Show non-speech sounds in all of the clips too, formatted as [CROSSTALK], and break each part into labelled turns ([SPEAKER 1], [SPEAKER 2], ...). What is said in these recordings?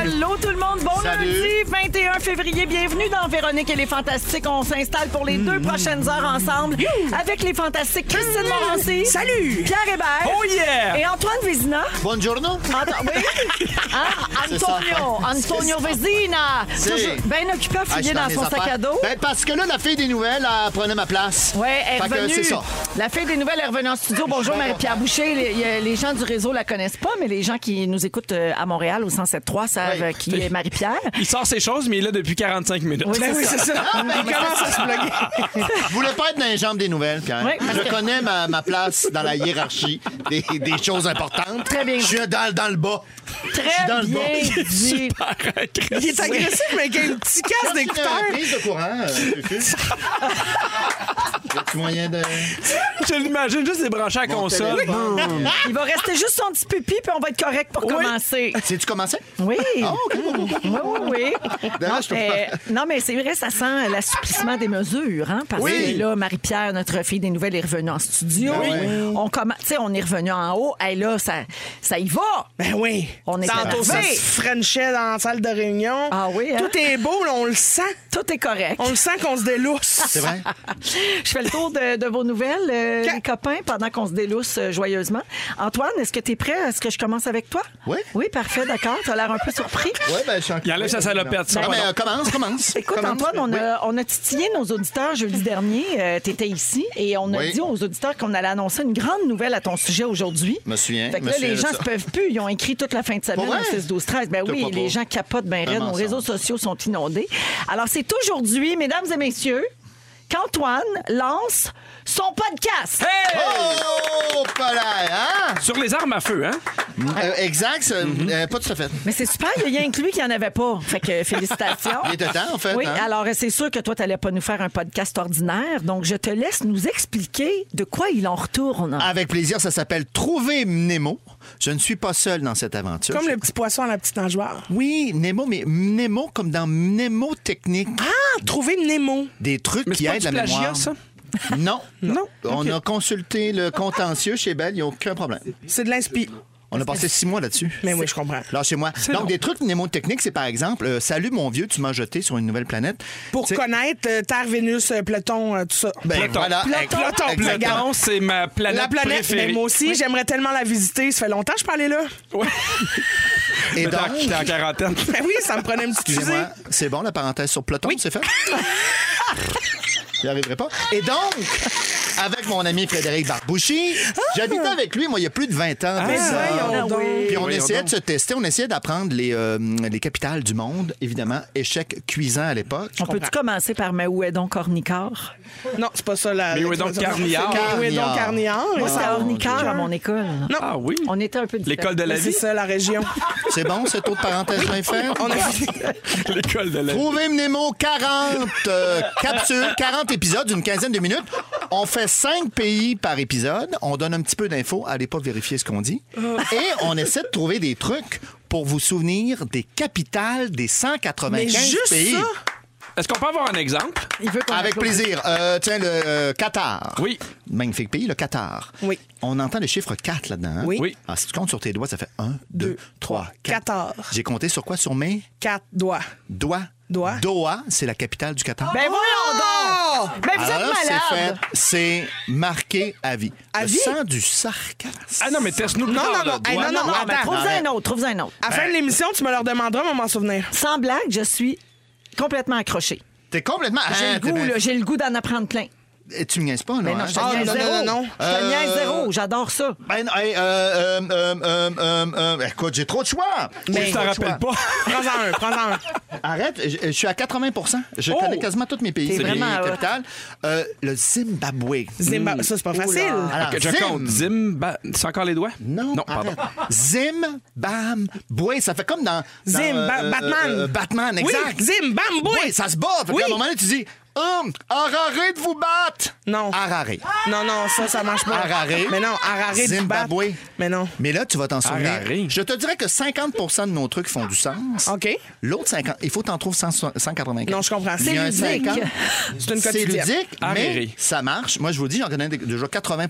[SPEAKER 1] Allô tout le monde, bon
[SPEAKER 2] Salut.
[SPEAKER 1] lundi 21 février, bienvenue dans Véronique et les Fantastiques. On s'installe pour
[SPEAKER 2] Mm.
[SPEAKER 1] les deux prochaines heures ensemble avec les Fantastiques Christine
[SPEAKER 2] Mm.
[SPEAKER 1] Morancy. Salut! Pierre Hébert.
[SPEAKER 3] Oh yeah!
[SPEAKER 1] Et Antoine Vézina.
[SPEAKER 2] Buongiorno.
[SPEAKER 1] Anto-
[SPEAKER 2] [LAUGHS]
[SPEAKER 1] oui. Hein?
[SPEAKER 2] C'est ça.
[SPEAKER 1] Antonio.
[SPEAKER 2] C'est
[SPEAKER 1] Antonio Vézina.
[SPEAKER 2] C'est-
[SPEAKER 1] Toujours bien occupé à
[SPEAKER 2] Ah, je suis
[SPEAKER 1] fouiller
[SPEAKER 2] dans
[SPEAKER 1] dans
[SPEAKER 2] mes
[SPEAKER 1] son sac
[SPEAKER 2] affaires.
[SPEAKER 1] à dos.
[SPEAKER 2] Ben, parce que là, la fille des nouvelles, elle prenait ma place.
[SPEAKER 1] Oui, elle est
[SPEAKER 2] Fait que
[SPEAKER 1] revenue.
[SPEAKER 2] c'est ça.
[SPEAKER 1] La fille des nouvelles est revenue en studio. Bonjour, Marie-Pierre Boucher. Les, y- les gens du réseau la connaissent pas, mais les gens qui nous écoutent euh, à Montréal au 107.3 savent
[SPEAKER 2] Oui.
[SPEAKER 1] euh, qui est Marie-Pierre.
[SPEAKER 3] Il sort ses choses, mais il est là depuis 45 minutes. [LAUGHS]
[SPEAKER 1] ça. Ah,
[SPEAKER 3] Il commence à se bloguer.
[SPEAKER 2] Je voulais pas être dans les jambes des nouvelles, Pierre.
[SPEAKER 1] Oui, parce
[SPEAKER 2] je
[SPEAKER 1] que-
[SPEAKER 2] connais ma, ma place dans la hiérarchie des, des choses importantes.
[SPEAKER 1] Très bien.
[SPEAKER 2] Je suis dans, dans le bas. Je suis dans
[SPEAKER 1] Très
[SPEAKER 2] le bas.
[SPEAKER 1] bien dit.
[SPEAKER 3] Il
[SPEAKER 4] est agressif, mais avec un petit
[SPEAKER 2] Quand
[SPEAKER 1] Ah,
[SPEAKER 4] casse
[SPEAKER 2] tu fais
[SPEAKER 4] d'écouteur.
[SPEAKER 2] une prise de courant, euh, Fufu?
[SPEAKER 1] [LAUGHS]
[SPEAKER 2] Y a-tu moyen de...
[SPEAKER 3] Je l'imagine juste débranché à la
[SPEAKER 2] Mon
[SPEAKER 3] console.
[SPEAKER 2] téléphone.
[SPEAKER 1] Il va rester juste son petit pupi, puis on va être correct pour commencer.
[SPEAKER 2] Sais-tu commencer?
[SPEAKER 1] Oui.
[SPEAKER 2] Ah, OK.
[SPEAKER 1] Oui, oui, oui.
[SPEAKER 2] Dommage, je peux
[SPEAKER 1] Euh, non, mais c'est vrai, ça sent l'assouplissement des mesures, hein? Parce
[SPEAKER 2] Oui.
[SPEAKER 1] que là, Marie-Pierre, notre fille des nouvelles, est revenue en studio.
[SPEAKER 2] Ben oui.
[SPEAKER 1] On commence, tu sais, on est revenu en haut. Et là, ça, ça y va.
[SPEAKER 4] Ben oui.
[SPEAKER 1] On est
[SPEAKER 4] Tantôt, ça
[SPEAKER 1] énervé.
[SPEAKER 4] se frenchait dans la salle de réunion.
[SPEAKER 1] Ah oui, hein?
[SPEAKER 4] Tout est beau, là, on le sent.
[SPEAKER 1] Tout est correct.
[SPEAKER 4] On le sent qu'on se délousse.
[SPEAKER 2] C'est vrai?
[SPEAKER 1] [LAUGHS] Je fais le tour de, de vos nouvelles, euh,
[SPEAKER 4] Quand-
[SPEAKER 1] les copains, pendant qu'on se délousse euh, joyeusement. Antoine, est-ce que tu es prêt à ce que je commence avec toi?
[SPEAKER 2] Oui.
[SPEAKER 1] Oui, parfait, d'accord. Tu as l'air un peu surpris.
[SPEAKER 2] Oui, ben, je suis en...
[SPEAKER 3] Il enlève sa salopette. ça
[SPEAKER 2] Non,
[SPEAKER 3] va
[SPEAKER 2] mais
[SPEAKER 3] donc.
[SPEAKER 2] euh, commence, commence.
[SPEAKER 1] Écoute,
[SPEAKER 2] Commence.
[SPEAKER 1] Antoine, on a, on a titillé nos auditeurs jeudi dernier. tu étais ici et on a
[SPEAKER 2] Oui.
[SPEAKER 1] dit aux auditeurs qu'on allait annoncer une grande nouvelle à ton sujet aujourd'hui.
[SPEAKER 2] Me souviens,
[SPEAKER 1] Fait que
[SPEAKER 2] me
[SPEAKER 1] là,
[SPEAKER 2] souviens
[SPEAKER 1] les
[SPEAKER 2] de
[SPEAKER 1] gens
[SPEAKER 2] ça.
[SPEAKER 1] se peuvent plus. Ils ont écrit toute la fin de semaine
[SPEAKER 2] Pour vrai?
[SPEAKER 1] au 6, 12, 13. Ben
[SPEAKER 2] Te
[SPEAKER 1] oui,
[SPEAKER 2] crois pas.
[SPEAKER 1] les gens capotent ben raide.
[SPEAKER 2] Vraiment
[SPEAKER 1] Nos
[SPEAKER 2] ça.
[SPEAKER 1] réseaux sociaux sont inondés. Alors, c'est aujourd'hui, mesdames et messieurs, qu'Antoine lance son podcast.
[SPEAKER 3] Hey!
[SPEAKER 2] Oh, pas hein?
[SPEAKER 3] Sur les armes à feu, hein?
[SPEAKER 2] Euh, exact, c'est-
[SPEAKER 3] Mm-hmm.
[SPEAKER 2] euh, pas tout à fait.
[SPEAKER 1] Mais c'est super, il y a rien que lui qui en avait pas. Fait que euh, félicitations.
[SPEAKER 2] Il était temps, en fait,
[SPEAKER 1] Oui,
[SPEAKER 2] hein?
[SPEAKER 1] alors euh, c'est sûr que toi, tu n'allais pas nous faire un podcast ordinaire. Donc, je te laisse nous expliquer de quoi il en retourne.
[SPEAKER 2] Avec plaisir, ça s'appelle Trouver Nemo. Je ne suis pas seul dans cette aventure.
[SPEAKER 4] Comme le petit poisson à la petite nageoire.
[SPEAKER 2] Oui, Nemo, mais Nemo comme dans mnémotechnique.
[SPEAKER 4] Ah, trouver Nemo.
[SPEAKER 2] Des trucs
[SPEAKER 3] Mais c'est
[SPEAKER 2] qui
[SPEAKER 3] pas
[SPEAKER 2] aident
[SPEAKER 3] du
[SPEAKER 2] la
[SPEAKER 3] plagiat,
[SPEAKER 2] mémoire.
[SPEAKER 3] ça?
[SPEAKER 2] Non.
[SPEAKER 4] Non.
[SPEAKER 2] On a consulté le contentieux chez Belle, il n'y a aucun problème.
[SPEAKER 4] C'est de l'inspi.
[SPEAKER 2] On a passé six mois là-dessus.
[SPEAKER 4] Mais oui, je comprends.
[SPEAKER 2] Lâchez-moi. Donc, des trucs mnémotechniques, c'est par exemple euh, Salut mon vieux, tu m'as jeté sur une nouvelle planète.
[SPEAKER 4] Pour
[SPEAKER 2] Tu sais-
[SPEAKER 4] connaître euh, Terre, Vénus, euh, Pluton, euh, tout ça.
[SPEAKER 2] Ben voilà.
[SPEAKER 4] Pluton.
[SPEAKER 2] Exact-
[SPEAKER 4] Pluton.
[SPEAKER 2] exactement.
[SPEAKER 3] Platon, c'est ma planète,
[SPEAKER 4] la planète,
[SPEAKER 3] préférée.
[SPEAKER 4] ben, moi aussi, j'aimerais tellement la visiter. Ça fait longtemps que je parlais là.
[SPEAKER 3] Ouais.
[SPEAKER 2] Et
[SPEAKER 3] T'es en-
[SPEAKER 2] donc,
[SPEAKER 3] t'es en quarantaine.
[SPEAKER 4] Ben oui, ça me prenait une petite fusée.
[SPEAKER 2] Excusez-moi, c'est bon la parenthèse sur Pluton, c'est fait? [LAUGHS] J'y arriverai pas. Et donc, avec mon ami Frédéric Barbouchi, j'habitais avec lui, moi, il y a plus de 20 ans. de ça.
[SPEAKER 4] Voyons
[SPEAKER 1] Ah,
[SPEAKER 4] donc.
[SPEAKER 2] Puis on
[SPEAKER 3] Voyons
[SPEAKER 2] essayait
[SPEAKER 3] donc.
[SPEAKER 2] de se tester, on essayait d'apprendre les, euh, les capitales du monde. Évidemment, échec cuisant à l'époque.
[SPEAKER 1] On peut-tu commencer par mais où est donc Ornicor?
[SPEAKER 2] Oh,
[SPEAKER 4] Non, c'est pas ça la.
[SPEAKER 3] Mais où est donc Carniard?
[SPEAKER 4] Mais où est donc Carniard?
[SPEAKER 1] Moi, c'était
[SPEAKER 4] Ah,
[SPEAKER 1] Ornicor à mon école.
[SPEAKER 3] Ah oui?
[SPEAKER 1] On était un peu différents.
[SPEAKER 3] L'école de la
[SPEAKER 4] C'est
[SPEAKER 3] vie.
[SPEAKER 4] ça, la région.
[SPEAKER 2] C'est bon, cette autre parenthèse bien faite?
[SPEAKER 4] On a
[SPEAKER 3] Ah. L'école de la vie.
[SPEAKER 2] Trouvez Nemo 40 euh, capsules, 40 épisodes d'une quinzaine de minutes. On fait 5 pays par épisode. On donne un petit peu d'infos. Allez pas vérifier ce qu'on dit.
[SPEAKER 4] Oh.
[SPEAKER 2] Et on essaie de trouver des trucs pour vous souvenir des capitales des 195
[SPEAKER 4] Mais juste
[SPEAKER 2] pays.
[SPEAKER 4] ça?
[SPEAKER 3] Est-ce qu'on peut avoir un exemple?
[SPEAKER 1] Il veut qu'on
[SPEAKER 2] Avec
[SPEAKER 1] applaudisse.
[SPEAKER 2] plaisir. Euh, tiens, le euh, Qatar.
[SPEAKER 3] Oui.
[SPEAKER 2] Magnifique pays, le Qatar.
[SPEAKER 4] Oui.
[SPEAKER 2] On entend le chiffre 4 là-dedans. hein?
[SPEAKER 4] Oui.
[SPEAKER 3] Oui.
[SPEAKER 2] Ah, si tu comptes sur tes doigts, ça fait 1, 2, 3, 4.
[SPEAKER 4] Qatar.
[SPEAKER 2] J'ai compté sur quoi? Sur mes
[SPEAKER 4] Quatre doigts.
[SPEAKER 2] doigts.
[SPEAKER 4] Doigts.
[SPEAKER 2] Doha, c'est la capitale du Qatar.
[SPEAKER 1] Ben voyons donc! Mais vous
[SPEAKER 2] Alors là,
[SPEAKER 1] êtes
[SPEAKER 2] Ah! c'est
[SPEAKER 1] malade!
[SPEAKER 2] fait. C'est marqué à vie.
[SPEAKER 4] À
[SPEAKER 2] le
[SPEAKER 4] vie?
[SPEAKER 2] sang du sarcasme.
[SPEAKER 3] Ah non, mais teste-nous plus
[SPEAKER 4] Non,
[SPEAKER 3] tard,
[SPEAKER 4] non,
[SPEAKER 3] là.
[SPEAKER 4] non. Hey,
[SPEAKER 3] Ouais.
[SPEAKER 2] Ah,
[SPEAKER 4] non, non,
[SPEAKER 1] Non, mais
[SPEAKER 4] attends.
[SPEAKER 1] trouve-en un autre, trouve-en un autre.
[SPEAKER 4] À la
[SPEAKER 2] Ben.
[SPEAKER 4] fin de l'émission, tu me leur demanderas, mais on m'en souvenir.
[SPEAKER 1] Sans blague, je suis complètement accrochée.
[SPEAKER 2] T'es complètement...
[SPEAKER 1] J'ai le
[SPEAKER 2] Hein, t'es
[SPEAKER 1] goût,
[SPEAKER 2] bien-
[SPEAKER 1] là, j'ai le goût d'en apprendre plein.
[SPEAKER 2] Eh, Tu me niaises pas, là.
[SPEAKER 1] Mais non,
[SPEAKER 2] hein?
[SPEAKER 1] je te
[SPEAKER 4] Ah,
[SPEAKER 1] niaise
[SPEAKER 4] non, non,
[SPEAKER 1] zéro.
[SPEAKER 4] non, non.
[SPEAKER 1] Je te niaise
[SPEAKER 2] Euh,
[SPEAKER 1] zéro, j'adore ça.
[SPEAKER 2] Ben, hey, euh, euh, euh, euh, euh, euh, écoute, j'ai trop de choix.
[SPEAKER 3] Je t'en rappelle pas.
[SPEAKER 4] Ben, Prends-en un, prends-en
[SPEAKER 2] [LAUGHS]
[SPEAKER 4] un.
[SPEAKER 2] Arrête, je, je suis à 80 Je
[SPEAKER 3] Oh!
[SPEAKER 2] connais quasiment tous mes pays,
[SPEAKER 1] T'es
[SPEAKER 2] mes
[SPEAKER 1] vraiment hot.
[SPEAKER 2] capitales. Euh, le Zimbabwe.
[SPEAKER 4] Zimbabwe. Ça, c'est pas facile.
[SPEAKER 2] Alors, euh,
[SPEAKER 3] Que je
[SPEAKER 2] Zim-
[SPEAKER 3] compte. Zimba. C'est encore les doigts?
[SPEAKER 2] Non,
[SPEAKER 3] Non,
[SPEAKER 2] arrête.
[SPEAKER 3] pardon.
[SPEAKER 2] Zimbabwe, ça fait comme dans... euh, dans,
[SPEAKER 4] Zim, Ba- Batman.
[SPEAKER 2] Batman,
[SPEAKER 4] Oui,
[SPEAKER 2] exact.
[SPEAKER 4] Zim, bam, boy.
[SPEAKER 2] Oui, ça se bat. Fait
[SPEAKER 4] Oui.
[SPEAKER 2] qu'à un moment donné, tu dis... Hum, arrêtez de vous battre!
[SPEAKER 4] Non.
[SPEAKER 2] Arrêtez.
[SPEAKER 4] Non, non, ça, ça marche pas.
[SPEAKER 2] Harare.
[SPEAKER 4] Mais non, Harare de
[SPEAKER 2] Zimbabwe.
[SPEAKER 4] battre. Mais non.
[SPEAKER 2] Mais là, tu vas t'en souvenir.
[SPEAKER 3] Harare.
[SPEAKER 2] Je te dirais que 50 de nos trucs font du sens.
[SPEAKER 4] OK.
[SPEAKER 2] L'autre 50, il faut t'en trouver 100 195.
[SPEAKER 4] Non, je comprends.
[SPEAKER 2] Il y a un
[SPEAKER 1] C'est ludique.
[SPEAKER 2] 50.
[SPEAKER 4] C'est une
[SPEAKER 2] C'est
[SPEAKER 4] quotidienne.
[SPEAKER 2] ludique, mais
[SPEAKER 3] Harare.
[SPEAKER 2] ça marche. Moi, je vous le dis, j'en connais déjà 80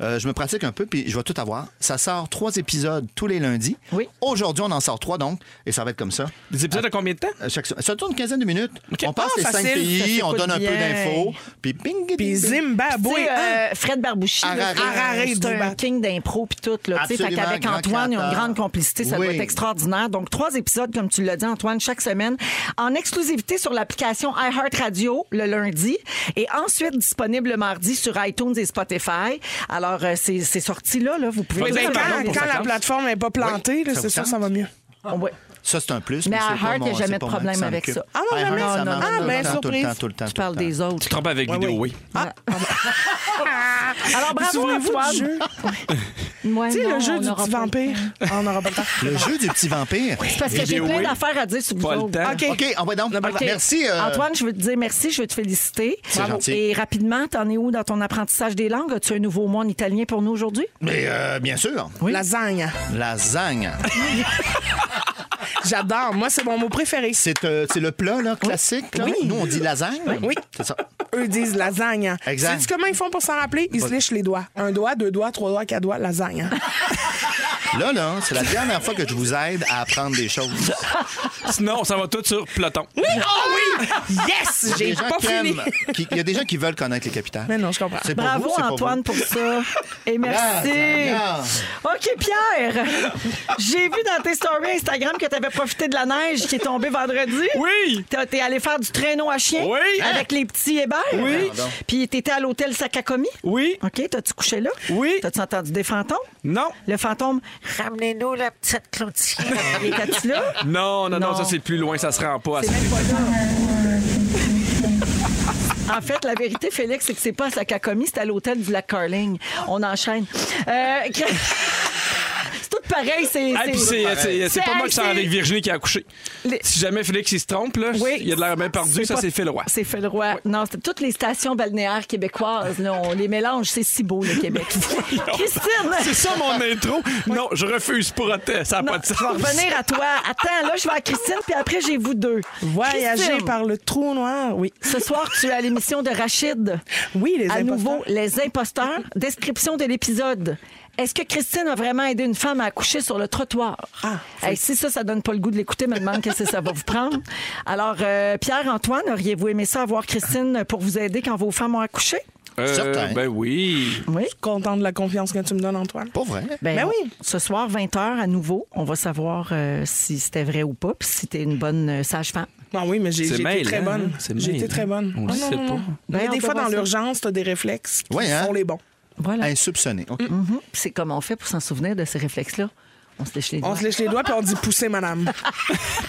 [SPEAKER 2] Euh, Je me pratique un peu, puis je vais tout avoir. Ça sort trois épisodes tous les lundis.
[SPEAKER 1] Oui.
[SPEAKER 2] Aujourd'hui, on en sort trois, donc, et ça va être comme ça.
[SPEAKER 3] Des épisodes de combien de temps?
[SPEAKER 2] Euh, chaque- Ça tourne une quinzaine de minutes. On passe
[SPEAKER 4] Ah,
[SPEAKER 2] les cinq
[SPEAKER 4] facile. Ça
[SPEAKER 2] pays,
[SPEAKER 4] fait
[SPEAKER 2] on
[SPEAKER 4] pas de
[SPEAKER 2] donne un peu
[SPEAKER 4] bien.
[SPEAKER 2] d'infos, puis ping, ding,
[SPEAKER 4] Puis
[SPEAKER 2] ding.
[SPEAKER 4] Zimbabwe.
[SPEAKER 1] Tu sais,
[SPEAKER 4] hein?
[SPEAKER 1] euh, Fred Barbouchi, là,
[SPEAKER 2] Harare.
[SPEAKER 4] Harare,
[SPEAKER 1] c'est un
[SPEAKER 4] Dubaï.
[SPEAKER 1] king d'impro puis tout. Là, tu sais, fait
[SPEAKER 2] Absolument,
[SPEAKER 1] qu'avec
[SPEAKER 2] grand
[SPEAKER 1] Antoine, il y a une
[SPEAKER 2] créateur.
[SPEAKER 1] grande complicité, ça
[SPEAKER 2] Oui.
[SPEAKER 1] doit être extraordinaire. Donc, trois épisodes, comme tu l'as dit, Antoine, chaque semaine, en exclusivité sur l'application iHeartRadio le lundi et ensuite disponible le mardi sur iTunes et Spotify. Alors, euh, c'est c'est sorti là, là, vous pouvez...
[SPEAKER 3] Vas-y,
[SPEAKER 1] le
[SPEAKER 4] Ben,
[SPEAKER 3] Pardon
[SPEAKER 4] quand,
[SPEAKER 3] pour
[SPEAKER 4] quand
[SPEAKER 3] ça
[SPEAKER 4] la
[SPEAKER 3] compte.
[SPEAKER 4] plateforme n'est pas plantée, là,
[SPEAKER 2] ça
[SPEAKER 4] c'est
[SPEAKER 2] vous
[SPEAKER 4] ça,
[SPEAKER 2] tente?
[SPEAKER 4] ça va mieux.
[SPEAKER 1] Ouais.
[SPEAKER 2] Ça, c'est un plus.
[SPEAKER 1] Mais à
[SPEAKER 2] c'est pas
[SPEAKER 1] Heart,
[SPEAKER 2] mon-
[SPEAKER 1] il y a
[SPEAKER 2] c'est
[SPEAKER 1] jamais de
[SPEAKER 2] pas mon
[SPEAKER 1] problème
[SPEAKER 2] qui
[SPEAKER 1] avec
[SPEAKER 2] s'en
[SPEAKER 1] ça.
[SPEAKER 2] occupe.
[SPEAKER 4] Ah non,
[SPEAKER 2] Hey,
[SPEAKER 4] jamais?
[SPEAKER 2] Heart, ça
[SPEAKER 1] Non,
[SPEAKER 2] marche
[SPEAKER 1] non,
[SPEAKER 2] tout
[SPEAKER 4] non,
[SPEAKER 2] le
[SPEAKER 4] ben,
[SPEAKER 2] temps, tout le
[SPEAKER 4] surprise.
[SPEAKER 2] temps, tout le temps,
[SPEAKER 1] Tu
[SPEAKER 2] tout le
[SPEAKER 1] parles
[SPEAKER 2] temps.
[SPEAKER 1] des autres.
[SPEAKER 3] Tu trompes avec
[SPEAKER 4] Ouais,
[SPEAKER 3] vidéo,
[SPEAKER 4] oui.
[SPEAKER 3] oui.
[SPEAKER 1] Alors, bravo,
[SPEAKER 4] Souvenez-vous du
[SPEAKER 1] Antoine.
[SPEAKER 4] jeu.
[SPEAKER 5] Moi,
[SPEAKER 4] Tu sais,
[SPEAKER 5] non,
[SPEAKER 4] le jeu
[SPEAKER 5] on
[SPEAKER 4] du
[SPEAKER 5] aura
[SPEAKER 4] petit
[SPEAKER 5] pas le
[SPEAKER 4] vampire. Ah, On n'aura pas le temps.
[SPEAKER 2] Le jeu du petit vampire.
[SPEAKER 1] C'est parce que j'ai
[SPEAKER 3] Vidéo,
[SPEAKER 1] plein
[SPEAKER 3] oui.
[SPEAKER 1] d'affaires à dire sur vous
[SPEAKER 3] Pas le
[SPEAKER 1] autres.
[SPEAKER 3] temps.
[SPEAKER 4] OK.
[SPEAKER 2] OK, on va donc.
[SPEAKER 1] OK.
[SPEAKER 2] Merci. euh,
[SPEAKER 1] Antoine, je veux te dire merci, je veux te féliciter. Bravo.
[SPEAKER 2] gentil.
[SPEAKER 1] Et rapidement, t'en es où dans ton apprentissage des langues? As-tu un nouveau mot en italien pour nous aujourd'hui?
[SPEAKER 2] Mais euh, bien sûr,
[SPEAKER 4] Lasagne.
[SPEAKER 2] lasagne.
[SPEAKER 4] J'adore. Moi, c'est mon mot préféré.
[SPEAKER 2] C'est euh, c'est le plat là, classique. là.
[SPEAKER 4] Oui.
[SPEAKER 2] Nous, on dit lasagne.
[SPEAKER 4] Oui.
[SPEAKER 2] C'est ça.
[SPEAKER 4] Eux disent lasagne. hein.
[SPEAKER 2] Exact.
[SPEAKER 4] Sais-tu comment ils font pour s'en rappeler? Ils se lichent les doigts. Un doigt, deux doigts, trois doigts, quatre doigts,
[SPEAKER 3] [LAUGHS]
[SPEAKER 4] lasagne. hein.
[SPEAKER 2] Là, là, c'est la dernière fois que je vous aide à apprendre des choses.
[SPEAKER 3] Sinon, ça va tout sur peloton. Ah
[SPEAKER 4] Yes!
[SPEAKER 2] Il y a des
[SPEAKER 4] [LAUGHS] J'ai
[SPEAKER 2] gens
[SPEAKER 4] pas
[SPEAKER 2] qui
[SPEAKER 4] fini.
[SPEAKER 2] aiment- qui- Il y a des gens qui veulent connaître les capitales.
[SPEAKER 4] Mais non, je comprends.
[SPEAKER 2] C'est pour
[SPEAKER 1] Bravo,
[SPEAKER 2] vous, c'est pour
[SPEAKER 1] Antoine,
[SPEAKER 2] vous.
[SPEAKER 1] pour ça.
[SPEAKER 2] [LAUGHS]
[SPEAKER 1] Et merci.
[SPEAKER 2] Lasagne.
[SPEAKER 1] OK, Pierre, j'ai vu dans tes stories Instagram que tu avais profité de la neige qui est tombée vendredi.
[SPEAKER 3] Oui!
[SPEAKER 1] T'as- T'es allé faire du traîneau à chien
[SPEAKER 3] Oui.
[SPEAKER 1] avec les petits Hébert.
[SPEAKER 3] Oui.
[SPEAKER 2] Ah,
[SPEAKER 1] Puis t'étais à l'hôtel Sakakomi.
[SPEAKER 3] Oui.
[SPEAKER 1] OK, t'as-tu couché là?
[SPEAKER 3] Oui.
[SPEAKER 1] T'as-tu entendu des fantômes?
[SPEAKER 3] Non.
[SPEAKER 1] Le fantôme,
[SPEAKER 5] Ramenez-nous la petite
[SPEAKER 1] [LAUGHS]
[SPEAKER 5] Claudine.
[SPEAKER 1] étais-tu là?
[SPEAKER 3] Non, non, non,
[SPEAKER 1] Non.
[SPEAKER 3] ça c'est plus loin, ça se rend pas. à ça.
[SPEAKER 1] En fait, la vérité, Félix, c'est que c'est pas à Sakakomi, c'est à l'hôtel du lac Carling. On enchaîne. Euh, que- [LAUGHS] c'est tout pareil, c'est.
[SPEAKER 3] Ah, puis c'est,
[SPEAKER 1] c'est-
[SPEAKER 3] c'est- c'est
[SPEAKER 1] C'est-
[SPEAKER 3] pas moi qui sors
[SPEAKER 1] c'est-
[SPEAKER 3] avec Virginie qui a accouché.
[SPEAKER 1] Les-
[SPEAKER 3] Si jamais Félix il se trompe, là,
[SPEAKER 1] Oui.
[SPEAKER 3] il y a de l'air bien perdu, ça
[SPEAKER 1] pas-
[SPEAKER 3] c'est fait le
[SPEAKER 1] [LAUGHS]
[SPEAKER 3] roi.
[SPEAKER 1] C'est fait le roi. Non, c'est toutes les stations balnéaires québécoises. là, on les mélange. C'est si beau, le
[SPEAKER 3] [LAUGHS]
[SPEAKER 1] Québec.
[SPEAKER 3] C'est
[SPEAKER 1] Christine!
[SPEAKER 3] ça mon intro. Non, je refuse proteste. Ça
[SPEAKER 1] Non,
[SPEAKER 3] n'a pas de
[SPEAKER 1] je
[SPEAKER 3] sens.
[SPEAKER 1] vais revenir à toi. Attends, là, je vais à Christine, puis après, j'ai vous deux.
[SPEAKER 4] Voyager
[SPEAKER 1] Christine,
[SPEAKER 4] par le trou noir, oui.
[SPEAKER 1] Ce soir, tu es à l'émission de Rachid.
[SPEAKER 4] Oui, les
[SPEAKER 1] à
[SPEAKER 4] imposteurs.
[SPEAKER 1] nouveau, les imposteurs. Description de l'épisode. Est-ce que Christine a vraiment aidé une femme à accoucher sur le trottoir?
[SPEAKER 4] Ah,
[SPEAKER 1] Hey, si ça, ça donne pas le goût de l'écouter, me demande qu'est-ce que ça va vous prendre. Alors, euh, Pierre-Antoine, auriez-vous aimé ça avoir Christine pour vous aider quand vos femmes ont accouché?
[SPEAKER 3] Euh,
[SPEAKER 2] Certain.
[SPEAKER 3] ben oui.
[SPEAKER 1] Oui.
[SPEAKER 4] Je suis contente de la confiance que tu me donnes, Antoine.
[SPEAKER 2] Pas vrai.
[SPEAKER 1] Ben,
[SPEAKER 4] Ben
[SPEAKER 1] oui.
[SPEAKER 4] oui.
[SPEAKER 1] Ce soir, 20h, à nouveau, on va savoir euh, si c'était vrai ou pas, puis si t'es une bonne euh, sage-femme.
[SPEAKER 4] Non, oui, mais j'ai
[SPEAKER 3] C'est
[SPEAKER 4] j'ai été
[SPEAKER 3] mêlant,
[SPEAKER 4] très bonne.
[SPEAKER 3] hein? C'est
[SPEAKER 4] J'ai été
[SPEAKER 3] mêlant.
[SPEAKER 4] très bonne.
[SPEAKER 3] On le
[SPEAKER 4] Ah, non,
[SPEAKER 3] sait
[SPEAKER 4] non,
[SPEAKER 3] pas.
[SPEAKER 4] non.
[SPEAKER 1] Ben,
[SPEAKER 4] Mais
[SPEAKER 1] on
[SPEAKER 4] des
[SPEAKER 1] peut
[SPEAKER 4] fois,
[SPEAKER 1] voir
[SPEAKER 4] dans
[SPEAKER 1] ça.
[SPEAKER 4] l'urgence, t'as des réflexes qui
[SPEAKER 2] Ouais, hein?
[SPEAKER 4] sont les bons.
[SPEAKER 1] Voilà.
[SPEAKER 2] Insoupçonné. OK.
[SPEAKER 1] Mhm. Puis C'est comment on fait pour s'en souvenir de ces réflexes-là? On se lèche les doigts.
[SPEAKER 4] On se lèche les doigts puis on dit pousser, madame.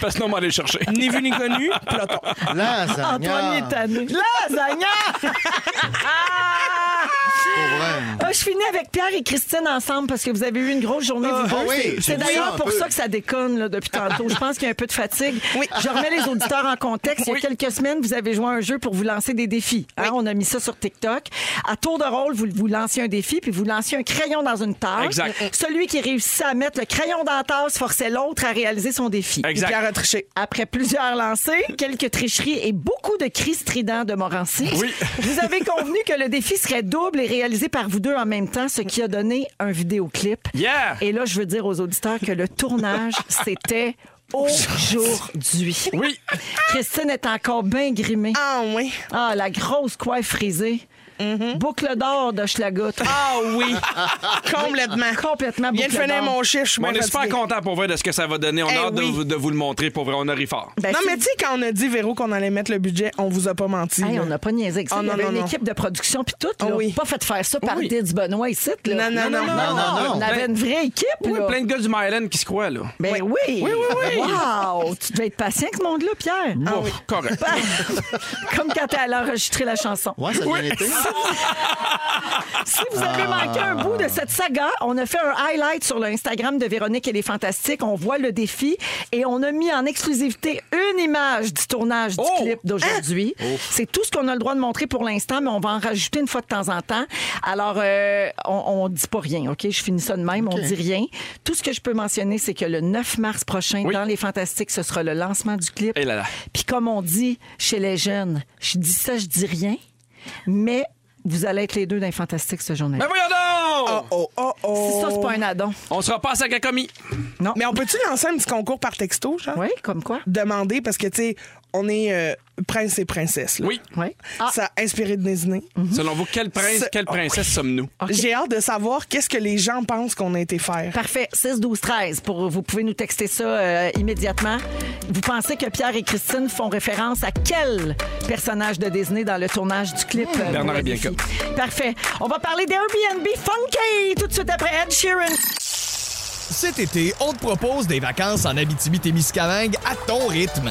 [SPEAKER 3] Parce que sinon, on va aller le chercher.
[SPEAKER 4] [LAUGHS] ni vu ni connu, peloton.
[SPEAKER 2] Lasagne. Hmm.
[SPEAKER 1] Antoine est tanné. Lasagne!
[SPEAKER 2] Pour vrai.
[SPEAKER 1] Ah, je finis terminer avec Pierre et Christine ensemble parce que vous avez eu une grosse journée, vous
[SPEAKER 2] Ah
[SPEAKER 1] deux.
[SPEAKER 2] oui,
[SPEAKER 1] C'est-
[SPEAKER 2] j'ai
[SPEAKER 1] C'est
[SPEAKER 2] vu ça
[SPEAKER 1] d'ailleurs
[SPEAKER 2] un
[SPEAKER 1] pour
[SPEAKER 2] peu.
[SPEAKER 1] ça que ça déconne là, depuis tantôt. Je pense qu'il y a un peu de fatigue. Je remets les auditeurs en contexte. Il y a quelques semaines, vous avez joué à un jeu pour vous lancer des défis. hein. On a mis ça sur TikTok. À tour de rôle, vous, vous lanciez un défi, puis vous lanciez un crayon dans une tasse.
[SPEAKER 3] Exact.
[SPEAKER 1] Celui qui réussissait à mettre le crayon dans la tasse forçait l'autre à réaliser son défi.
[SPEAKER 4] Puis
[SPEAKER 3] Exact.
[SPEAKER 4] Pierre a triché.
[SPEAKER 1] Après plusieurs lancers, quelques tricheries et beaucoup de cris stridents de Morancy,
[SPEAKER 3] Oui.
[SPEAKER 1] vous
[SPEAKER 3] [LAUGHS]
[SPEAKER 1] avez convenu que le défi serait double et réalisé par vous deux en même temps, ce qui a donné un vidéoclip.
[SPEAKER 3] Yeah!
[SPEAKER 1] Et là, je veux dire aux auditeurs que le
[SPEAKER 3] [LAUGHS]
[SPEAKER 1] tournage, c'était aujourd'hui.
[SPEAKER 3] Oui.
[SPEAKER 1] Christine est encore bien grimée.
[SPEAKER 4] Ah oui.
[SPEAKER 1] Ah, la grosse coiffe frisée. Boucle d'or de Schlagotte.
[SPEAKER 4] Mm-hmm. Ah oui. [LAUGHS] Complètement.
[SPEAKER 1] Complètement
[SPEAKER 4] Bien de
[SPEAKER 1] boucle
[SPEAKER 4] finir
[SPEAKER 1] d'or.
[SPEAKER 4] mon chiffre, je suis
[SPEAKER 3] On
[SPEAKER 4] bien
[SPEAKER 3] est super
[SPEAKER 4] fatiguée.
[SPEAKER 3] content pour vrai de ce que ça va donner. On
[SPEAKER 4] Eh
[SPEAKER 3] a hâte de
[SPEAKER 4] oui.
[SPEAKER 3] vous- de, vous le montrer pour vrai. On a ri fort.
[SPEAKER 1] Ben,
[SPEAKER 4] Non,
[SPEAKER 1] c'est-
[SPEAKER 4] mais tu sais, quand on a dit, Véro, qu'on allait mettre le budget, on vous a pas menti.
[SPEAKER 1] Hey,
[SPEAKER 4] là.
[SPEAKER 1] on n'a pas niaisé avec ça.
[SPEAKER 4] Oh,
[SPEAKER 1] Il y
[SPEAKER 4] non,
[SPEAKER 1] avait
[SPEAKER 4] non,
[SPEAKER 1] une
[SPEAKER 4] non.
[SPEAKER 1] équipe de production puis tout.
[SPEAKER 4] Ah
[SPEAKER 1] Là.
[SPEAKER 4] oui.
[SPEAKER 1] Pas fait faire ça par
[SPEAKER 3] Oui.
[SPEAKER 1] Dids Benoît ici. là.
[SPEAKER 4] Non, non, non, non,
[SPEAKER 2] non, non.
[SPEAKER 1] On avait une vraie équipe.
[SPEAKER 3] Oui,
[SPEAKER 1] là.
[SPEAKER 3] plein de gars du Myland qui se croient, là.
[SPEAKER 1] Ben oui. Oui, oui,
[SPEAKER 4] oui.
[SPEAKER 1] Wow! Tu devais être patient avec ce monde-là, Pierre.
[SPEAKER 3] Bon, correct.
[SPEAKER 1] [LAUGHS] Comme quand t'es allé enregistrer la chanson.
[SPEAKER 2] Ouais, ça a bien été.
[SPEAKER 1] Si vous avez manqué un bout de cette saga, on a fait un highlight sur le Instagram de Véronique et les Fantastiques. On voit le défi et on a mis en exclusivité une image du tournage du
[SPEAKER 3] Oh! Hein?
[SPEAKER 1] clip d'aujourd'hui. C'est tout ce qu'on a le droit de montrer pour l'instant, mais on va en rajouter une fois de temps en temps. Alors, euh, on, ne dit pas rien, OK? Je finis ça de même, on dit rien. Tout ce que je peux mentionner, c'est que le 9 mars prochain,
[SPEAKER 3] Oui.
[SPEAKER 1] dans les Fantastiques, ce sera le lancement du clip.
[SPEAKER 3] Eh là là.
[SPEAKER 1] Puis comme on dit chez les jeunes, je dis ça, je dis rien, mais vous allez être les deux d'un fantastique ce journée
[SPEAKER 3] Ben voyons donc!
[SPEAKER 4] Oh, oh, oh.
[SPEAKER 1] Si ça, c'est pas un addon.
[SPEAKER 3] On sera pas à Sakakami.
[SPEAKER 1] Non.
[SPEAKER 4] Mais on peut-tu lancer un petit concours par texto, genre?
[SPEAKER 1] Oui, comme quoi?
[SPEAKER 4] Demander, parce que, tu sais, on est euh, prince et princesse. là.
[SPEAKER 3] Oui.
[SPEAKER 1] Oui. Ah,
[SPEAKER 4] Ça a inspiré de Disney.
[SPEAKER 3] Mm-hmm. Selon vous, quel
[SPEAKER 4] Ce-
[SPEAKER 3] prince, quelle
[SPEAKER 4] Oh,
[SPEAKER 3] princesse sommes-nous?
[SPEAKER 1] Mm. OK.
[SPEAKER 4] J'ai hâte de savoir qu'est-ce que les gens pensent qu'on a été faire.
[SPEAKER 1] Parfait, 6 12 13 pour vous pouvez nous texter ça euh, immédiatement. Vous pensez que Pierre et Christine font référence à quel personnage de Disney dans le tournage du clip euh,
[SPEAKER 3] Bernard
[SPEAKER 1] pour le
[SPEAKER 3] et Bianca.
[SPEAKER 1] défi? Parfait. On va parler d'Airbnb funky tout de suite après Ed Sheeran.
[SPEAKER 6] Cet été, on te propose des vacances en Abitibi-Témiscamingue à ton rythme.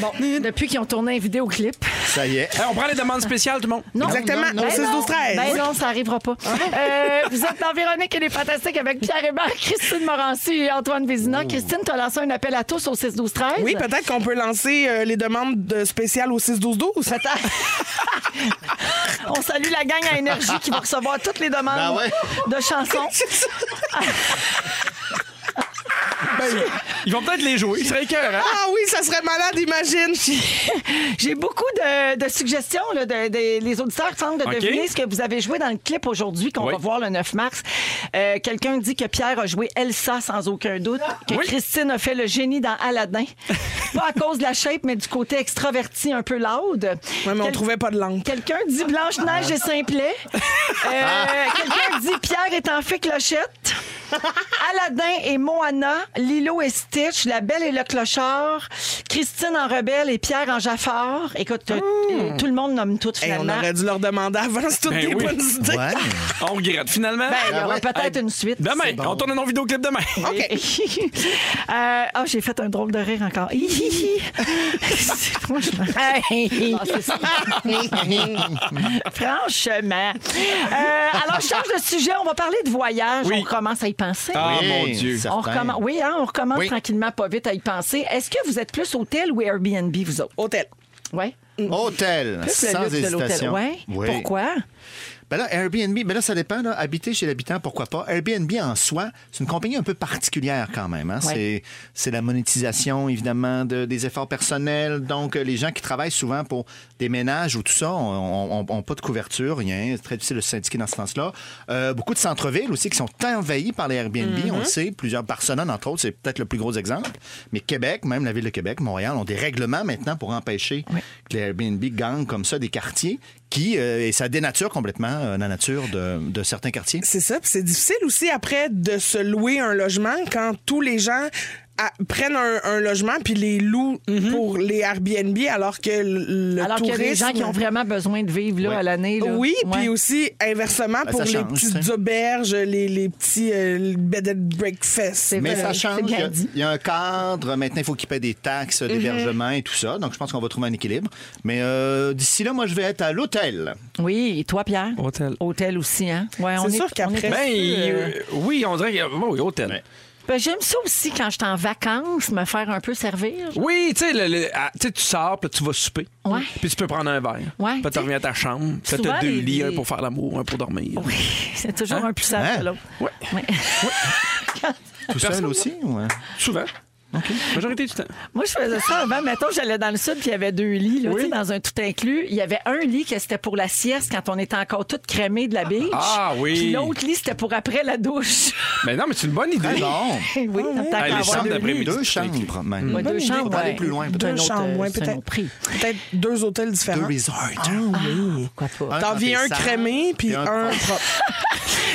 [SPEAKER 1] Bon, depuis qu'ils ont tourné un vidéoclip,
[SPEAKER 2] Ça y est.
[SPEAKER 3] Eh, on prend les demandes spéciales, tout le monde.
[SPEAKER 1] Oh, Non.
[SPEAKER 4] Exactement.
[SPEAKER 2] Non, non,
[SPEAKER 4] Au 6 12 13.
[SPEAKER 1] Ben non, ça arrivera pas.
[SPEAKER 2] Ah
[SPEAKER 1] Euh, vous êtes dans Véronique et les Fantastiques avec Pierre Hébert, Christine Morancy et Antoine
[SPEAKER 2] Mmh.
[SPEAKER 1] Vézina. Christine, t'as lancé un appel à tous au 6-12-13.
[SPEAKER 4] Oui, peut-être qu'on peut lancer euh, les demandes de spéciales au 6 12 12.
[SPEAKER 1] On salue la gang à Énergie qui va recevoir toutes les demandes
[SPEAKER 2] Ben ouais.
[SPEAKER 1] de chansons.
[SPEAKER 3] Ils vont peut-être les jouer. Ils seraient écœurants.
[SPEAKER 4] [LAUGHS] Ah oui, ça serait malade,
[SPEAKER 1] [LAUGHS]
[SPEAKER 4] imagine.
[SPEAKER 1] J'ai beaucoup de, de suggestions. là, de- de- les auditeurs tentent de
[SPEAKER 3] OK.
[SPEAKER 1] deviner ce que vous avez joué dans le clip aujourd'hui qu'on
[SPEAKER 3] Oui.
[SPEAKER 1] va voir le 9 mars. Euh, Quelqu'un dit que Pierre a joué Elsa sans aucun doute, que
[SPEAKER 3] Oui.
[SPEAKER 1] Christine a fait le génie dans
[SPEAKER 4] [LAUGHS]
[SPEAKER 1] Aladdin. pas à cause de la shape, mais du côté extraverti un peu loud.
[SPEAKER 4] Ouais, mais on
[SPEAKER 1] Quel-
[SPEAKER 4] trouvait pas de langue.
[SPEAKER 1] Quelqu'un dit Blanche-Neige
[SPEAKER 4] Ah,
[SPEAKER 1] et
[SPEAKER 4] [LAUGHS]
[SPEAKER 1] Simplet. Euh, Quelqu'un dit Pierre est en fée clochette. Aladdin et Moana, Lilo et Stitch, La Belle et le Clochard, Christine en Rebelle et Pierre en Jaffar. Écoute, euh, euh, tout le monde nomme tout
[SPEAKER 4] Hmm. Hey, on
[SPEAKER 1] finalement.
[SPEAKER 4] aurait dû leur demander avant, c'est toutes
[SPEAKER 3] Ben
[SPEAKER 4] des
[SPEAKER 3] oui.
[SPEAKER 4] bonnes
[SPEAKER 1] [LAUGHS]
[SPEAKER 4] idées.
[SPEAKER 2] Ouais.
[SPEAKER 3] [LAUGHS] On regrette finalement.
[SPEAKER 1] Ben,
[SPEAKER 4] Ah
[SPEAKER 1] il y aura
[SPEAKER 2] ouais.
[SPEAKER 1] peut-être une suite.
[SPEAKER 3] demain. On tourne un non vidéoclip demain.
[SPEAKER 4] OK.
[SPEAKER 1] [LAUGHS] Euh, ah, j'ai fait un drôle de rire encore. [LAUGHS] Hi, hi, hi. C'est- moi, je me- Ah, c'est ça. Franchement. Euh, alors, je change de sujet. On va parler de voyage.
[SPEAKER 3] Oui.
[SPEAKER 1] On commence à y penser.
[SPEAKER 3] Ah
[SPEAKER 2] Oui,
[SPEAKER 3] mon Dieu.
[SPEAKER 2] certain.
[SPEAKER 1] On recommence, oui, hein, on recommence
[SPEAKER 2] Oui.
[SPEAKER 1] tranquillement, pas vite à y penser. Est-ce que vous êtes plus hôtel ou Airbnb, vous autres?
[SPEAKER 4] Hôtel.
[SPEAKER 1] Oui.
[SPEAKER 2] Hôtel,
[SPEAKER 1] Plus le
[SPEAKER 2] sans
[SPEAKER 1] luxe de l'hôtel.
[SPEAKER 2] hésitation.
[SPEAKER 1] Ouais.
[SPEAKER 2] Oui.
[SPEAKER 1] Pourquoi?
[SPEAKER 2] Ben là, Airbnb, ben là, ça dépend. là. Habiter chez l'habitant, pourquoi pas. Airbnb en soi, c'est une compagnie un peu particulière quand même. hein.
[SPEAKER 1] Ouais.
[SPEAKER 2] C'est, c'est la monétisation, évidemment, de- des efforts personnels. Donc, euh, les gens qui travaillent souvent pour des ménages ou tout ça n'ont pas de couverture, rien. C'est très difficile de se syndiquer dans ce sens-là. Euh, beaucoup de centres-villes aussi qui sont envahis par les Airbnb. On le sait, plusieurs Barcelone, entre autres, c'est peut-être le plus gros exemple. Mais Québec, même la ville de Québec, Montréal, ont des règlements maintenant pour empêcher que les Airbnb gagnent comme ça des quartiers qui, euh, et ça dénature complètement euh, la nature de, de certains quartiers.
[SPEAKER 4] C'est ça. Puis c'est difficile aussi après de se louer un logement quand tous les gens à- prennent un, un logement puis les louent pour les Airbnb alors que le le
[SPEAKER 1] Mhm. Alors qu'il y a des gens
[SPEAKER 4] tourisme-
[SPEAKER 1] qui ont vraiment besoin de vivre là,
[SPEAKER 2] Ouais.
[SPEAKER 1] à l'année. là.
[SPEAKER 4] Oui,
[SPEAKER 1] Ouais.
[SPEAKER 4] puis aussi inversement
[SPEAKER 2] Ben,
[SPEAKER 4] pour
[SPEAKER 2] ça
[SPEAKER 4] les
[SPEAKER 2] change,
[SPEAKER 4] petites
[SPEAKER 2] t'sais.
[SPEAKER 4] auberges, les, les petits euh, bed and breakfast.
[SPEAKER 2] Mais
[SPEAKER 1] vrai,
[SPEAKER 2] ça
[SPEAKER 1] c'est
[SPEAKER 2] change. Il
[SPEAKER 1] bien
[SPEAKER 2] y a-
[SPEAKER 1] dit. Mhm.
[SPEAKER 2] il y, a un cadre. Maintenant, il faut qu'il paie des taxes d'hébergement et tout ça. Donc, je pense qu'on va trouver un équilibre. Mais euh, d'ici là, moi, je vais être à l'hôtel.
[SPEAKER 1] Oui, et toi, Pierre?
[SPEAKER 3] Hôtel.
[SPEAKER 1] Hôtel aussi, hein? Ouais, on
[SPEAKER 4] C'est
[SPEAKER 1] est-
[SPEAKER 4] sûr
[SPEAKER 1] on
[SPEAKER 4] qu'après-
[SPEAKER 1] est-
[SPEAKER 3] Ben,
[SPEAKER 1] Euh,
[SPEAKER 3] euh, oui, on dirait. que- Oui, hôtel.
[SPEAKER 2] Ouais.
[SPEAKER 1] ben, j'aime ça aussi quand je suis en vacances, me faire un peu servir.
[SPEAKER 3] Oui, tu sais, le- le- ah, tu sais, tu sors, puis tu vas souper.
[SPEAKER 1] Ouais.
[SPEAKER 3] Puis tu peux prendre un verre.
[SPEAKER 1] Ouais,
[SPEAKER 3] Puis
[SPEAKER 1] t'sais,
[SPEAKER 3] tu reviens à ta chambre. Puis
[SPEAKER 1] souvent,
[SPEAKER 3] t'as deux
[SPEAKER 1] les-
[SPEAKER 3] lits, un
[SPEAKER 1] les-
[SPEAKER 3] pour faire l'amour, un pour dormir.
[SPEAKER 1] Oui, [LAUGHS] c'est toujours un plus sage
[SPEAKER 2] Hein?
[SPEAKER 1] que l'autre.
[SPEAKER 3] Ouais.
[SPEAKER 1] Ouais.
[SPEAKER 2] Tout seul aussi? ouais.
[SPEAKER 3] Souvent. Majorité du temps.
[SPEAKER 1] Moi, je faisais ça avant. Mettons, j'allais dans le sud, puis il y avait deux lits, là, tu sais, dans un tout inclus. Il y avait un lit que c'était pour la sieste quand on était encore toutes crémées de la beach.
[SPEAKER 3] Ah oui.
[SPEAKER 1] Puis l'autre lit, c'était pour après la douche. [LAUGHS]
[SPEAKER 3] Mais Ben non, mais c'est une bonne idée.
[SPEAKER 2] Ah non!
[SPEAKER 1] oui, tant qu'à
[SPEAKER 3] Ah, les
[SPEAKER 1] avoir
[SPEAKER 3] chambres
[SPEAKER 1] deux lits.
[SPEAKER 3] d'après-midi.
[SPEAKER 2] Deux chambres, même.
[SPEAKER 1] Ouais, deux chambres,
[SPEAKER 2] On va aller
[SPEAKER 1] ouais.
[SPEAKER 2] plus loin,
[SPEAKER 1] Deux autre,
[SPEAKER 2] peut-être.
[SPEAKER 1] euh,
[SPEAKER 4] chambres, ouais,
[SPEAKER 1] c'est un
[SPEAKER 4] peut-être.
[SPEAKER 1] autre prix. Ah,
[SPEAKER 4] Peut-être deux hôtels
[SPEAKER 2] Deux
[SPEAKER 4] différents.
[SPEAKER 2] resorts.
[SPEAKER 1] Pourquoi pas?
[SPEAKER 4] T'en
[SPEAKER 2] quand
[SPEAKER 4] viens
[SPEAKER 2] t'es
[SPEAKER 4] un
[SPEAKER 2] sale,
[SPEAKER 4] crémé puis
[SPEAKER 2] puis un
[SPEAKER 4] un propre.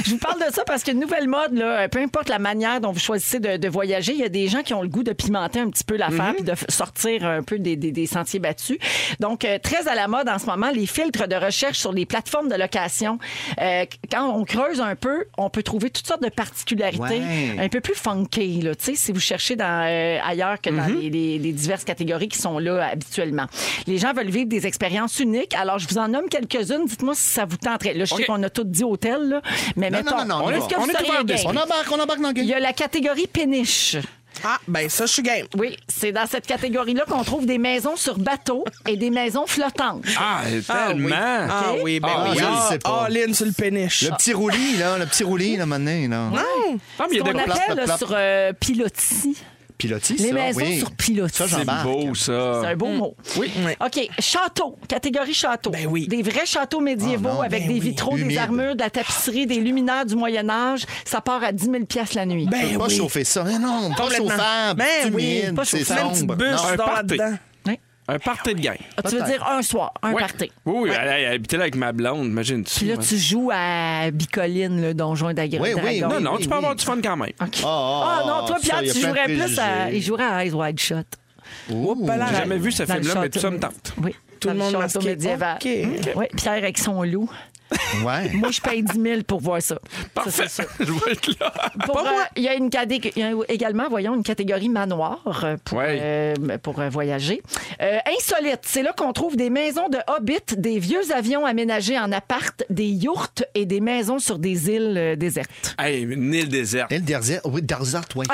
[SPEAKER 1] Je vous parle de ça parce qu'une nouvelle mode, là, euh, peu importe la manière dont vous choisissez de, de voyager, il y a des gens qui ont le goût de pimenter un petit peu l'affaire puis de f- sortir un peu des, des- des sentiers battus. Donc, euh, très à la mode en ce moment, les filtres de recherche sur les plateformes de location. Euh, quand on creuse un peu, on peut trouver toutes sortes de particularités
[SPEAKER 2] Ouais.
[SPEAKER 1] un peu plus funky, là, tu sais, si vous cherchez dans, euh, ailleurs que dans les, les- les diverses catégories qui sont là euh, habituellement. Les gens veulent vivre des expériences uniques. Alors, je vous en nomme quelques-unes. Dites-moi si ça vous tenterait. Là, je
[SPEAKER 3] OK.
[SPEAKER 1] sais qu'on a tous dit hôtel, là, mais
[SPEAKER 2] Non,
[SPEAKER 1] mettons,
[SPEAKER 2] non, non, non, on
[SPEAKER 1] est-ce
[SPEAKER 2] y
[SPEAKER 1] que
[SPEAKER 2] va.
[SPEAKER 1] vous
[SPEAKER 3] On est
[SPEAKER 1] seriez
[SPEAKER 3] ouvert
[SPEAKER 1] game?
[SPEAKER 2] On embarque, on embarque dans le
[SPEAKER 1] Ah, Il
[SPEAKER 2] game.
[SPEAKER 1] y a la catégorie péniche.
[SPEAKER 4] Ah, ben ça, je suis game.
[SPEAKER 1] Oui, c'est dans cette catégorie-là qu'on trouve des maisons sur bateau et des maisons flottantes.
[SPEAKER 3] Ah, tellement.
[SPEAKER 4] Ah oui, ben
[SPEAKER 3] Ah
[SPEAKER 4] oui.
[SPEAKER 2] oui, je le sais pas.
[SPEAKER 4] all in sur le péniche.
[SPEAKER 2] Le petit roulis, là, le petit roulis, là, maintenant, là.
[SPEAKER 4] Hein?
[SPEAKER 3] Ah, mais il y
[SPEAKER 1] Ce
[SPEAKER 3] a
[SPEAKER 1] qu'on
[SPEAKER 3] des
[SPEAKER 2] plans,
[SPEAKER 1] appelle
[SPEAKER 2] plans,
[SPEAKER 1] là,
[SPEAKER 2] plans.
[SPEAKER 1] sur euh, pilotis.
[SPEAKER 2] Pilotis,
[SPEAKER 1] Les
[SPEAKER 2] ça,
[SPEAKER 1] maisons
[SPEAKER 2] oui.
[SPEAKER 1] sur pilotis.
[SPEAKER 2] Ça,
[SPEAKER 3] C'est
[SPEAKER 2] j'embarque.
[SPEAKER 3] beau, ça.
[SPEAKER 1] C'est un beau mot.
[SPEAKER 4] Oui. Oui.
[SPEAKER 1] OK. Château. Catégorie château.
[SPEAKER 4] Ben oui.
[SPEAKER 1] Des vrais châteaux médiévaux
[SPEAKER 2] Ah non,
[SPEAKER 1] avec
[SPEAKER 4] ben
[SPEAKER 1] des
[SPEAKER 4] oui.
[SPEAKER 1] vitraux, des
[SPEAKER 2] Humide.
[SPEAKER 1] armures, de la tapisserie, des luminaires du Moyen-Âge. Ça part à 10 000 la nuit.
[SPEAKER 2] On
[SPEAKER 3] Eh
[SPEAKER 2] peut
[SPEAKER 4] Ben
[SPEAKER 2] Pas
[SPEAKER 4] oui.
[SPEAKER 2] chauffer ça. Mais non, pas
[SPEAKER 4] Complètement.
[SPEAKER 2] chauffable.
[SPEAKER 4] Ben
[SPEAKER 2] c'est
[SPEAKER 4] oui,
[SPEAKER 2] humide,
[SPEAKER 1] pas
[SPEAKER 2] c'est
[SPEAKER 1] chauffable.
[SPEAKER 4] Une petite
[SPEAKER 2] sombre.
[SPEAKER 4] bûche
[SPEAKER 2] Non,
[SPEAKER 3] un
[SPEAKER 4] d'or
[SPEAKER 3] party.
[SPEAKER 1] Oui.
[SPEAKER 4] là-dedans.
[SPEAKER 3] Un party de gang.
[SPEAKER 1] Ah, tu veux
[SPEAKER 2] peut-être.
[SPEAKER 1] dire un soir, un
[SPEAKER 3] Ouais.
[SPEAKER 1] party.
[SPEAKER 3] Oui, oui, elle, elle habitait là avec ma blonde, hein. imagine.
[SPEAKER 1] Puis là, tu joues à Bicoline, le donjon d'Agri.
[SPEAKER 2] Oui, oui,
[SPEAKER 1] Dragon.
[SPEAKER 3] Non, non,
[SPEAKER 2] Oui,
[SPEAKER 3] tu peux
[SPEAKER 2] oui.
[SPEAKER 3] avoir du fun quand même.
[SPEAKER 1] OK.
[SPEAKER 2] Ah,
[SPEAKER 1] Ah
[SPEAKER 2] ah,
[SPEAKER 1] non, toi,
[SPEAKER 2] ça,
[SPEAKER 1] Pierre,
[SPEAKER 2] y a
[SPEAKER 1] tu
[SPEAKER 2] plein de
[SPEAKER 1] jouerais plus à.
[SPEAKER 2] préjugés.
[SPEAKER 1] Il jouerait à Eyes Wide Shut.
[SPEAKER 2] Ouh.
[SPEAKER 4] Pas là,
[SPEAKER 3] J'ai
[SPEAKER 4] là.
[SPEAKER 3] jamais vu ce
[SPEAKER 1] Dans le
[SPEAKER 3] film-là, mais tout
[SPEAKER 1] château-
[SPEAKER 3] ça me tente.
[SPEAKER 1] Oui.
[SPEAKER 4] Tout
[SPEAKER 1] Dans
[SPEAKER 4] le monde
[SPEAKER 1] château
[SPEAKER 4] masqué.
[SPEAKER 1] médiéval.
[SPEAKER 4] OK.
[SPEAKER 1] Oui, Pierre avec son loup.
[SPEAKER 2] Ouais.
[SPEAKER 1] Moi, je paye 10 000 pour voir ça.
[SPEAKER 3] Parfait. [LAUGHS] Je vais être là.
[SPEAKER 1] Pour, euh, Il y a une cadé- il y a également, voyons, une catégorie manoir euh, pour,
[SPEAKER 3] Ouais.
[SPEAKER 1] euh, pour euh, voyager. Euh, insolite, c'est là qu'on trouve des maisons de hobbits, des vieux avions aménagés en appart, des yourtes et des maisons sur des îles euh, désertes.
[SPEAKER 3] Hey, une île déserte.
[SPEAKER 2] Et le Derzert, oui, Derzert, oui.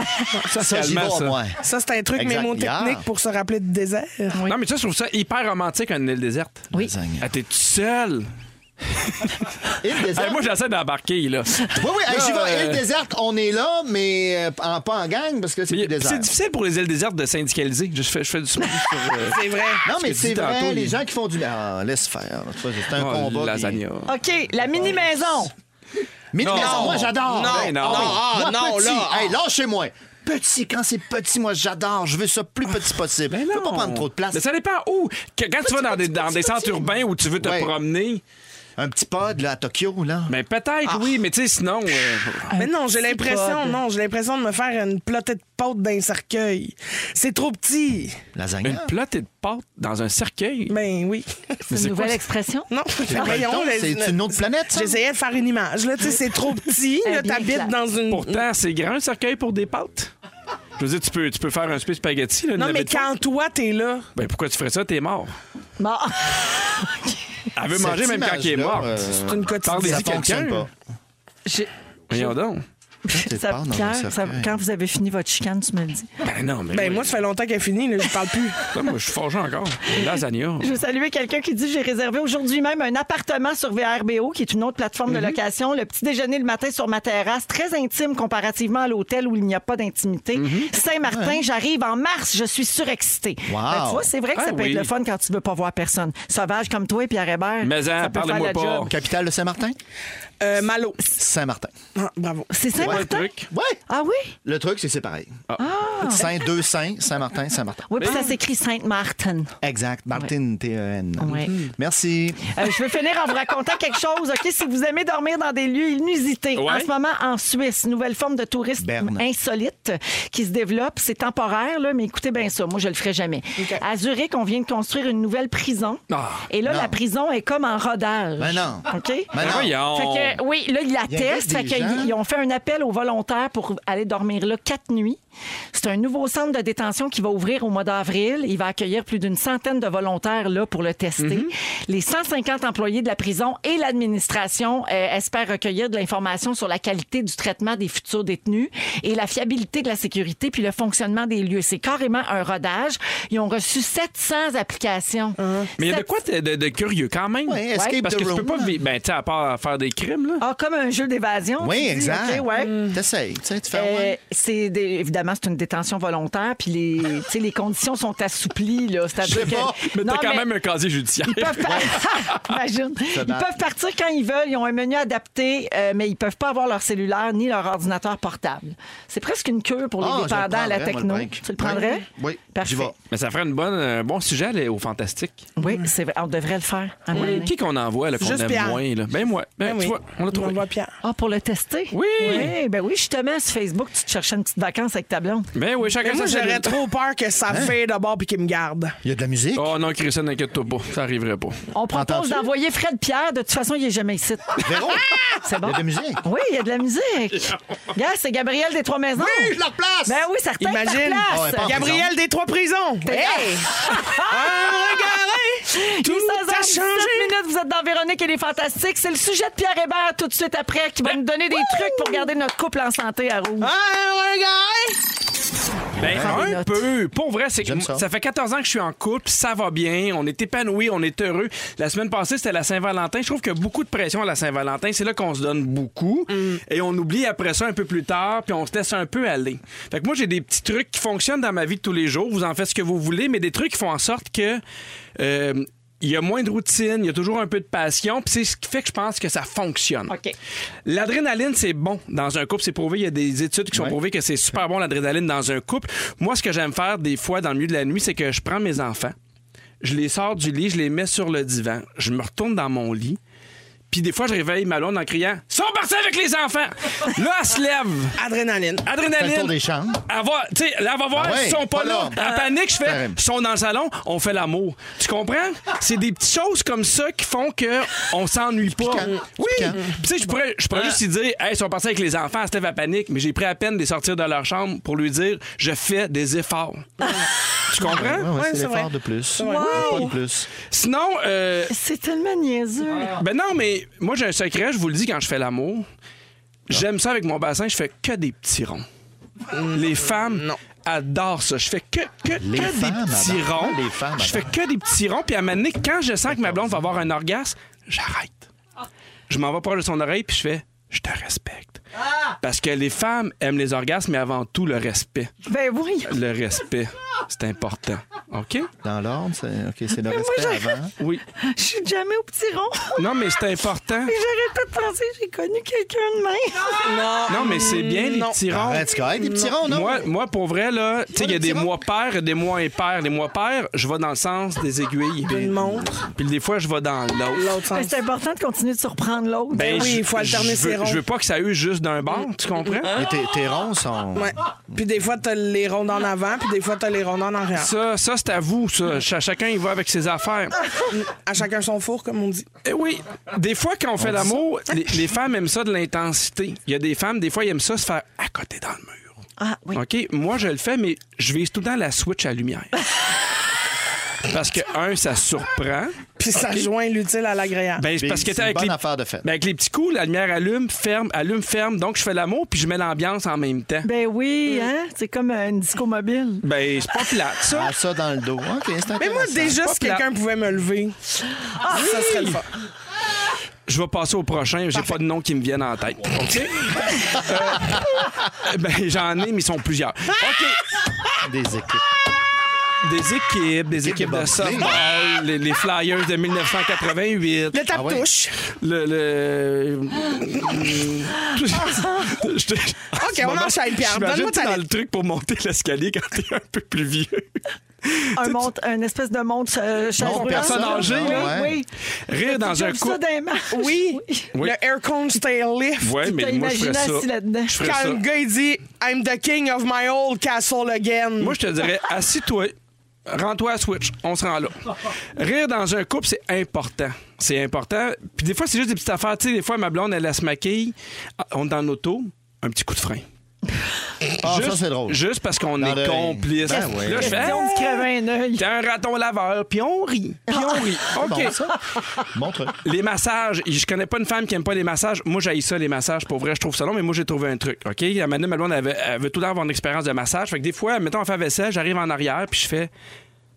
[SPEAKER 2] ça,
[SPEAKER 3] c'est
[SPEAKER 2] j'y
[SPEAKER 3] allemand,
[SPEAKER 2] vais,
[SPEAKER 3] Ah, ça.
[SPEAKER 2] moi.
[SPEAKER 4] Ça, c'est un truc
[SPEAKER 2] Exact.
[SPEAKER 4] mémotechnique
[SPEAKER 2] Yeah.
[SPEAKER 4] pour se rappeler de désert.
[SPEAKER 1] Oui.
[SPEAKER 3] Non, mais ça, je trouve ça hyper romantique, une île déserte.
[SPEAKER 1] Oui.
[SPEAKER 2] Lasagne.
[SPEAKER 3] Ah, t'es tout seul.
[SPEAKER 2] Et le désert.
[SPEAKER 3] Hey, moi, j'essaie d'embarquer, là.
[SPEAKER 2] Oui, oui, hey, j'y
[SPEAKER 3] Là,
[SPEAKER 2] vais.
[SPEAKER 3] euh,
[SPEAKER 2] Et le désert, on est là, mais euh, en, pas en gang parce que c'est
[SPEAKER 3] Mais
[SPEAKER 2] du désert.
[SPEAKER 3] C'est difficile pour les îles désertes de syndicaliser. Je fais, je fais du sur, euh,
[SPEAKER 4] [LAUGHS] C'est vrai.
[SPEAKER 2] Non, mais
[SPEAKER 3] que
[SPEAKER 2] c'est
[SPEAKER 3] dit
[SPEAKER 2] vrai,
[SPEAKER 3] tantôt,
[SPEAKER 2] les
[SPEAKER 3] il-
[SPEAKER 2] gens qui font du. Ah, laisse faire. Tu vois, C'est un
[SPEAKER 3] oh,
[SPEAKER 2] combat.
[SPEAKER 3] lasagna.
[SPEAKER 1] OK, la mini-maison.
[SPEAKER 2] Mais
[SPEAKER 3] Non.
[SPEAKER 2] moi, j'adore.
[SPEAKER 3] Non. Ben non.
[SPEAKER 2] Ah oui.
[SPEAKER 3] Non,
[SPEAKER 4] ah,
[SPEAKER 2] Moi,
[SPEAKER 4] non,
[SPEAKER 2] petit.
[SPEAKER 4] là, ah.
[SPEAKER 2] Hey, lâchez-moi. Petit, quand c'est petit, moi, j'adore. Je veux ça plus petit possible.
[SPEAKER 3] Ben
[SPEAKER 2] Je veux
[SPEAKER 3] non.
[SPEAKER 2] pas prendre trop de place.
[SPEAKER 3] Mais ça dépend où. Que- Quand tu vas dans des, dans des centres urbains où tu veux te
[SPEAKER 2] Ouais.
[SPEAKER 3] promener,
[SPEAKER 2] Un petit pod, là, à Tokyo, là.
[SPEAKER 3] ben peut-être,
[SPEAKER 2] Ah.
[SPEAKER 3] oui, mais tu sais, sinon. euh,
[SPEAKER 4] Mais non, j'ai l'impression,
[SPEAKER 1] pod.
[SPEAKER 4] non, j'ai l'impression de me faire une plotée de pâte d'un cercueil. C'est trop petit.
[SPEAKER 3] une
[SPEAKER 2] Lasagna.
[SPEAKER 3] plotte et de pâte dans un cercueil.
[SPEAKER 4] Ben oui. [LAUGHS]
[SPEAKER 1] C'est une nouvelle expression.
[SPEAKER 4] Non, voyons,
[SPEAKER 2] Mettons,
[SPEAKER 4] les-
[SPEAKER 2] C'est une autre planète, ça?
[SPEAKER 4] J'essayais de faire une image. Là, tu sais, c'est trop petit.
[SPEAKER 1] Eh
[SPEAKER 4] Là,
[SPEAKER 1] bien,
[SPEAKER 4] t'habites
[SPEAKER 1] classe.
[SPEAKER 4] dans une.
[SPEAKER 3] Pourtant, c'est grand un cercueil pour des pâtes. Je veux dire, tu peux, tu peux faire un space spaghetti. Là, une
[SPEAKER 4] non, mais
[SPEAKER 3] navette de
[SPEAKER 4] quand toi, t'es là.
[SPEAKER 3] foie. Ben pourquoi tu ferais ça? T'es mort.
[SPEAKER 1] Bon.
[SPEAKER 3] Elle veut
[SPEAKER 2] Cette
[SPEAKER 3] manger même quand il est
[SPEAKER 2] image-là,
[SPEAKER 3] mort.
[SPEAKER 2] euh,
[SPEAKER 4] C'est une
[SPEAKER 3] Parle
[SPEAKER 4] quotidienne.
[SPEAKER 3] des
[SPEAKER 2] Ça fonctionne
[SPEAKER 3] quelqu'un.
[SPEAKER 2] pas.
[SPEAKER 1] J'ai-
[SPEAKER 3] Voyons donc.
[SPEAKER 2] T'es
[SPEAKER 1] ça-
[SPEAKER 2] pas dans un
[SPEAKER 1] Pierre, ça-
[SPEAKER 2] cercueil.
[SPEAKER 1] quand vous avez fini votre chicane, tu me le dis.
[SPEAKER 3] Ben non, mais.
[SPEAKER 4] Ben,
[SPEAKER 3] oui.
[SPEAKER 4] moi, ça fait longtemps qu'elle finit, là, je parle plus.
[SPEAKER 3] Là, moi, je suis forgé
[SPEAKER 4] [LAUGHS]
[SPEAKER 3] encore. Lasagna.
[SPEAKER 1] Je veux saluer quelqu'un qui dit j'ai réservé aujourd'hui même un appartement sur VRBO, qui est une autre plateforme de location. Le petit déjeuner le matin sur ma terrasse, très intime comparativement à l'hôtel où il n'y a pas d'intimité. Saint-Martin, j'arrive en mars, je suis surexcitée.
[SPEAKER 2] Wow.
[SPEAKER 1] Ben, tu vois, c'est vrai que ça
[SPEAKER 3] Ah
[SPEAKER 1] peut être
[SPEAKER 3] oui.
[SPEAKER 1] le fun quand tu veux pas voir personne. Sauvage comme toi et Pierre Hébert.
[SPEAKER 3] Mais, hein,
[SPEAKER 1] ça peut faire
[SPEAKER 3] parlez-moi
[SPEAKER 1] la
[SPEAKER 3] pas.
[SPEAKER 1] job.
[SPEAKER 2] Capitale de Saint-Martin?
[SPEAKER 4] Euh, Malo.
[SPEAKER 2] Saint-Martin.
[SPEAKER 4] Ah, bravo.
[SPEAKER 1] C'est
[SPEAKER 3] Pas un
[SPEAKER 1] Saint-Martin?
[SPEAKER 3] truc.
[SPEAKER 2] Ouais.
[SPEAKER 1] Ah oui?
[SPEAKER 3] Ah.
[SPEAKER 2] Le truc, c'est que c'est pareil. Saint, deux Saint, Saint-Martin, Saint-Martin.
[SPEAKER 1] Oui, puis ça s'écrit Sainte-Martin.
[SPEAKER 2] Exact. Martin, T-E-N.
[SPEAKER 1] Ouais.
[SPEAKER 2] Mhm. Merci.
[SPEAKER 1] Euh, je veux finir en vous racontant quelque chose, OK? Si vous aimez dormir dans des lieux inusités,
[SPEAKER 3] Ouais.
[SPEAKER 1] en ce moment en Suisse, nouvelle forme de tourisme
[SPEAKER 2] Berne.
[SPEAKER 1] insolite qui se développe. C'est temporaire, là, mais écoutez bien ça. Moi, je le ferai jamais. À Zurich, on vient de construire une nouvelle prison.
[SPEAKER 3] Ah,
[SPEAKER 1] et là,
[SPEAKER 2] non.
[SPEAKER 1] la prison est comme en rodage.
[SPEAKER 2] Ben non.
[SPEAKER 1] OK?
[SPEAKER 2] Ben
[SPEAKER 3] Ben
[SPEAKER 2] non.
[SPEAKER 3] voyons.
[SPEAKER 1] Fait que, oui, là, ils la
[SPEAKER 2] Il y
[SPEAKER 1] testent.
[SPEAKER 2] avait
[SPEAKER 1] Fait
[SPEAKER 2] des
[SPEAKER 1] qu'ils-
[SPEAKER 2] gens-
[SPEAKER 1] ils ont fait un appel aux volontaires pour aller dormir là quatre nuits. C'est un nouveau centre de détention qui va ouvrir au mois d'avril. Il va accueillir plus d'une centaine de volontaires là pour le tester. Les 150 employés de la prison et l'administration euh, espèrent recueillir de l'information sur la qualité du traitement des futurs détenus et la fiabilité de la sécurité puis le fonctionnement des lieux. C'est carrément un rodage. Ils ont reçu 700 applications.
[SPEAKER 2] Hein?
[SPEAKER 3] Mais il y a de quoi de, de- de curieux quand même.
[SPEAKER 2] Ouais, escape
[SPEAKER 3] Parce
[SPEAKER 2] the
[SPEAKER 3] que tu peux
[SPEAKER 2] room.
[SPEAKER 3] pas vivre. Ben, tu sais, à part faire des crimes, là.
[SPEAKER 1] Ah, comme un jeu d'évasion.
[SPEAKER 2] Oui,
[SPEAKER 1] tu dis,
[SPEAKER 2] exact. Mm.
[SPEAKER 1] OK, ouais.
[SPEAKER 2] T'essayes. Tu sais, tu fais.
[SPEAKER 1] Euh,
[SPEAKER 2] ouais.
[SPEAKER 1] c'est des- évidemment c'est une détention volontaire puis
[SPEAKER 2] [LAUGHS]
[SPEAKER 1] les tu sais, les conditions sont assouplies là c'est-à-dire
[SPEAKER 2] Je sais pas,
[SPEAKER 1] que
[SPEAKER 3] Mais
[SPEAKER 1] Non,
[SPEAKER 3] t'as quand
[SPEAKER 1] mais
[SPEAKER 3] même un casier judiciaire.
[SPEAKER 1] ils peuvent, par- [LAUGHS] Imagine. Ils
[SPEAKER 2] mal.
[SPEAKER 1] peuvent partir quand ils veulent, ils ont un menu adapté, euh, mais ils peuvent pas avoir leur cellulaire ni leur ordinateur portable. C'est presque une cure pour les
[SPEAKER 2] Ah, je le
[SPEAKER 1] dépendants à la
[SPEAKER 2] prendrais, moi, le
[SPEAKER 1] techno.
[SPEAKER 2] break.
[SPEAKER 1] tu le prendrais?
[SPEAKER 2] Oui, oui,
[SPEAKER 1] Parfait.
[SPEAKER 2] j'y vais.
[SPEAKER 3] Mais ça ferait une bonne, un bon sujet aller au fantastique.
[SPEAKER 1] Oui, c'est vrai. On devrait le faire. à un moment donné.
[SPEAKER 3] Qui qu'on envoie là, qu'on
[SPEAKER 4] Juste
[SPEAKER 3] aime
[SPEAKER 4] Pierre.
[SPEAKER 3] moins là? Ben moi, ben,
[SPEAKER 4] Ben
[SPEAKER 3] tu
[SPEAKER 4] oui.
[SPEAKER 3] vois, on l'a trouvé.
[SPEAKER 4] voit Pierre.
[SPEAKER 1] Ah, pour le tester?
[SPEAKER 3] Oui.
[SPEAKER 1] ben oui, justement, sur Facebook, tu te cherchais une petite vacance avec ta blonde.
[SPEAKER 3] Ben oui,
[SPEAKER 4] Mais
[SPEAKER 3] chacun
[SPEAKER 4] moi,
[SPEAKER 3] sa
[SPEAKER 4] j'aurais
[SPEAKER 3] cellule.
[SPEAKER 4] trop Hein? peur que ça fait d'abord puis qu'il me garde.
[SPEAKER 2] Il y a de la musique.
[SPEAKER 3] Oh non, Christian, n'inquiète-toi pas, ça arriverait pas.
[SPEAKER 1] On propose
[SPEAKER 2] Entends-tu?
[SPEAKER 1] d'envoyer Fred Pierre. De toute façon, il est jamais ici.
[SPEAKER 2] Véro,
[SPEAKER 1] C'est
[SPEAKER 2] il
[SPEAKER 1] bon.
[SPEAKER 2] y a de la musique.
[SPEAKER 1] Oui, il y a de la
[SPEAKER 2] [LAUGHS]
[SPEAKER 1] musique. Regarde, c'est Gabriel des Trois Maisons.
[SPEAKER 2] Oui, je la replace.
[SPEAKER 1] Ben oui, certain.
[SPEAKER 4] Imagine.
[SPEAKER 2] Ah ouais,
[SPEAKER 1] Place.
[SPEAKER 2] pas en
[SPEAKER 4] Gabriel des trois prisons.
[SPEAKER 1] Hey!
[SPEAKER 4] Regardez, tout a
[SPEAKER 1] 16h17
[SPEAKER 4] changé.
[SPEAKER 1] minutes, vous êtes dans Véronique et les Fantastiques. C'est le sujet de Pierre Hébert tout de suite après qui va nous donner des trucs pour garder notre couple en santé à rouge.
[SPEAKER 3] Ben
[SPEAKER 1] des
[SPEAKER 3] un
[SPEAKER 1] notes.
[SPEAKER 3] peu. Pour vrai, c'est que
[SPEAKER 2] J'aime
[SPEAKER 3] ça.
[SPEAKER 2] ça.
[SPEAKER 3] fait 14 ans que je suis en couple, ça va bien, on est épanoui, on est heureux. La semaine passée, c'était la Saint-Valentin. Je trouve qu'il y a beaucoup de pression à la Saint-Valentin. C'est là qu'on se donne beaucoup et on oublie après ça un peu plus tard, puis on se laisse un peu aller. Fait que moi j'ai des petits trucs qui fonctionnent dans ma vie de tous les jours. Vous en faites ce que vous voulez, mais des trucs qui font en sorte que euh, il y a moins de routine, il y a toujours un peu de passion, puis c'est ce qui fait que je pense que ça fonctionne.
[SPEAKER 1] OK.
[SPEAKER 3] L'adrénaline, c'est bon dans un couple. C'est prouvé. Il y a des études qui sont
[SPEAKER 2] Ouais.
[SPEAKER 3] prouvées que c'est super bon l'adrénaline dans un couple. Moi, ce que j'aime faire des fois dans le milieu de la nuit, c'est que je prends mes enfants, je les sors du lit, je les mets sur le divan, je me retourne dans mon lit. Puis des fois, je réveille ma blonde en criant « Ils Sont partis avec les enfants! » Là, elle se lève.
[SPEAKER 2] Fais
[SPEAKER 4] Adrénaline.
[SPEAKER 2] le tour
[SPEAKER 3] Adrénaline.
[SPEAKER 2] des chambres.
[SPEAKER 3] Elle va, tu sais, là, elle va voir,
[SPEAKER 2] Ah ouais,
[SPEAKER 3] ils sont
[SPEAKER 2] pas
[SPEAKER 3] pas, là.
[SPEAKER 2] là.
[SPEAKER 3] En panique, je fais,
[SPEAKER 2] Terrible.
[SPEAKER 3] ils sont dans le salon, on fait l'amour. Tu comprends? C'est des petites choses comme ça qui font que on s'ennuie pas.
[SPEAKER 2] piquant.
[SPEAKER 3] Oui.
[SPEAKER 2] C'est piquant.
[SPEAKER 3] Puis Tu sais, je pourrais, je pourrais juste lui dire, hey, ils sont partis avec les enfants, elle se lève à panique, mais j'ai pris à peine de les sortir de leur chambre pour lui dire, je fais des efforts. tu comprends?
[SPEAKER 2] Ouais, ouais,
[SPEAKER 4] Ouais,
[SPEAKER 2] c'est
[SPEAKER 4] c'est
[SPEAKER 2] l'effort
[SPEAKER 4] vrai.
[SPEAKER 2] de plus.
[SPEAKER 4] Wow.
[SPEAKER 2] L'effort de plus.
[SPEAKER 3] Sinon, euh,
[SPEAKER 1] C'est tellement niaiseux.
[SPEAKER 3] ben non, mais moi, j'ai un secret, je vous le dis quand je fais l'amour. J'aime ça avec mon bassin, je fais que des petits ronds. Les femmes adorent ça. Je fais que, que,
[SPEAKER 2] Mmh. Les
[SPEAKER 3] que des
[SPEAKER 2] femmes
[SPEAKER 3] petits
[SPEAKER 2] adorent.
[SPEAKER 3] ronds.
[SPEAKER 2] Les femmes
[SPEAKER 3] je fais
[SPEAKER 2] adorent.
[SPEAKER 3] que des petits ronds. Puis à un moment donné, quand je sens que ma blonde va avoir un orgasme, j'arrête. Je m'en vais proche de son oreille, puis je fais Je te respecte. Parce que les femmes aiment les orgasmes, mais avant tout le respect.
[SPEAKER 1] Ben oui.
[SPEAKER 3] Le respect, c'est important. OK?
[SPEAKER 2] Dans l'ordre, c'est OK, c'est le respect avant.
[SPEAKER 3] Oui.
[SPEAKER 1] Je suis jamais au petit rond.
[SPEAKER 3] Non, mais c'est important.
[SPEAKER 1] J'arrête pas de penser que j'ai connu quelqu'un de même.
[SPEAKER 3] Non, mais c'est bien les
[SPEAKER 4] Non.
[SPEAKER 3] petits ronds.
[SPEAKER 2] Arrête, c'est correct, des petits ronds, non?
[SPEAKER 3] Moi, moi, pour vrai, là, tu sais, il y a des mois pairs et des mois impairs. Les mois pairs, je vais dans le sens des aiguilles.
[SPEAKER 4] Une montre.
[SPEAKER 3] Puis des fois, je vais dans l'autre.
[SPEAKER 4] L'autre sens.
[SPEAKER 1] C'est important de continuer de surprendre l'autre.
[SPEAKER 3] Ben,
[SPEAKER 4] oui,
[SPEAKER 3] je-
[SPEAKER 4] il faut alterner
[SPEAKER 3] je veux-
[SPEAKER 4] ses ronds.
[SPEAKER 3] Je veux pas que ça use juste d'un bord, tu comprends?
[SPEAKER 2] Mais tes, tes ronds sont.
[SPEAKER 4] Ouais. Puis des fois, t'as les rondes en avant, puis des fois, t'as les rondes en arrière.
[SPEAKER 3] Ça, ça c'est à vous, ça. Ch- chacun, il va avec ses affaires.
[SPEAKER 4] À chacun son four, comme on dit.
[SPEAKER 3] Eh oui, des fois, quand on fait l'amour, les, les femmes aiment ça de l'intensité. Il y a des femmes, des fois, ils aiment ça se faire à côté dans le mur.
[SPEAKER 1] Ah oui.
[SPEAKER 3] OK? Moi, je le fais, mais je vise tout le temps la switch à lumière. Parce que, un, ça surprend.
[SPEAKER 4] Puis ça joint l'utile à l'agréable.
[SPEAKER 3] Ben, c'est
[SPEAKER 2] Puis
[SPEAKER 3] parce que
[SPEAKER 2] c'est
[SPEAKER 3] t'es
[SPEAKER 2] une
[SPEAKER 3] avec
[SPEAKER 2] bonne
[SPEAKER 3] les...
[SPEAKER 2] affaire de fête.
[SPEAKER 3] Ben, avec les petits coups, la lumière allume, ferme, allume, ferme. Donc, je fais l'amour, puis je mets l'ambiance en même temps.
[SPEAKER 1] Ben oui, hein? C'est comme une disco mobile.
[SPEAKER 3] [LAUGHS] Ben, c'est pas plate, ça.
[SPEAKER 2] Ah, ça dans le dos. OK, c'est
[SPEAKER 4] Mais moi,
[SPEAKER 2] intéressant.
[SPEAKER 4] déjà,
[SPEAKER 3] Pas
[SPEAKER 4] si quelqu'un pouvait me lever, ça serait le fun.
[SPEAKER 3] Je vais passer au prochain. J'ai pas de nom qui me viennent en tête. OK? [LAUGHS] Euh, ben, j'en ai, mais ils sont plusieurs. OK.
[SPEAKER 2] Des équipes.
[SPEAKER 3] Des équipes, des équipes de
[SPEAKER 2] de
[SPEAKER 3] softball,
[SPEAKER 2] bobsleigh.
[SPEAKER 3] les, les Flyers de 1988.
[SPEAKER 4] Le
[SPEAKER 2] Ah
[SPEAKER 4] tape-touche.
[SPEAKER 3] Le. le... Je te- en ce
[SPEAKER 4] on
[SPEAKER 3] moment,
[SPEAKER 4] enchaîne, Pierre.
[SPEAKER 3] j'imagine
[SPEAKER 4] Donne-moi ta
[SPEAKER 3] dans
[SPEAKER 4] lettre.
[SPEAKER 3] le truc pour monter l'escalier quand t'es un peu plus vieux.
[SPEAKER 1] Un monte, un espèce de monte euh, chaise
[SPEAKER 2] Monte
[SPEAKER 1] roulante,
[SPEAKER 2] personne
[SPEAKER 1] là.
[SPEAKER 2] âgée,
[SPEAKER 1] Oui,
[SPEAKER 2] là. Ouais.
[SPEAKER 1] oui.
[SPEAKER 3] Rire
[SPEAKER 1] J'ai
[SPEAKER 3] dans
[SPEAKER 1] déjà
[SPEAKER 3] un
[SPEAKER 1] vu
[SPEAKER 3] coup.
[SPEAKER 1] ça dans les marches.
[SPEAKER 4] Oui.
[SPEAKER 3] Oui.
[SPEAKER 4] Le air cone stair lift.
[SPEAKER 3] Ouais,
[SPEAKER 1] Tu
[SPEAKER 3] mais
[SPEAKER 1] t'as
[SPEAKER 3] moi, je ferais
[SPEAKER 1] imaginé
[SPEAKER 3] ça.
[SPEAKER 1] assis là-dedans.
[SPEAKER 3] Je ferais
[SPEAKER 4] Quand
[SPEAKER 3] ça.
[SPEAKER 4] le gars il dit I'm the king of my old castle again.
[SPEAKER 3] Moi, je te dirais, assis-toi, rends-toi à Switch, on se rend là. Rire dans un couple, c'est important. C'est important. Puis des fois, c'est juste des petites affaires. Tu sais, des fois, ma blonde, elle, elle se maquille, Ah, on est dans l'auto, un petit coup de frein.
[SPEAKER 2] Ah, ça,
[SPEAKER 3] Juste-
[SPEAKER 2] c'est drôle.
[SPEAKER 3] Juste parce qu'on
[SPEAKER 2] Dans
[SPEAKER 3] est
[SPEAKER 2] l'œil.
[SPEAKER 3] complice.
[SPEAKER 2] Ben ouais.
[SPEAKER 3] Là, je fais,
[SPEAKER 1] Question de se crever un œil.
[SPEAKER 3] t'es un raton laveur, puis on rit, puis on rit. OK.
[SPEAKER 2] Ah. Bon, ça. Montre.
[SPEAKER 3] Les massages, je connais pas une femme qui aime pas les massages. Moi, j'aille ça, les massages. Pour vrai, je trouve ça long, mais moi, j'ai trouvé un truc. OK? La madame, ma blonde, elle veut, elle veut tout le temps avoir une expérience de massage. Fait que des fois, mettons, on fait la vaisselle, j'arrive en arrière, puis je fais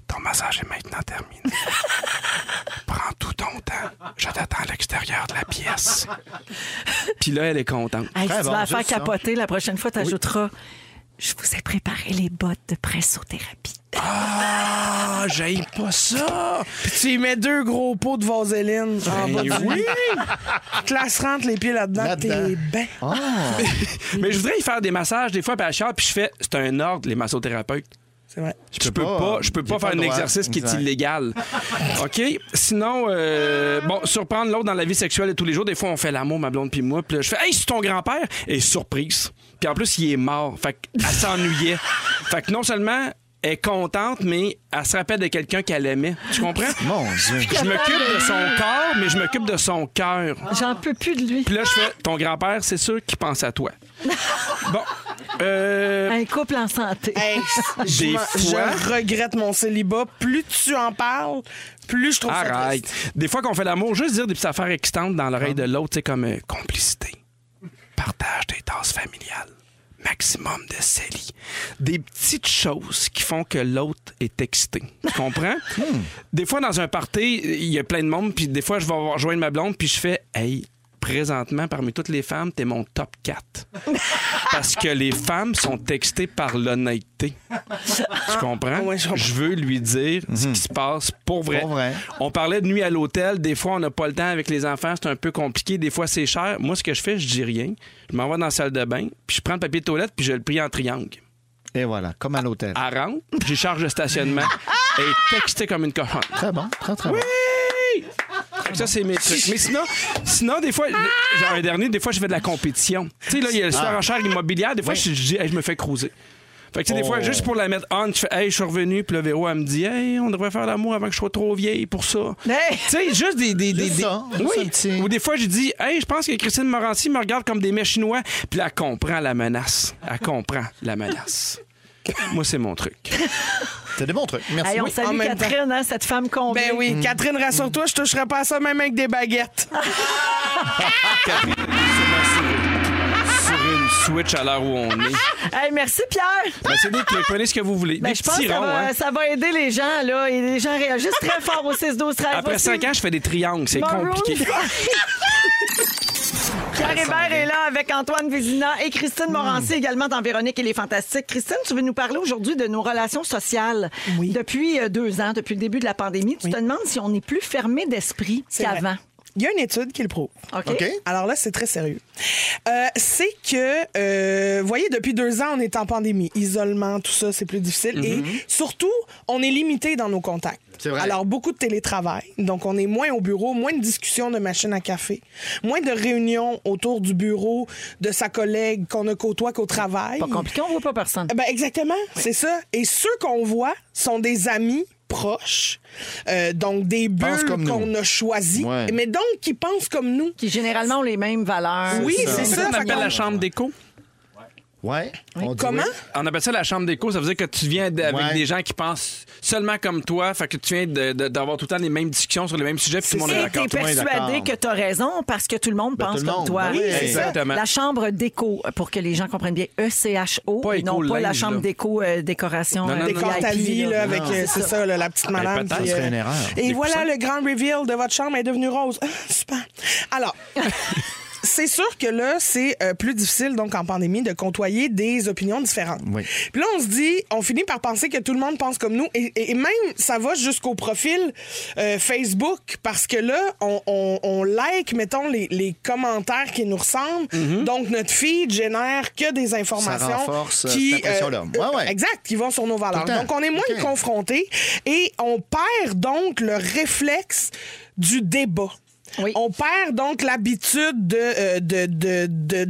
[SPEAKER 3] Ton massage est maintenant terminé. [LAUGHS] Prends tout ton temps. Je t'attends à l'extérieur de la pièce. puis là, elle est contente.
[SPEAKER 1] Hey, si
[SPEAKER 2] Très
[SPEAKER 1] tu
[SPEAKER 2] bon,
[SPEAKER 1] vas la faire
[SPEAKER 2] juste ça.
[SPEAKER 1] capoter, la prochaine fois, tu ajouteras Je vous ai préparé les bottes de pressothérapie.
[SPEAKER 3] Ah, j'aille pas ça.
[SPEAKER 4] Puis tu y mets deux gros pots de vaseline en bas
[SPEAKER 3] Ben
[SPEAKER 4] du
[SPEAKER 3] oui.
[SPEAKER 4] Classe rentre les pieds là-dedans,
[SPEAKER 2] Là-dedans.
[SPEAKER 4] t'es ben.
[SPEAKER 3] Ah. Mais je voudrais y faire des massages, des fois, puis elle chiale, puis je fais C'est un ordre, les massothérapeutes.
[SPEAKER 4] C'est vrai.
[SPEAKER 3] Je peux
[SPEAKER 2] pas,
[SPEAKER 3] pas,
[SPEAKER 2] euh,
[SPEAKER 3] je peux
[SPEAKER 2] j'ai
[SPEAKER 3] pas
[SPEAKER 2] pas
[SPEAKER 3] faire
[SPEAKER 2] le
[SPEAKER 3] un
[SPEAKER 2] droit.
[SPEAKER 3] exercice qui est
[SPEAKER 2] Exact. [LAUGHS]
[SPEAKER 3] illégal. OK? Sinon, euh, bon, surprendre l'autre dans la vie sexuelle de tous les jours. Des fois, on fait l'amour, ma blonde puis moi. Puis là, je fais, hey, c'est ton grand-père. Et surprise. Puis en plus, il est mort. Fait
[SPEAKER 2] [LAUGHS]
[SPEAKER 3] qu'elle s'ennuyait. fait que non seulement elle est contente, mais elle se rappelle de quelqu'un qu'elle aimait. Tu comprends?
[SPEAKER 2] Mon Dieu.
[SPEAKER 3] Je m'occupe de son corps, mais je m'occupe de son cœur.
[SPEAKER 1] J'en peux plus de lui.
[SPEAKER 3] Puis là, je fais, ton grand-père, c'est sûr qu'il pense à toi. Bon. Euh,
[SPEAKER 1] Un couple en santé.
[SPEAKER 4] Hey, je,
[SPEAKER 3] Des
[SPEAKER 4] m'en-
[SPEAKER 3] fois-
[SPEAKER 4] je regrette mon célibat. Plus tu en parles, plus je trouve ça
[SPEAKER 3] Arrête.
[SPEAKER 4] triste.
[SPEAKER 3] Des fois qu'on fait l'amour, juste dire des petites affaires excitantes dans l'oreille de l'autre, c'est comme euh, complicité, partage des tasses familiales, maximum de CELI. Des petites choses qui font que l'autre est excité. Tu comprends? des fois, dans un party, il y a plein de monde, puis des fois, je vais rejoindre ma blonde, puis je fais Hey, présentement, parmi toutes les femmes, t'es mon top 4. Parce que les femmes sont textées par l'honnêteté. Tu comprends?
[SPEAKER 4] ouais, je comprends. Mhm.
[SPEAKER 3] veux lui dire ce qui se passe pour vrai.
[SPEAKER 2] Pour vrai.
[SPEAKER 3] On parlait de nuit à l'hôtel. Des fois, on n'a pas le temps avec les enfants. C'est un peu compliqué. Des fois, c'est cher. Moi, ce que je fais, je dis rien. Je m'en vais dans la salle de bain, puis je prends le papier de toilette, puis je le plie en triangle.
[SPEAKER 2] Et voilà, comme à l'hôtel.
[SPEAKER 3] Elle rentre, j'ai charge de stationnement et texté comme une cochonne.
[SPEAKER 2] Très bon, très, très bon.
[SPEAKER 3] Fait que Ça, c'est mes trucs. Mais sinon, sinon des fois, genre un dernier, des fois, je fais de la compétition. Tu sais, là, il y a le
[SPEAKER 2] Ah.
[SPEAKER 3] surenchère immobilière. Des fois, je, je dis, Hey, je me fais cruiser. Fait que, tu sais,
[SPEAKER 2] Oh.
[SPEAKER 3] des fois, juste pour la mettre on, je fais, hey, je suis revenu. Puis le Véro, elle me dit, hey, on devrait faire l'amour avant que je sois trop vieille pour ça.
[SPEAKER 1] Hey!
[SPEAKER 3] Tu sais, juste des. des, des,
[SPEAKER 2] Juste
[SPEAKER 3] des-
[SPEAKER 2] ça, juste un petit-
[SPEAKER 3] oui. Ou des fois, j'ai dit, hey, je pense que Christine Morancy me regarde comme des mets chinois. Puis là, elle comprend la menace. Elle comprend la menace. Moi, c'est mon truc.
[SPEAKER 2] C'est des bons trucs. Merci.
[SPEAKER 1] Hey, on
[SPEAKER 2] Oui.
[SPEAKER 4] en
[SPEAKER 1] salue
[SPEAKER 4] même
[SPEAKER 1] Catherine, hein, cette femme combien.
[SPEAKER 4] Ben
[SPEAKER 3] Mm.
[SPEAKER 4] oui, Catherine, rassure-toi, je toucherai pas à ça même avec des baguettes.
[SPEAKER 3] Sur une Switch à l'heure où on est.
[SPEAKER 1] Hey, merci Pierre.
[SPEAKER 3] Ben, c'est des clés. Prenez ce que vous voulez.
[SPEAKER 1] Ben,
[SPEAKER 3] des
[SPEAKER 1] je pense
[SPEAKER 3] petits
[SPEAKER 1] que ça
[SPEAKER 3] ronds,
[SPEAKER 1] va,
[SPEAKER 3] hein.
[SPEAKER 1] ça va aider les gens. là. Et les gens réagissent très fort au 6-12-13.
[SPEAKER 3] Après 5 ans, je fais des triangles. C'est
[SPEAKER 1] Maroon [LAUGHS]
[SPEAKER 3] compliqué.
[SPEAKER 1] Pierre Hébert est là avec Antoine Vézina et Christine Morancy également dans Véronique et les Fantastiques. Christine, tu veux nous parler aujourd'hui de nos relations sociales. Depuis euh, deux ans, depuis le début de la pandémie, tu te demandes si on est plus fermé d'esprit
[SPEAKER 4] C'est
[SPEAKER 1] qu'avant.
[SPEAKER 4] vrai. Il y a une étude qui le prouve.
[SPEAKER 1] OK?
[SPEAKER 2] OK.
[SPEAKER 4] Alors là, c'est très sérieux. Euh, c'est que, euh, vous voyez, depuis deux ans, on est en pandémie. Isolement, tout ça, c'est plus difficile. Et surtout, on est limité dans nos contacts.
[SPEAKER 2] Mhm. C'est vrai.
[SPEAKER 4] Alors, beaucoup de télétravail. Donc, on est moins au bureau, moins de discussions de machine à café, moins de réunions autour du bureau de sa collègue qu'on ne côtoie qu'au travail.
[SPEAKER 1] Pas compliqué, on voit pas personne.
[SPEAKER 4] Eh Ben exactement, c'est ça. Et ceux qu'on voit sont des amis proches, euh, donc des
[SPEAKER 2] Pensent
[SPEAKER 4] bulles
[SPEAKER 2] comme nous.
[SPEAKER 4] qu'on a choisies,
[SPEAKER 2] Ouais.
[SPEAKER 4] mais donc qui pensent comme nous.
[SPEAKER 1] Qui généralement ont les mêmes valeurs.
[SPEAKER 4] Oui, c'est ça.
[SPEAKER 3] C'est ça qu'on
[SPEAKER 4] fait
[SPEAKER 3] Euh, appelle
[SPEAKER 4] qu'on-
[SPEAKER 3] la chambre d'écho.
[SPEAKER 2] Ouais. on dit
[SPEAKER 4] Comment?
[SPEAKER 2] oui.
[SPEAKER 3] On appelle ça la chambre d'écho. Ça veut dire que tu viens d- avec
[SPEAKER 2] Ouais.
[SPEAKER 3] des gens qui pensent seulement comme toi. Fait que tu viens de- de- d'avoir tout le temps les mêmes discussions sur les mêmes sujets. Puis tout le monde est
[SPEAKER 1] Et t'es
[SPEAKER 3] d'accord.
[SPEAKER 2] toi, on est
[SPEAKER 1] persuadé
[SPEAKER 2] d'accord.
[SPEAKER 1] que t'as raison parce que tout le monde
[SPEAKER 2] Ben,
[SPEAKER 1] pense
[SPEAKER 2] tout le
[SPEAKER 1] comme
[SPEAKER 2] monde.
[SPEAKER 1] toi.
[SPEAKER 2] Oui,
[SPEAKER 1] C'est ça.
[SPEAKER 3] exactement.
[SPEAKER 1] La chambre d'écho, euh, pour que les gens comprennent bien, E E-C-H-O,
[SPEAKER 3] Pas
[SPEAKER 1] et non
[SPEAKER 3] éco,
[SPEAKER 1] pas la
[SPEAKER 3] linge,
[SPEAKER 1] chambre
[SPEAKER 3] là.
[SPEAKER 1] d'écho euh, décoration.
[SPEAKER 3] Non, non,
[SPEAKER 1] euh,
[SPEAKER 3] non,
[SPEAKER 4] Décore
[SPEAKER 1] VIP,
[SPEAKER 4] ta vie, là,
[SPEAKER 1] là.
[SPEAKER 4] avec, euh, c'est ça, là, la
[SPEAKER 2] Ah,
[SPEAKER 4] petite madame.
[SPEAKER 3] peut-être
[SPEAKER 4] qui,
[SPEAKER 2] ça
[SPEAKER 4] euh,
[SPEAKER 2] serait une erreur.
[SPEAKER 4] [LAUGHS] Et voilà, le grand reveal de votre chambre est devenu rose. Ah, super. Alors, c'est sûr que là, c'est euh, plus difficile, donc en pandémie, de côtoyer des opinions différentes.
[SPEAKER 2] Oui.
[SPEAKER 4] Puis là, on se dit, on finit par penser que tout le monde pense comme nous. Et, et- et même, ça va jusqu'au profil euh, Facebook, parce que là, on, on- on like, mettons, les, les commentaires qui nous ressemblent. Donc, notre feed génère que des informations
[SPEAKER 2] renforce, euh,
[SPEAKER 4] qui...
[SPEAKER 2] cette impression-là. Ouais, ouais.
[SPEAKER 4] Exact, qui vont sur nos valeurs.
[SPEAKER 2] Tout le temps.
[SPEAKER 4] Donc, on est moins
[SPEAKER 2] Ok.
[SPEAKER 4] confrontés et on perd donc le réflexe du débat.
[SPEAKER 1] Oui.
[SPEAKER 4] On perd donc l'habitude de, euh, de, de, de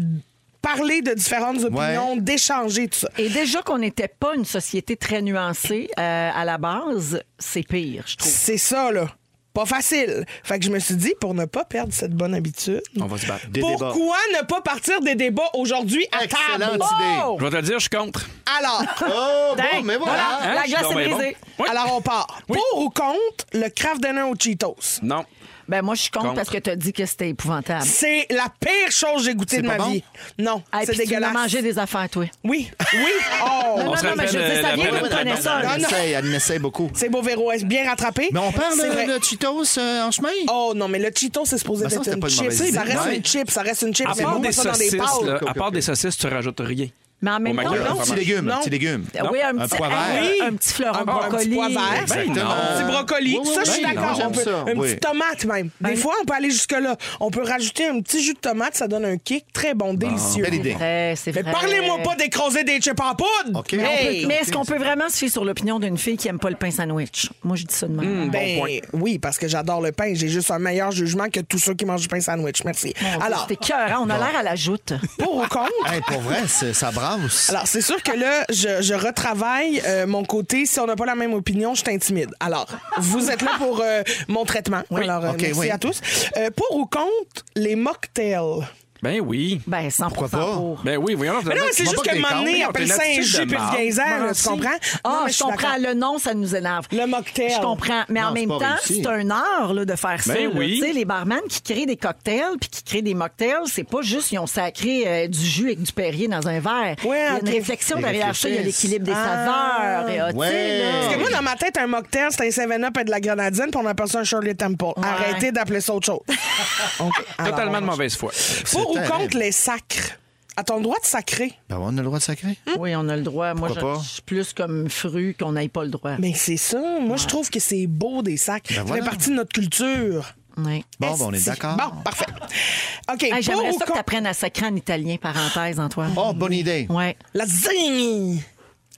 [SPEAKER 4] parler de différentes opinions, d'échanger, tout ça.
[SPEAKER 1] Et déjà qu'on n'était pas une société très nuancée euh, à la base, c'est pire, je trouve.
[SPEAKER 4] C'est ça, là. Pas facile. Fait que je me suis dit, pour ne pas perdre cette bonne habitude,
[SPEAKER 2] On va se battre. Des
[SPEAKER 4] pourquoi
[SPEAKER 2] débats.
[SPEAKER 4] ne pas partir des débats aujourd'hui à
[SPEAKER 2] Excellente
[SPEAKER 4] table?
[SPEAKER 2] idée.
[SPEAKER 4] Oh!
[SPEAKER 3] Je vais te le dire, je suis contre.
[SPEAKER 4] Alors,
[SPEAKER 2] Oh, bon,
[SPEAKER 1] Dang.
[SPEAKER 2] mais voilà.
[SPEAKER 1] la
[SPEAKER 3] Hein, je suis
[SPEAKER 1] glace
[SPEAKER 3] donc
[SPEAKER 1] est
[SPEAKER 3] bien
[SPEAKER 1] brisée.
[SPEAKER 3] bon. Oui.
[SPEAKER 4] alors on part. Pour ou contre le Kraft Dinner aux Cheetos?
[SPEAKER 3] Non.
[SPEAKER 1] Ben moi, je suis contre
[SPEAKER 3] Contre.
[SPEAKER 1] parce que tu as dit que c'était épouvantable.
[SPEAKER 4] C'est la pire chose que j'ai goûtée
[SPEAKER 2] C'est
[SPEAKER 4] de ma
[SPEAKER 2] pas bon?
[SPEAKER 4] vie. Non,
[SPEAKER 1] Hey,
[SPEAKER 4] c'est
[SPEAKER 1] Ah, puis tu m'as
[SPEAKER 4] dégueulasse.
[SPEAKER 1] mangé des affaires, toi.
[SPEAKER 4] Oui,
[SPEAKER 1] [LAUGHS]
[SPEAKER 4] oui. Oh.
[SPEAKER 1] Non,
[SPEAKER 3] se
[SPEAKER 1] non, non, mais je
[SPEAKER 3] rappelle,
[SPEAKER 1] dis, ça vient
[SPEAKER 3] euh, la-
[SPEAKER 1] d'une
[SPEAKER 3] la- la-
[SPEAKER 1] connaisseur.
[SPEAKER 2] Elle
[SPEAKER 4] Ah, Non, non.
[SPEAKER 2] essaie, elle essaie beaucoup.
[SPEAKER 4] C'est beau, Véro, est bien rattrapé.
[SPEAKER 2] Mais on parle
[SPEAKER 4] C'est vrai.
[SPEAKER 2] de, de Cheetos euh, en chemin.
[SPEAKER 4] Oh non, mais le Cheeto, c'est supposé
[SPEAKER 2] Ben, ça,
[SPEAKER 4] être
[SPEAKER 2] c'était
[SPEAKER 4] une
[SPEAKER 2] pas une
[SPEAKER 4] chip.
[SPEAKER 2] mauvaise
[SPEAKER 4] Ça
[SPEAKER 2] idée.
[SPEAKER 4] reste
[SPEAKER 2] Ouais.
[SPEAKER 4] une chip, ça reste une chip.
[SPEAKER 3] À
[SPEAKER 4] Mais
[SPEAKER 3] part
[SPEAKER 4] on met
[SPEAKER 3] des
[SPEAKER 4] ça dans des
[SPEAKER 3] saucisses,
[SPEAKER 4] pâtes.
[SPEAKER 3] là,
[SPEAKER 2] Ok,
[SPEAKER 3] à
[SPEAKER 2] ok,
[SPEAKER 3] part
[SPEAKER 2] ok.
[SPEAKER 3] des saucisses, tu rajoutes rien.
[SPEAKER 1] Mais en même
[SPEAKER 3] Au
[SPEAKER 1] temps,
[SPEAKER 2] Un
[SPEAKER 1] non.
[SPEAKER 3] McDonald's.
[SPEAKER 2] Euh, petit légume, un petit légume.
[SPEAKER 1] Oui, un
[SPEAKER 2] Un
[SPEAKER 1] petit,
[SPEAKER 2] pois
[SPEAKER 1] ah oui,
[SPEAKER 4] vert.
[SPEAKER 1] un petit fleuron
[SPEAKER 4] Un,
[SPEAKER 1] de
[SPEAKER 4] un petit
[SPEAKER 1] brocoli.
[SPEAKER 4] pois vert.
[SPEAKER 3] Ben
[SPEAKER 4] Un
[SPEAKER 3] non.
[SPEAKER 4] petit brocoli.
[SPEAKER 2] Oui, oui,
[SPEAKER 4] ça, je
[SPEAKER 2] oui,
[SPEAKER 4] suis
[SPEAKER 2] ben
[SPEAKER 4] d'accord.
[SPEAKER 2] non,
[SPEAKER 4] On peut-
[SPEAKER 2] j'aime ça,
[SPEAKER 4] Une
[SPEAKER 2] oui.
[SPEAKER 4] petite tomate, même.
[SPEAKER 1] Ben-
[SPEAKER 4] Des fois, on peut aller jusque-là. On peut rajouter un petit jus de tomate, ça donne un kick très bon, délicieux.
[SPEAKER 2] Belle idée.
[SPEAKER 1] Eh, c'est
[SPEAKER 4] Mais
[SPEAKER 1] vrai.
[SPEAKER 4] parlez-moi pas d'écraser des chips en poudre.
[SPEAKER 2] OK.
[SPEAKER 1] Mais, on peut-
[SPEAKER 4] Hey!
[SPEAKER 1] mais est-ce qu'on peut vraiment se fier sur l'opinion d'une fille qui aime pas le pain sandwich? Moi, je dis ça de même.
[SPEAKER 4] Ben, oui, parce que j'adore le pain. J'ai juste un meilleur jugement que tous ceux qui mangent du pain sandwich. Merci. Alors,
[SPEAKER 1] Alors, c'était cœur, on a l'air à la joute.
[SPEAKER 4] pour ou [LAUGHS] contre?
[SPEAKER 2] Hey, pour vrai, c'est- ça brasse.
[SPEAKER 4] Alors, c'est sûr que là, je, je retravaille euh, mon côté. Si on n'a pas la même opinion, je t'intimide. Alors, vous êtes là pour euh, mon traitement. Alors, euh,
[SPEAKER 2] Ok,
[SPEAKER 4] merci
[SPEAKER 2] oui.
[SPEAKER 4] à tous. Euh, pour ou contre les mocktails?
[SPEAKER 3] Ben oui.
[SPEAKER 1] Ben, 100
[SPEAKER 2] Pourquoi pas?
[SPEAKER 1] pour.
[SPEAKER 3] Ben oui, voyons.
[SPEAKER 4] Mais non, mais c'est
[SPEAKER 2] tu
[SPEAKER 4] juste
[SPEAKER 2] vois
[SPEAKER 4] que
[SPEAKER 2] pas que t'es
[SPEAKER 4] m'amener
[SPEAKER 3] contre,
[SPEAKER 4] après le
[SPEAKER 3] t'as une attitude
[SPEAKER 4] Saint-Jus
[SPEAKER 3] de
[SPEAKER 4] puis le
[SPEAKER 3] marde.
[SPEAKER 4] Gaiser, là, Eh, tu
[SPEAKER 3] Merci.
[SPEAKER 4] comprends? Non,
[SPEAKER 1] Ah,
[SPEAKER 4] mais
[SPEAKER 1] je
[SPEAKER 4] suis
[SPEAKER 1] comprends.
[SPEAKER 4] d'accord.
[SPEAKER 1] Le nom, ça nous énerve.
[SPEAKER 4] Le mocktail.
[SPEAKER 1] Je comprends. Mais
[SPEAKER 2] Non,
[SPEAKER 1] en
[SPEAKER 2] c'est
[SPEAKER 1] même
[SPEAKER 2] pas
[SPEAKER 1] temps,
[SPEAKER 2] réussi.
[SPEAKER 1] c'est un art là, de faire ça.
[SPEAKER 3] Ben
[SPEAKER 1] là.
[SPEAKER 3] oui.
[SPEAKER 1] Tu sais, les barman qui créent des cocktails puis qui créent des mocktails, c'est pas juste ils ont sacré euh, du jus avec du Perrier dans un verre. Il y a
[SPEAKER 4] ok.
[SPEAKER 1] une réflexion
[SPEAKER 2] Ils
[SPEAKER 1] derrière ça. Il y a
[SPEAKER 2] réfléchissent.
[SPEAKER 1] l'équilibre des
[SPEAKER 4] Ah.
[SPEAKER 1] saveurs. Et, ah, tu sais,
[SPEAKER 2] Ouais.
[SPEAKER 1] là.
[SPEAKER 4] Parce que moi, dans ma tête, un mocktail, c'est un 7-Up et de la grenadine, puis on appelle ça un Shirley Temple. Arrêtez d'appeler
[SPEAKER 1] [LAUGHS]
[SPEAKER 4] ça autre chose. OK. Alors,
[SPEAKER 3] Totalement
[SPEAKER 4] on
[SPEAKER 3] de mauvaise foi.
[SPEAKER 4] Pour ou
[SPEAKER 2] C'est
[SPEAKER 4] contre
[SPEAKER 2] terrible.
[SPEAKER 4] les sacres? À ton droit de sacrer.
[SPEAKER 2] Ben, on a le droit de sacrer.
[SPEAKER 4] Mm.
[SPEAKER 1] Oui, on a le droit. Moi,
[SPEAKER 2] Pourquoi
[SPEAKER 1] je
[SPEAKER 2] pas?
[SPEAKER 1] je suis plus comme fru qu'on n'aille pas le droit.
[SPEAKER 4] Mais Ben, c'est ça. Moi, je trouve que c'est beau des sacs. ça
[SPEAKER 2] Ben voilà.
[SPEAKER 4] fait partie de notre culture.
[SPEAKER 1] Ouais.
[SPEAKER 2] Bon, ben, on est
[SPEAKER 4] Esti.
[SPEAKER 2] d'accord.
[SPEAKER 4] Bon, parfait. OK,
[SPEAKER 1] Hey,
[SPEAKER 4] pour
[SPEAKER 1] Ah, J'aimerais
[SPEAKER 4] ou
[SPEAKER 1] ça que tu
[SPEAKER 4] contre
[SPEAKER 1] apprennes à sacrer en italien, parenthèse, Antoine.
[SPEAKER 2] Oh, bonne idée.
[SPEAKER 1] Ouais.
[SPEAKER 4] la zigne.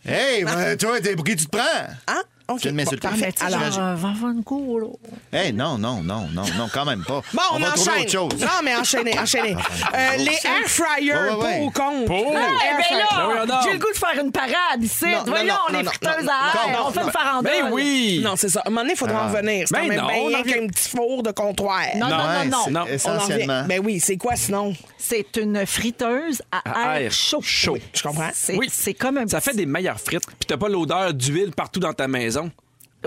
[SPEAKER 2] Hey, ben, toi, t'es pour qui tu te prends?
[SPEAKER 4] Hein? OK.
[SPEAKER 2] viens de m'insulter.
[SPEAKER 4] bon, parfait.
[SPEAKER 2] Mais tu sais,
[SPEAKER 4] Alors,
[SPEAKER 2] j'imagine-
[SPEAKER 1] Genre, euh, va voir une go, là.
[SPEAKER 2] Hey, non, non, non, non, non, quand même pas.
[SPEAKER 4] bon, on,
[SPEAKER 2] va trouver
[SPEAKER 4] enchaîne.
[SPEAKER 2] autre chose. Ah,
[SPEAKER 4] Non, mais
[SPEAKER 2] [LAUGHS]
[SPEAKER 4] enchaînez, enchaînez. Euh, les air fryers,
[SPEAKER 2] Ouais, ouais, ouais.
[SPEAKER 4] pour ou contre?
[SPEAKER 3] Pour.
[SPEAKER 4] Les
[SPEAKER 3] Eh
[SPEAKER 4] air
[SPEAKER 1] Eh ben
[SPEAKER 4] fryers.
[SPEAKER 3] Ben oui,
[SPEAKER 1] là,
[SPEAKER 3] on dort.
[SPEAKER 1] j'ai le goût de faire une parade ici.
[SPEAKER 4] Non, non,
[SPEAKER 1] Voyons,
[SPEAKER 4] non,
[SPEAKER 1] on est
[SPEAKER 4] non,
[SPEAKER 1] friteuses
[SPEAKER 4] non,
[SPEAKER 1] à
[SPEAKER 4] non,
[SPEAKER 1] air.
[SPEAKER 4] non,
[SPEAKER 1] on fait
[SPEAKER 4] non.
[SPEAKER 1] une farandole.
[SPEAKER 3] Ben oui.
[SPEAKER 4] Non, c'est ça. À un moment donné, il faudra
[SPEAKER 2] Ah.
[SPEAKER 4] en venir. C'est
[SPEAKER 3] Ben
[SPEAKER 4] quand même
[SPEAKER 3] non,
[SPEAKER 4] bien
[SPEAKER 3] on en
[SPEAKER 4] rien
[SPEAKER 3] vient-
[SPEAKER 4] qu'un petit four de comptoir.
[SPEAKER 1] Non, non,
[SPEAKER 2] Ouais,
[SPEAKER 1] non,
[SPEAKER 2] c'est-
[SPEAKER 1] non.
[SPEAKER 3] Non.
[SPEAKER 4] On en
[SPEAKER 2] Essentiellement.
[SPEAKER 4] vient- Ben oui, c'est quoi sinon?
[SPEAKER 1] C'est une friteuse à,
[SPEAKER 3] À
[SPEAKER 1] air
[SPEAKER 3] air
[SPEAKER 1] chaud.
[SPEAKER 3] chaud.
[SPEAKER 1] Oui.
[SPEAKER 4] Je comprends.
[SPEAKER 1] C'est
[SPEAKER 3] Oui.
[SPEAKER 1] c'est comme un
[SPEAKER 3] Ça
[SPEAKER 1] petit-
[SPEAKER 3] fait des meilleures frites, puis t'as pas l'odeur d'huile partout dans ta maison.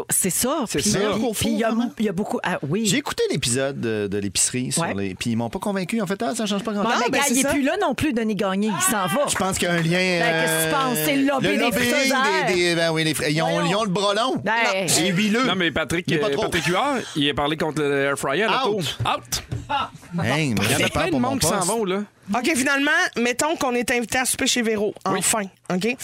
[SPEAKER 1] C'est ça.
[SPEAKER 3] C'est
[SPEAKER 1] Puis-
[SPEAKER 3] ça.
[SPEAKER 1] puis-
[SPEAKER 2] Au
[SPEAKER 1] Puis il y, a-
[SPEAKER 2] four, vraiment.
[SPEAKER 1] il y a beaucoup. Ah, oui.
[SPEAKER 2] J'ai écouté l'épisode de, de l'épicerie, sur
[SPEAKER 1] Ouais.
[SPEAKER 2] les... puis ils m'ont pas convaincu. En fait, ah, ça change pas
[SPEAKER 1] Bon,
[SPEAKER 2] grand-chose.
[SPEAKER 1] ben,
[SPEAKER 4] ben,
[SPEAKER 1] gars,
[SPEAKER 4] c'est
[SPEAKER 1] il n'est
[SPEAKER 4] ça. Ah!
[SPEAKER 1] plus là non plus, Denis Gagné. Il s'en va.
[SPEAKER 2] Je pense qu'il y a un lien.
[SPEAKER 1] Ben, qu'est-ce que tu penses? C'est le lobby des frites à
[SPEAKER 2] des, des- Ben oui, les frites. Ils ont, ils ont le brolon.
[SPEAKER 1] Ben,
[SPEAKER 2] C'est huileux.
[SPEAKER 3] Non, mais Patrick,
[SPEAKER 2] Il est pas
[SPEAKER 3] euh,
[SPEAKER 2] trop.
[SPEAKER 3] Patrick Huard, il a parlé contre le air fryer. là, tôt.
[SPEAKER 2] Out.
[SPEAKER 3] Out.
[SPEAKER 2] Hey, mais
[SPEAKER 3] Il y en a
[SPEAKER 2] j'ai peur
[SPEAKER 3] plein de
[SPEAKER 2] pour mon
[SPEAKER 3] monde qui s'en
[SPEAKER 2] poste.
[SPEAKER 3] vont, là.
[SPEAKER 4] OK, finalement, mettons qu'on est invité à souper chez Véro. Enfin, OK?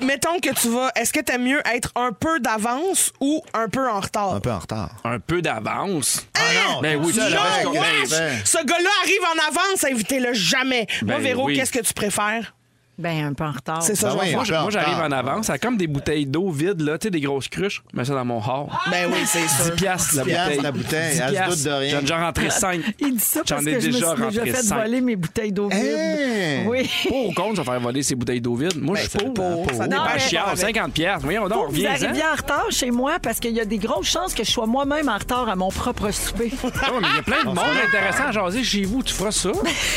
[SPEAKER 4] mettons que tu vas... Est-ce que t'aimes mieux être un peu d'avance ou un peu en retard?
[SPEAKER 2] Un peu en retard.
[SPEAKER 3] Un peu d'avance.
[SPEAKER 2] Ah non,
[SPEAKER 3] Ben
[SPEAKER 2] tout
[SPEAKER 3] oui, tu
[SPEAKER 2] seul
[SPEAKER 3] l'as
[SPEAKER 2] avec
[SPEAKER 4] Oh,
[SPEAKER 2] ton-
[SPEAKER 4] wesh!
[SPEAKER 2] Ben,
[SPEAKER 4] Ce gars-là arrive en avance, invitez-le jamais. Moi,
[SPEAKER 3] Ben
[SPEAKER 4] Véro,
[SPEAKER 3] oui.
[SPEAKER 4] qu'est-ce que tu préfères?
[SPEAKER 1] ben, un peu en retard.
[SPEAKER 4] C'est ça,
[SPEAKER 2] Ben
[SPEAKER 4] je vais
[SPEAKER 2] oui,
[SPEAKER 4] faire.
[SPEAKER 3] Moi, je- moi, j'arrive en
[SPEAKER 2] Ah.
[SPEAKER 3] avance. Ça a comme des bouteilles d'eau vides, là, tu sais, des grosses cruches. Je mets ça dans mon hors.
[SPEAKER 4] Ben oui, c'est
[SPEAKER 3] 10
[SPEAKER 4] sûr.
[SPEAKER 3] piastres la
[SPEAKER 2] 10 piastres
[SPEAKER 3] bouteille.
[SPEAKER 2] la bouteille.
[SPEAKER 3] 10
[SPEAKER 2] Elle se
[SPEAKER 3] piastres.
[SPEAKER 2] doute de rien.
[SPEAKER 3] J'en ai déjà
[SPEAKER 1] [LAUGHS]
[SPEAKER 3] rentré 5.
[SPEAKER 1] Il dit ça parce
[SPEAKER 3] J'en
[SPEAKER 1] que
[SPEAKER 3] ai
[SPEAKER 1] je
[SPEAKER 3] déjà
[SPEAKER 1] me suis déjà
[SPEAKER 3] rentré
[SPEAKER 1] fait
[SPEAKER 3] cinq.
[SPEAKER 1] voler mes bouteilles d'eau vide.
[SPEAKER 2] Hey!
[SPEAKER 1] Oui.
[SPEAKER 3] Pour ou contre, je vais faire voler ces bouteilles d'eau vide.
[SPEAKER 2] Ben,
[SPEAKER 3] Moi, je suis pour.
[SPEAKER 4] Pour, ça
[SPEAKER 1] Non,
[SPEAKER 4] dépend.
[SPEAKER 3] Ah,
[SPEAKER 1] mais-
[SPEAKER 3] chiard, 50 piastres. Voyons donc,
[SPEAKER 1] Vous
[SPEAKER 3] reviens
[SPEAKER 1] arrivez en retard chez moi parce qu'il y a des grosses chances que je sois moi-même en retard à mon propre
[SPEAKER 3] [LAUGHS]
[SPEAKER 1] souper.
[SPEAKER 3] mais il y a plein de monde
[SPEAKER 2] [LAUGHS]
[SPEAKER 3] intéressant à jaser chez vous. Tu feras ça?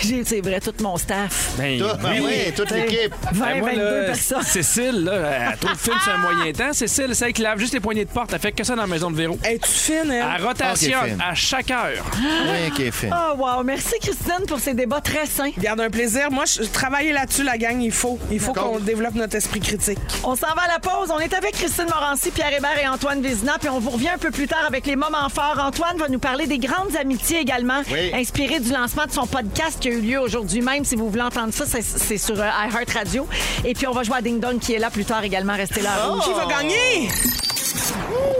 [SPEAKER 1] J'ai- C'est vrai, tout mon staff.
[SPEAKER 3] Ben
[SPEAKER 2] Toi, ben oui, toute
[SPEAKER 1] Ben
[SPEAKER 2] équipe.
[SPEAKER 1] 20,
[SPEAKER 3] Ben, moi,
[SPEAKER 1] 22
[SPEAKER 3] là,
[SPEAKER 1] personnes.
[SPEAKER 3] [LAUGHS] Cécile, là, elle trouve film, c'est un moyen temps. Cécile, ça éclave juste les poignées de porte. Elle fait que ça dans la maison de Véro.
[SPEAKER 4] Es-tu fine, elle?
[SPEAKER 3] À rotation,
[SPEAKER 2] Ah, Ok, fine.
[SPEAKER 3] à chaque heure.
[SPEAKER 2] Rien qui est fait.
[SPEAKER 1] Oh, wow. Merci, Christine, pour ces débats très sains.
[SPEAKER 4] Garde un plaisir. Moi, je, travailler là-dessus, la gang, il faut. Il faut qu'on développe notre esprit critique.
[SPEAKER 1] On s'en va à la pause. On est avec Christine Morancy, Pierre Hébert et Antoine Vézina. Puis on vous revient un peu plus tard avec les moments forts. Antoine va nous parler des grandes amitiés également,
[SPEAKER 2] Oui.
[SPEAKER 1] inspirées du lancement de son podcast qui a eu lieu aujourd'hui même. Si vous voulez entendre ça, c'est- c'est sur euh, iHeartRadio. Et puis on va jouer à Ding Dong qui est là plus tard également. Restez là. à Rouge.
[SPEAKER 4] Qui va gagner?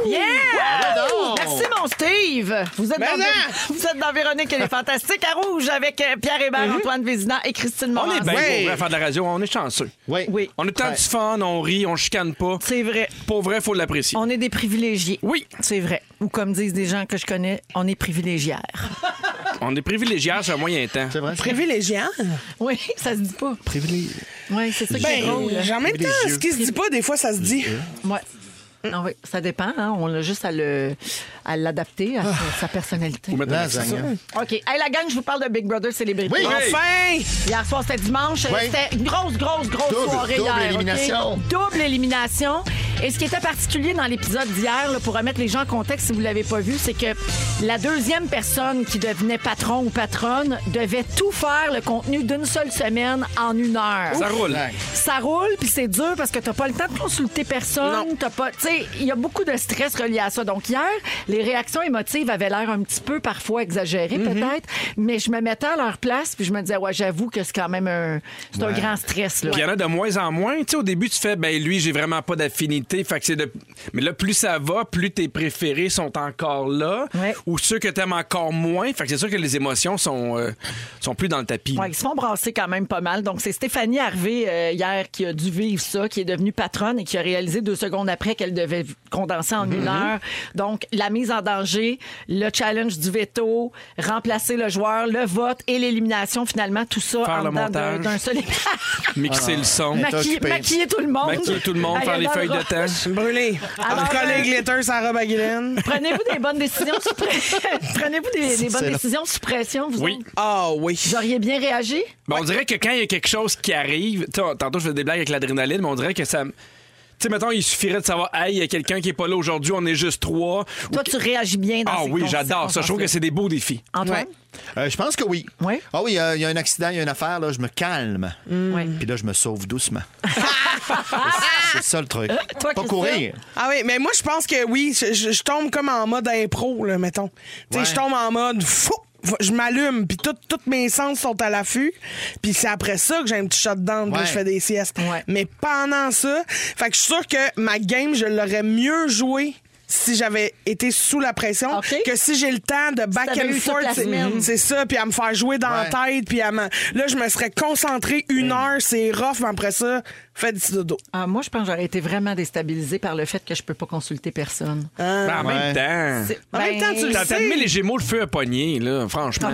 [SPEAKER 1] Yeah!
[SPEAKER 2] donc!
[SPEAKER 1] Merci, mon Steve. Vous êtes,
[SPEAKER 4] Mais
[SPEAKER 1] dans,
[SPEAKER 4] non!
[SPEAKER 1] vous êtes dans Véronique, elle est fantastique à Rouge avec euh, Pierre Hébert, Antoine Vézina et Christine
[SPEAKER 3] On
[SPEAKER 1] Morancy.
[SPEAKER 3] est bien
[SPEAKER 4] Ouais.
[SPEAKER 3] pour vrai, faire de la radio, on est chanceux.
[SPEAKER 2] Oui.
[SPEAKER 1] Oui.
[SPEAKER 3] On a tant
[SPEAKER 2] Ouais.
[SPEAKER 3] du fun, on rit, on chicane pas.
[SPEAKER 1] C'est vrai.
[SPEAKER 3] Pour vrai, faut l'apprécier.
[SPEAKER 1] On est des privilégiés.
[SPEAKER 3] Oui.
[SPEAKER 1] C'est vrai. Ou comme disent des gens que je connais, on est privilégiaires.
[SPEAKER 3] On est privilégiés sur un moyen temps.
[SPEAKER 2] C'est vrai. ça?
[SPEAKER 4] Privilégiant.
[SPEAKER 1] Ah, Oui, [LAUGHS] ça se dit pas.
[SPEAKER 2] Privilé-
[SPEAKER 1] Oui, c'est ça qui est
[SPEAKER 4] Ben,
[SPEAKER 1] drôle.
[SPEAKER 4] en même temps,
[SPEAKER 2] Privilégieux.
[SPEAKER 4] ce qui se dit pas, des fois, ça se dit.
[SPEAKER 1] Ouais. Non, oui, ça dépend. hein. On a juste à le- à l'adapter à, sa- sa personnalité.
[SPEAKER 3] Faut mettre un accent.
[SPEAKER 2] Lasagne.
[SPEAKER 1] OK. Hey, la gang, je vous parle de Big Brother Célébrité.
[SPEAKER 2] Oui.
[SPEAKER 4] Enfin!
[SPEAKER 1] Hier soir, c'était dimanche.
[SPEAKER 2] Oui.
[SPEAKER 1] C'était une grosse, grosse, grosse
[SPEAKER 2] Double-
[SPEAKER 1] soirée
[SPEAKER 2] double
[SPEAKER 1] hier. OK?
[SPEAKER 2] élimination.
[SPEAKER 1] Double élimination. Et ce qui était particulier dans l'épisode d'hier, là, pour remettre les gens en contexte si vous ne l'avez pas vu, c'est que la deuxième personne qui devenait patron ou patronne devait tout faire le contenu d'une seule semaine en une heure.
[SPEAKER 3] Ça roule.
[SPEAKER 2] Lasagne.
[SPEAKER 1] Ça roule, puis c'est dur parce que t'as pas le temps de consulter personne. T'as pas, tu sais, il y a beaucoup de stress relié à ça. Donc hier, les réactions émotives avaient l'air un petit peu parfois exagérées peut-être, mais je me mettais à leur place puis je me disais ouais, j'avoue que c'est quand même un, c'est un grand stress là.
[SPEAKER 3] Puis il y en a de moins en moins. Tu sais, au début, tu fais, ben lui, j'ai vraiment pas d'affinité. Fait que c'est de. Mais là, plus ça va, plus tes préférés sont encore là.
[SPEAKER 1] Ouais.
[SPEAKER 3] Ou ceux que t'aimes encore moins. Fait que c'est sûr que les émotions sont, euh, sont plus dans le tapis.
[SPEAKER 1] Ouais, ils se font brasser quand même pas mal. Donc, c'est Stéphanie Harvey euh, hier qui a dû vivre ça, qui est devenue patronne et qui a réalisé deux secondes après qu'elle devait condenser en
[SPEAKER 3] Mhm.
[SPEAKER 1] une heure. Donc, la mise en danger, le challenge du veto, remplacer le joueur, le vote et l'élimination, finalement, tout ça
[SPEAKER 3] Faire
[SPEAKER 1] en
[SPEAKER 3] le
[SPEAKER 1] dedans d'un-
[SPEAKER 3] montage.
[SPEAKER 1] d'un seul
[SPEAKER 3] [LAUGHS] Mixer le son.
[SPEAKER 2] Mais-
[SPEAKER 1] maquiller,
[SPEAKER 2] occupée.
[SPEAKER 1] maquiller tout le monde.
[SPEAKER 3] Maquiller tout le monde,
[SPEAKER 1] Elle
[SPEAKER 3] faire
[SPEAKER 1] est
[SPEAKER 3] les
[SPEAKER 1] dans le
[SPEAKER 3] feuilles de
[SPEAKER 1] rush.
[SPEAKER 3] temps.
[SPEAKER 4] Brûlé.
[SPEAKER 1] Alors,
[SPEAKER 4] Alors, collègue
[SPEAKER 1] euh,
[SPEAKER 4] glitter, sa robe à Guylaine.
[SPEAKER 1] Prenez-vous des bonnes décisions sous pression.
[SPEAKER 3] [LAUGHS]
[SPEAKER 1] Prenez-vous des, des bonnes
[SPEAKER 2] C'est-
[SPEAKER 1] décisions sous pression, vous
[SPEAKER 3] Oui.
[SPEAKER 1] autres?
[SPEAKER 4] Ah oui.
[SPEAKER 1] Vous auriez bien réagi?
[SPEAKER 3] Ben, On dirait que quand il y a quelque chose qui arrive, tu sais, tantôt je fais des blagues avec l'adrénaline, mais on dirait que ça. me- Tu sais, mettons, il suffirait de savoir, hey, il y a quelqu'un qui est pas là aujourd'hui, on est juste trois.
[SPEAKER 1] Toi, tu réagis bien dans
[SPEAKER 3] Ah
[SPEAKER 1] ces
[SPEAKER 3] oui, j'adore ça. Je trouve que c'est des beaux défis.
[SPEAKER 1] Antoine?
[SPEAKER 2] Euh, je pense que oui.
[SPEAKER 1] Oui.
[SPEAKER 2] Ah oui, euh, il y a un accident, il y a une affaire, là, je me calme.
[SPEAKER 1] Oui.
[SPEAKER 2] Puis là, je me
[SPEAKER 1] [LAUGHS]
[SPEAKER 2] sauve doucement. c'est ça le truc.
[SPEAKER 1] toi,
[SPEAKER 2] pas
[SPEAKER 1] Christian?
[SPEAKER 2] courir.
[SPEAKER 4] Ah oui, mais moi, je pense que oui, je, je- je tombe comme en mode impro, là, mettons. Tu sais,
[SPEAKER 2] Ouais.
[SPEAKER 4] je tombe en mode fou! Je m'allume, puis tout- tous mes sens sont à l'affût. Puis c'est après ça que j'ai un petit shot down, puis
[SPEAKER 2] Ouais.
[SPEAKER 4] je fais des siestes.
[SPEAKER 1] Ouais.
[SPEAKER 4] Mais pendant ça, fait que je suis sûre que ma game, je l'aurais mieux jouée si j'avais été sous la pression
[SPEAKER 1] OK.
[SPEAKER 4] que si j'ai le temps de back
[SPEAKER 1] t'avais
[SPEAKER 4] and
[SPEAKER 1] eu toute
[SPEAKER 4] forth.
[SPEAKER 1] la
[SPEAKER 4] C'est- Mm-hmm.
[SPEAKER 1] semaine.
[SPEAKER 4] C'est ça, puis à me faire jouer dans la
[SPEAKER 2] Ouais. Mm.
[SPEAKER 4] tête, puis à me- là, je me serais concentré une heure, c'est rough, mais après ça, fais du dodo.
[SPEAKER 1] Ah, moi, je pense que j'aurais été vraiment déstabilisée par le fait que je peux pas consulter personne.
[SPEAKER 3] Ben, en
[SPEAKER 2] Ouais.
[SPEAKER 3] même temps.
[SPEAKER 1] C'est- ben,
[SPEAKER 4] En même temps, tu le
[SPEAKER 3] T'as
[SPEAKER 4] sais.
[SPEAKER 3] t'as mis les Gémeaux le feu à pogner, là, franchement.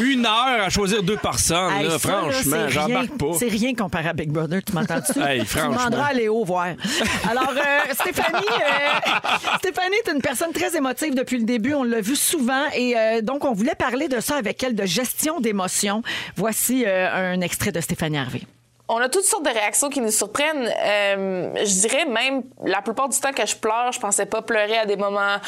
[SPEAKER 3] Une heure à choisir deux personnes,
[SPEAKER 1] Ah ben. Hey,
[SPEAKER 3] Ah, là,
[SPEAKER 1] ça, là,
[SPEAKER 3] franchement,
[SPEAKER 1] c'est
[SPEAKER 3] j'embarque
[SPEAKER 1] rien-
[SPEAKER 3] pas.
[SPEAKER 1] C'est rien comparé à Big Brother, tu m'entends-tu?
[SPEAKER 3] [LAUGHS] Hey,
[SPEAKER 1] tu
[SPEAKER 3] franchement.
[SPEAKER 1] demanderas à Léo voir. Alors, euh, Stéphanie, euh, [LAUGHS] Stéphanie est une personne très émotive depuis le début, on l'a vu souvent, et euh, donc on voulait parler de ça avec elle, de gestion d'émotions. Voici euh, un extrait de Stéphanie Harvey.
[SPEAKER 7] On a toutes sortes de réactions qui nous surprennent. Euh, je dirais même la plupart du temps que je pleure, je pensais pas pleurer à des moments,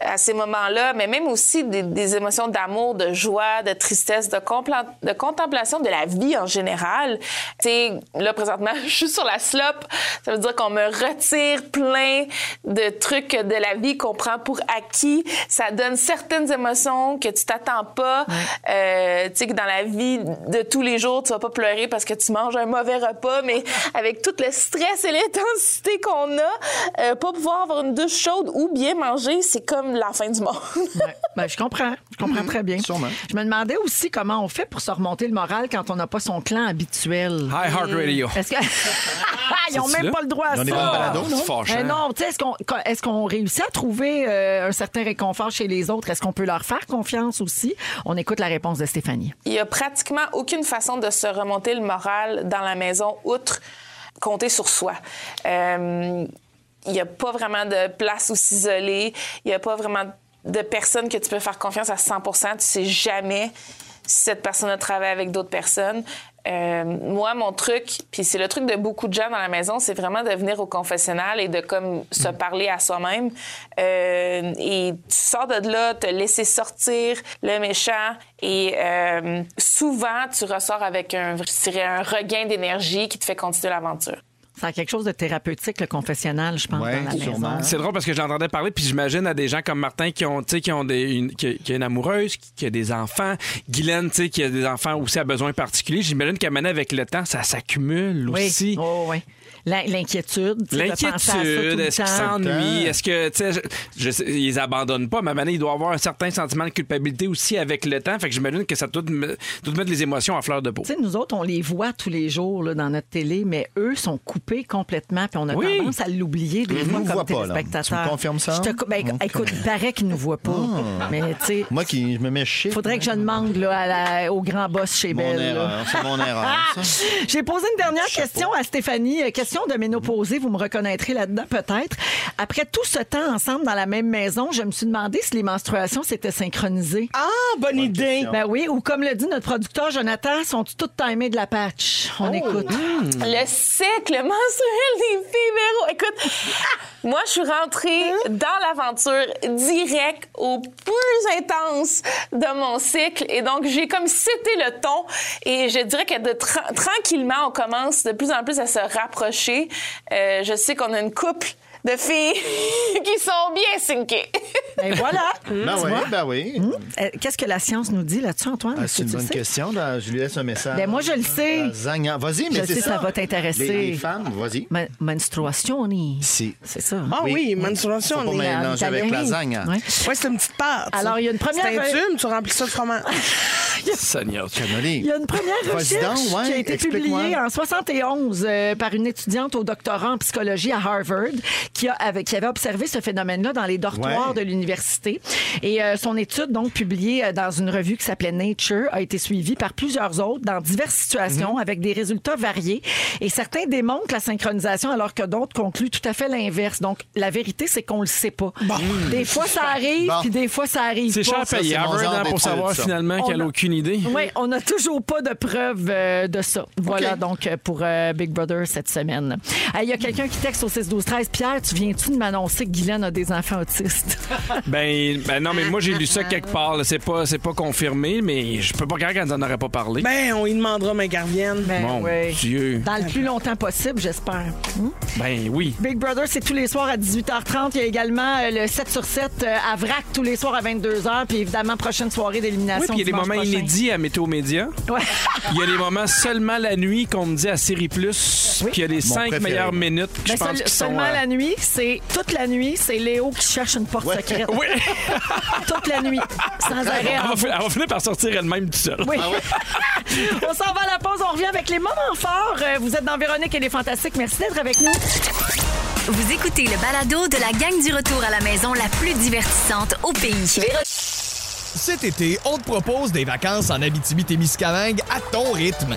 [SPEAKER 7] à ces moments-là, mais même aussi des, des émotions d'amour, de joie, de tristesse, de, compla- de contemplation de la vie en général. Tu sais, là présentement, [LAUGHS] je suis sur la slope. Ça veut dire qu'on me retire plein de trucs de la vie qu'on prend pour acquis. Ça donne certaines émotions que tu t'attends pas. Euh, tu sais que dans la vie de tous les jours, tu vas pas pleurer parce que tu manges un mauvais repas, mais avec tout le stress et l'intensité qu'on a, euh, pas pouvoir avoir une douche chaude ou bien manger, c'est comme la fin du monde. [LAUGHS]
[SPEAKER 1] Ouais. Ben, je comprends. Je comprends très bien.
[SPEAKER 2] Mm-hmm. Sûrement.
[SPEAKER 1] Je me demandais aussi comment on fait pour se remonter le moral quand on n'a pas son clan habituel.
[SPEAKER 3] High Heart Radio.
[SPEAKER 1] Est-ce que. [LAUGHS] Ils n'ont
[SPEAKER 3] C'est-tu
[SPEAKER 1] même
[SPEAKER 3] là?
[SPEAKER 1] pas le droit à
[SPEAKER 2] On est
[SPEAKER 1] ça.
[SPEAKER 2] dans le balado,
[SPEAKER 3] non? C'est fâchant.
[SPEAKER 1] Euh, non, tu sais, est-ce qu'on est qu'on réussit à trouver euh, un certain réconfort chez les autres? Est-ce qu'on peut leur faire confiance aussi? On écoute la réponse de Stéphanie.
[SPEAKER 7] Il y a pratiquement aucune façon de se remonter le moral dans la maison outre compter sur soi. Euh, il n'y a pas vraiment de place où s'isoler. Il n'y a pas vraiment de personne que tu peux faire confiance à 100 Tu sais jamais si cette personne-là travaille avec d'autres personnes. Euh, moi, mon truc, puis c'est le truc de beaucoup de gens dans la maison, c'est vraiment de venir au confessionnal et de comme se parler à soi-même. Euh, et tu sors de là, te laisser sortir le méchant. Et euh, souvent, tu ressors avec un, je dirais, un regain d'énergie qui te fait continuer l'aventure.
[SPEAKER 1] Ça a quelque chose de thérapeutique, le confessionnal, je pense, Ah, dans la maison.
[SPEAKER 3] C'est drôle parce que j'entendais parler, puis j'imagine à des gens comme Martin qui ont, tu sais, qui ont des, une, qui, qui a une amoureuse, qui, qui a des enfants. Guylaine, tu sais, qui a des enfants aussi à besoins particuliers. J'imagine qu'à mener avec le temps, ça s'accumule
[SPEAKER 1] Oui.
[SPEAKER 3] aussi.
[SPEAKER 1] Oh, oui. L'in- L'inquiétude. tu sais, de penser à ça tout le
[SPEAKER 3] L'inquiétude, est-ce qu'ils
[SPEAKER 1] temps.
[SPEAKER 3] s'ennuient? Est-ce que, tu sais, je- je sais, ils abandonnent pas, mais à un moment donné, il doit avoir un certain sentiment de culpabilité aussi avec le temps. Fait que j'imagine que ça doit te me- doit te mettre les émotions à fleur de peau.
[SPEAKER 1] Tu sais, nous autres, on les voit tous les jours là, dans notre télé, mais eux sont coupés complètement, puis on a
[SPEAKER 3] Oui.
[SPEAKER 1] tendance à l'oublier des
[SPEAKER 2] Ils
[SPEAKER 1] fois
[SPEAKER 2] nous
[SPEAKER 1] comme
[SPEAKER 2] voient pas, là.
[SPEAKER 1] téléspectateurs.
[SPEAKER 2] Tu me confirmes ça?
[SPEAKER 1] Je te cou- ben,
[SPEAKER 2] Ok.
[SPEAKER 1] Écoute, il paraît qu'ils nous voient pas. Mais tu sais,
[SPEAKER 2] Moi qui je me mets chier.
[SPEAKER 1] faudrait que je demande là, à la- au grand boss chez
[SPEAKER 2] Mon
[SPEAKER 1] Belle. là.
[SPEAKER 2] erreur, c'est mon erreur.
[SPEAKER 1] [LAUGHS]
[SPEAKER 2] ça.
[SPEAKER 1] J'ai posé une dernière question à Stéphanie. Euh, Question de ménopausée, vous me reconnaîtrez là-dedans peut-être. Après tout ce temps ensemble dans la même maison, je me suis demandé si les menstruations s'étaient synchronisées.
[SPEAKER 4] Ah, bonne idée!
[SPEAKER 1] Ben oui, ou comme le dit notre producteur Jonathan, sont-ils toutes timées de la patch? On
[SPEAKER 2] Oh.
[SPEAKER 1] écoute.
[SPEAKER 7] Le cycle mensuel des filles, Véro. Écoute, [LAUGHS] moi, je suis rentrée dans l'aventure direct au plus intense de mon cycle. Et donc, j'ai comme cité le ton. Et je dirais que de tra- tranquillement, on commence de plus en plus à se rapprocher. Euh, je sais qu'on a une couple de filles [LAUGHS] qui sont bien syncées. [LAUGHS]
[SPEAKER 1] Ben voilà.
[SPEAKER 2] Ben oui, ben oui.
[SPEAKER 1] Euh, Qu'est-ce que la science nous dit là-dessus, Antoine?
[SPEAKER 2] Ah,
[SPEAKER 1] Est-ce que
[SPEAKER 2] c'est une
[SPEAKER 1] tu le
[SPEAKER 2] bonne
[SPEAKER 1] sais?
[SPEAKER 2] question. là. Je lui laisse un message.
[SPEAKER 1] Ben, moi, je le sais.
[SPEAKER 2] Ah, Zagnan. Vas-y, mais
[SPEAKER 1] Je
[SPEAKER 2] c'est
[SPEAKER 1] sais, ça va t'intéresser.
[SPEAKER 2] Les, les femmes, vas-y.
[SPEAKER 1] Ma- menstruation, ni-
[SPEAKER 2] Si.
[SPEAKER 1] c'est ça.
[SPEAKER 4] Ah oui,
[SPEAKER 2] Oui.
[SPEAKER 4] menstruation,
[SPEAKER 2] Faut pas
[SPEAKER 4] on est...
[SPEAKER 2] mêler. mélange
[SPEAKER 1] en italien.
[SPEAKER 2] avec lasagne, hein.
[SPEAKER 1] Ouais.
[SPEAKER 4] Ouais, c'est une petite pâte.
[SPEAKER 1] Alors, il y a une première-
[SPEAKER 4] C'est un tube, tu remplis ça de fromage.
[SPEAKER 1] [LAUGHS]
[SPEAKER 3] Seigneur, tu-
[SPEAKER 1] Il y a une première
[SPEAKER 2] Vas-y
[SPEAKER 1] recherche
[SPEAKER 2] donc, ouais,
[SPEAKER 1] qui a été
[SPEAKER 2] explique-moi.
[SPEAKER 1] publiée en 71 euh, par une étudiante au doctorat en psychologie à Harvard qui, a, avec, qui avait observé ce phénomène-là dans les dortoirs
[SPEAKER 2] Ouais.
[SPEAKER 1] de l'université. Et euh, son étude, donc publiée euh, dans une revue qui s'appelait Nature, a été suivie par plusieurs autres dans diverses situations
[SPEAKER 2] Mhm.
[SPEAKER 1] avec des résultats variés. Et certains démontrent la synchronisation alors que d'autres concluent tout à fait l'inverse. Donc, la vérité, c'est qu'on le sait pas. Des fois, ça arrive,
[SPEAKER 2] Bon.
[SPEAKER 1] puis des fois, ça arrive
[SPEAKER 3] C'est
[SPEAKER 1] pas.
[SPEAKER 3] cher
[SPEAKER 2] ça,
[SPEAKER 3] payé
[SPEAKER 2] c'est
[SPEAKER 3] à
[SPEAKER 2] mon
[SPEAKER 3] Harvard,
[SPEAKER 2] genre
[SPEAKER 3] hein, pour
[SPEAKER 2] d'étude,
[SPEAKER 3] savoir
[SPEAKER 2] ça.
[SPEAKER 3] finalement qu'elle
[SPEAKER 1] On
[SPEAKER 3] a
[SPEAKER 1] a-
[SPEAKER 3] aucune idée.
[SPEAKER 1] Oui, on n'a toujours pas de preuves euh, de ça. Voilà donc euh, pour euh, Big Brother cette semaine. Euh, Il y a quelqu'un qui texte au 6-12-13. Pierre, tu viens-tu de m'annoncer que Guylaine a des enfants autistes?
[SPEAKER 3] Ben, ben non, mais moi j'ai lu ça quelque part. là. C'est pas, c'est pas confirmé, mais je peux pas croire qu'elle n'en aurait pas parlé.
[SPEAKER 4] Ben, on y demandera, mais qu'elle revienne.
[SPEAKER 1] Ben
[SPEAKER 3] Mon Dieu.
[SPEAKER 1] Dans le plus longtemps possible, j'espère. Hmm?
[SPEAKER 3] Ben oui.
[SPEAKER 1] Big Brother, c'est tous les soirs à 18h30. Il y a également euh, le 7 sur 7 euh, à VRAC tous les soirs à 22h. Puis évidemment, prochaine soirée d'élimination.
[SPEAKER 3] Oui, puis il y a des
[SPEAKER 1] dimanche
[SPEAKER 3] moments
[SPEAKER 1] prochain.
[SPEAKER 3] inédits à Météo Média.
[SPEAKER 1] Ouais.
[SPEAKER 3] Il y a des moments seulement la nuit qu'on me dit à Série Plus. Puis il y a les cinq
[SPEAKER 2] préféré.
[SPEAKER 3] meilleures minutes que
[SPEAKER 1] Ben,
[SPEAKER 3] je pense
[SPEAKER 1] seul-
[SPEAKER 3] qui sont.
[SPEAKER 1] seulement
[SPEAKER 3] euh,
[SPEAKER 1] la nuit, c'est toute la nuit, c'est Léo qui cherche une porte secrète.
[SPEAKER 3] [LAUGHS] Oui,
[SPEAKER 1] Toute la nuit, sans arrêt.
[SPEAKER 3] [LAUGHS] elle
[SPEAKER 1] en
[SPEAKER 3] va, fi- elle va finir par sortir elle-même toute seule.
[SPEAKER 2] Ah
[SPEAKER 1] Oui. [LAUGHS] on s'en va à la pause, on revient avec les moments forts. Euh, Vous êtes dans Véronique et les Fantastiques. Merci d'être avec nous.
[SPEAKER 8] Vous écoutez le balado de la gang du retour à la maison la plus divertissante au pays.
[SPEAKER 6] Cet été, on te propose des vacances en Abitibi-Témiscamingue à ton rythme.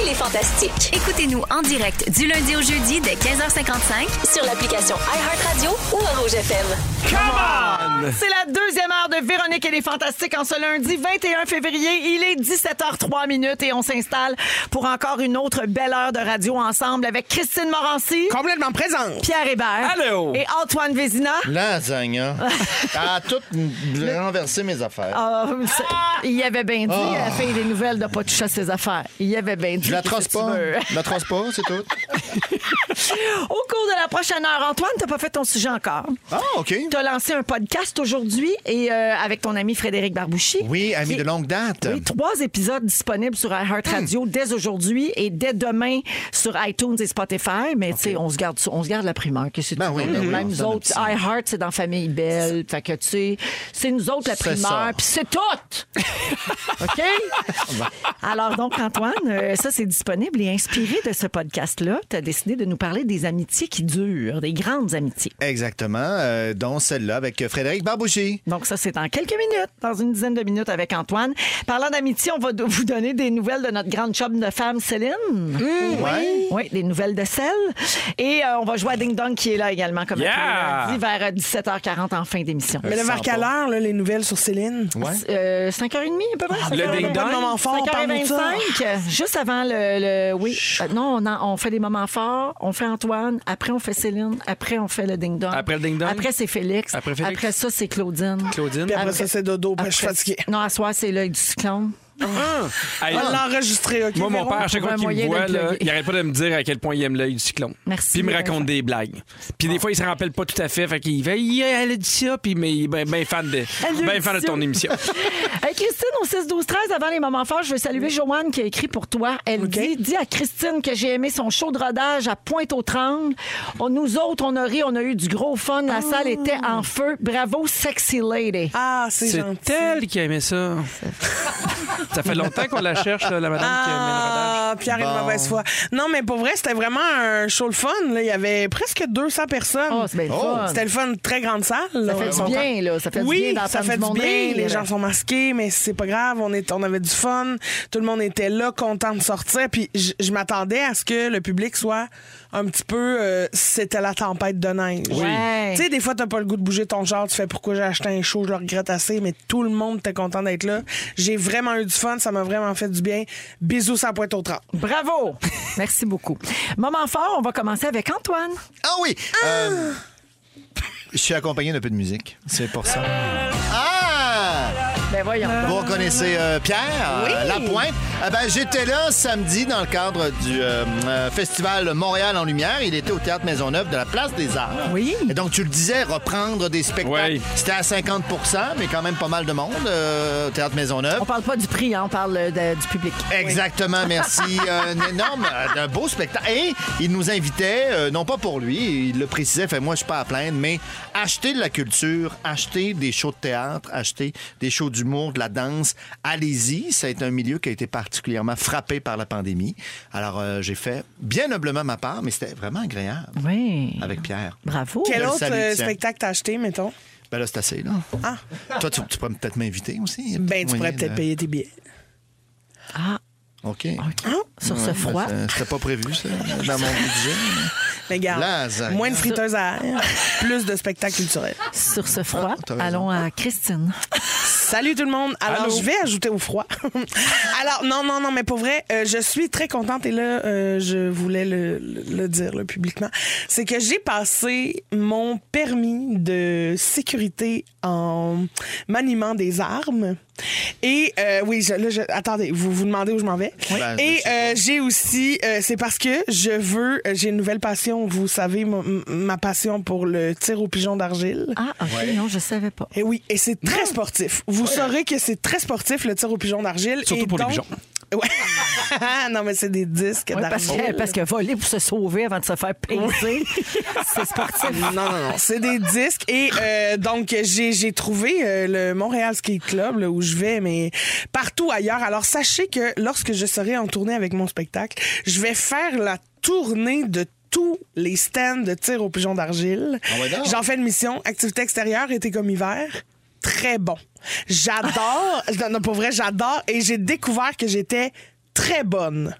[SPEAKER 8] Et les fantastiques. Écoutez-nous en direct du lundi au jeudi dès 15h55 sur l'application iHeartRadio ou à Rouge FM.
[SPEAKER 1] C'est la deuxième heure de Véronique et les Fantastiques en ce lundi 21 février. Il est 17h03 minutes et on s'installe pour encore une autre belle heure de radio ensemble avec Christine Morancy,
[SPEAKER 4] Complètement présente.
[SPEAKER 1] Pierre Hébert
[SPEAKER 3] Allô.
[SPEAKER 1] et Antoine Vézina. [LAUGHS]
[SPEAKER 2] Lasagne. hein. Elle a tout renversé mes affaires.
[SPEAKER 1] Ah, c'est- il y avait bien dit à la fille des nouvelles de pas toucher à ses affaires. Il y avait bien dit.
[SPEAKER 2] Ah! Je la
[SPEAKER 1] qu'est-ce
[SPEAKER 2] trace
[SPEAKER 1] que tu
[SPEAKER 2] pas.
[SPEAKER 1] veux?
[SPEAKER 2] Je la trace pas,
[SPEAKER 1] [LAUGHS]
[SPEAKER 2] c'est tout.
[SPEAKER 1] Au cours de la prochaine heure, Antoine, t'as pas fait ton sujet encore.
[SPEAKER 2] Ah, OK.
[SPEAKER 1] Tu as lancé un podcast podcast aujourd'hui et euh, avec ton ami Frédéric Barbouchi.
[SPEAKER 2] Oui, ami de longue date.
[SPEAKER 1] Oui, trois épisodes disponibles sur iHeartRadio
[SPEAKER 2] Hmm.
[SPEAKER 1] dès aujourd'hui et dès demain sur iTunes et Spotify. Mais tu sais, on se garde, on se garde la primeur. Que c'est
[SPEAKER 2] Ben oui, ben oui, on
[SPEAKER 1] Même nous
[SPEAKER 2] se donne un
[SPEAKER 1] autres,
[SPEAKER 2] petit-
[SPEAKER 1] iHeart, c'est dans Famille Belle. Fait que tu sais, c'est nous autres la
[SPEAKER 2] C'est ça.
[SPEAKER 1] primeur, puis c'est
[SPEAKER 2] [LAUGHS]
[SPEAKER 1] tout. OK? Alors donc, Antoine, euh, ça, c'est disponible et inspiré de ce podcast-là, tu as décidé de nous parler des amitiés qui durent, des grandes amitiés.
[SPEAKER 2] Exactement, euh, dont celle-là avec Frédéric Barbouchi.
[SPEAKER 1] Donc ça, c'est dans quelques minutes, dans une dizaine de minutes avec Antoine. Parlant d'amitié, on va do- vous donner des nouvelles de notre grande chum de femme, Céline.
[SPEAKER 3] Mm.
[SPEAKER 2] Ouais.
[SPEAKER 1] Oui, des nouvelles de sel. Et euh, on va jouer à Ding Dong qui est là également comme
[SPEAKER 3] Yeah!
[SPEAKER 1] à tous les lundis, vers euh, 17h40 en fin d'émission.
[SPEAKER 3] Euh,
[SPEAKER 4] Mais là, vers quelle heure, là, les nouvelles sur Céline?
[SPEAKER 2] Ouais.
[SPEAKER 1] Euh, 5h30 à peu près.
[SPEAKER 3] Ah, le
[SPEAKER 1] 5h25.
[SPEAKER 3] ding-dong.
[SPEAKER 4] Pas de moment fort, parle-nous de ça.
[SPEAKER 1] 5h25, juste avant le... le- oui, Euh, non, on, en- on fait des moments forts, on fait Antoine, après on fait Céline, après on fait le ding-dong.
[SPEAKER 3] Après le ding-dong?
[SPEAKER 1] Après c'est Félix.
[SPEAKER 3] Après Félix?
[SPEAKER 1] Après ça, c'est Claudine.
[SPEAKER 3] Claudine.
[SPEAKER 4] Puis après ça, c'est dodo, parce que je suis
[SPEAKER 1] Après-
[SPEAKER 4] fatiguée.
[SPEAKER 1] Non, à soir, c'est l'œil du cyclone.
[SPEAKER 3] Hey,
[SPEAKER 4] On
[SPEAKER 1] Ah!
[SPEAKER 4] l'a enregistré, OK?
[SPEAKER 3] Moi, mon
[SPEAKER 4] Véro?
[SPEAKER 3] père, à chaque
[SPEAKER 1] trouve
[SPEAKER 3] fois
[SPEAKER 1] un
[SPEAKER 3] qu'il
[SPEAKER 1] moyen
[SPEAKER 3] me
[SPEAKER 1] de
[SPEAKER 3] voit,
[SPEAKER 1] le
[SPEAKER 3] là,
[SPEAKER 1] plugger.
[SPEAKER 3] il arrête pas de me dire à quel point il aime l'œil du cyclone.
[SPEAKER 1] Merci,
[SPEAKER 3] Puis il me
[SPEAKER 1] Vincent.
[SPEAKER 3] raconte des blagues. Puis des fois, il se rappelle pas tout à fait. Fait qu'il fait, yeah, elle a dit ça. Puis mais il est bien fan de,
[SPEAKER 1] Elle a
[SPEAKER 3] ben
[SPEAKER 1] dit
[SPEAKER 3] fan de
[SPEAKER 1] ça.
[SPEAKER 3] ton émission.
[SPEAKER 1] [LAUGHS] Hey, Christine, au 6 12 13 avant les moments forts, je veux saluer Joanne qui a écrit pour toi. Elle dit, dis à Christine que j'ai aimé son show de rodage à pointe aux trembles Nous autres, on a ri, on a eu du gros fun. La salle était en feu. Bravo, sexy lady.
[SPEAKER 4] Ah, c'est
[SPEAKER 3] C'est
[SPEAKER 4] gentil.
[SPEAKER 3] elle qui a aimé ça. ça fait longtemps qu'on la cherche, là, la madame qui a aimé le rodage.
[SPEAKER 4] Ah, Pierre est de mauvaise foi. Non, mais pour vrai, c'était vraiment un show le fun. là. Il y avait presque 200 personnes.
[SPEAKER 1] Oh, c'est bien le
[SPEAKER 2] Oh,
[SPEAKER 1] fun.
[SPEAKER 4] C'était le fun, très grande salle. là.
[SPEAKER 1] fait
[SPEAKER 4] Ils
[SPEAKER 1] du
[SPEAKER 4] sont
[SPEAKER 1] bien,
[SPEAKER 4] en-
[SPEAKER 1] là. Ça fait du bien
[SPEAKER 4] oui,
[SPEAKER 1] d'entendre
[SPEAKER 4] ça fait
[SPEAKER 1] du
[SPEAKER 4] du
[SPEAKER 1] monde
[SPEAKER 4] bien.
[SPEAKER 1] rire.
[SPEAKER 4] Les gens sont masqués, mais c'est pas grave. On, est, on avait du fun. Tout le monde était là, content de sortir. Puis je, je m'attendais à ce que le public soit un petit peu. euh, c'était la tempête de neige.
[SPEAKER 1] Ouais.
[SPEAKER 4] Tu sais, des fois, t'as pas le goût de bouger ton genre. Tu fais pourquoi j'ai acheté un show, je le regrette assez, mais tout le monde était content d'être là. J'ai vraiment eu du fun. Ça m'a vraiment fait du bien. Bisous à pointe au 30.
[SPEAKER 1] Bravo. Merci beaucoup. Moment fort, on va commencer avec Antoine.
[SPEAKER 2] Ah oui! euh, je suis accompagné d'un peu de musique. C'est pour ça. Ah!
[SPEAKER 1] Ben voyons.
[SPEAKER 2] Vous reconnaissez euh, Pierre euh, Lapointe. Ah ben, J'étais là samedi dans le cadre du euh, euh, Festival Montréal en Lumière. Il était au Théâtre Maisonneuve de la Place des Arts.
[SPEAKER 1] Oui.
[SPEAKER 2] Et donc, tu le disais, reprendre des spectacles.
[SPEAKER 3] Oui.
[SPEAKER 2] C'était à 50 mais quand même pas mal de monde euh, au Théâtre Maisonneuve.
[SPEAKER 1] On parle pas du prix, hein, on parle de- du public.
[SPEAKER 2] Exactement, merci. un énorme, euh, un beau spectacle. Et il nous invitait, euh, non pas pour lui, il le précisait, fait moi je suis pas à plaindre, mais acheter de la culture, acheter des shows de théâtre, acheter des shows d'humour, de la danse, allez-y. C'est un milieu qui a été particulièrement frappé par la pandémie. Alors euh, j'ai fait bien noblement ma part, mais c'était vraiment agréable
[SPEAKER 1] Oui.
[SPEAKER 2] avec Pierre.
[SPEAKER 1] Bravo.
[SPEAKER 4] Quel
[SPEAKER 2] Je le
[SPEAKER 4] autre
[SPEAKER 2] salue,
[SPEAKER 4] euh,
[SPEAKER 2] ben, tiens.
[SPEAKER 4] spectacle t'as acheté, mettons?
[SPEAKER 2] Ben là, c'est assez, là. Toi, tu, tu pourrais peut-être m'inviter aussi.
[SPEAKER 4] Ben, tu pourrais
[SPEAKER 2] Moyen
[SPEAKER 4] peut-être
[SPEAKER 2] de-
[SPEAKER 4] payer tes billets.
[SPEAKER 1] Ah,
[SPEAKER 2] OK.
[SPEAKER 4] Hein?
[SPEAKER 1] sur
[SPEAKER 2] Ouais,
[SPEAKER 1] ce froid.
[SPEAKER 2] ça, C'était pas prévu, ça, dans mon budget. mais-
[SPEAKER 4] Mais regarde,
[SPEAKER 2] Lasagne.
[SPEAKER 4] moins de friteuses à
[SPEAKER 2] [LAUGHS]
[SPEAKER 4] air, plus de spectacles culturels.
[SPEAKER 1] Sur ce froid,
[SPEAKER 2] t'as raison.
[SPEAKER 1] allons à Christine.
[SPEAKER 4] Salut tout le monde. Alors,
[SPEAKER 3] Allô?
[SPEAKER 4] je vais ajouter au froid. [LAUGHS] Alors, non, non, non, mais pour vrai, euh, je suis très contente et là, euh, je voulais le, le- le dire là, publiquement. C'est que j'ai passé mon permis de sécurité en maniement des armes. Et euh, oui, je- là, je- attendez, vous vous demandez où je m'en vais.
[SPEAKER 2] Ben, je
[SPEAKER 4] et
[SPEAKER 2] sais pas.
[SPEAKER 4] euh, j'ai aussi, euh, c'est parce que je veux, euh, j'ai une nouvelle passion. Vous savez, mon- m- ma passion pour le tir au pigeon d'argile.
[SPEAKER 1] Ah, OK, non, je savais pas.
[SPEAKER 4] Et Eh oui, et c'est très sportif. Vous saurez que c'est très sportif le tir au pigeon d'argile.
[SPEAKER 3] Surtout
[SPEAKER 4] Et
[SPEAKER 3] pour les
[SPEAKER 4] donc- [LAUGHS]
[SPEAKER 3] pigeons.
[SPEAKER 4] Ouais. non, mais c'est des disques
[SPEAKER 1] Ouais, parce, que,
[SPEAKER 4] d'argile.
[SPEAKER 1] parce que voler pour se sauver avant de se faire pincer, c'est sportif.
[SPEAKER 4] Non, non, non, c'est des disques. Et euh, donc, j'ai j'ai trouvé euh, le Montréal Skate Club, là, où je vais, mais partout ailleurs. Alors, sachez que lorsque je serai en tournée avec mon spectacle, je vais faire la tournée de tous les stands de tir au pigeon d'argile.
[SPEAKER 2] Ah ouais, donc.
[SPEAKER 4] J'en fais une mission. Activité extérieure, été comme hiver. Très bon.
[SPEAKER 2] [LAUGHS]
[SPEAKER 4] J'adore. non, non, pour vrai, j'adore. Et j'ai découvert que j'étais très bonne.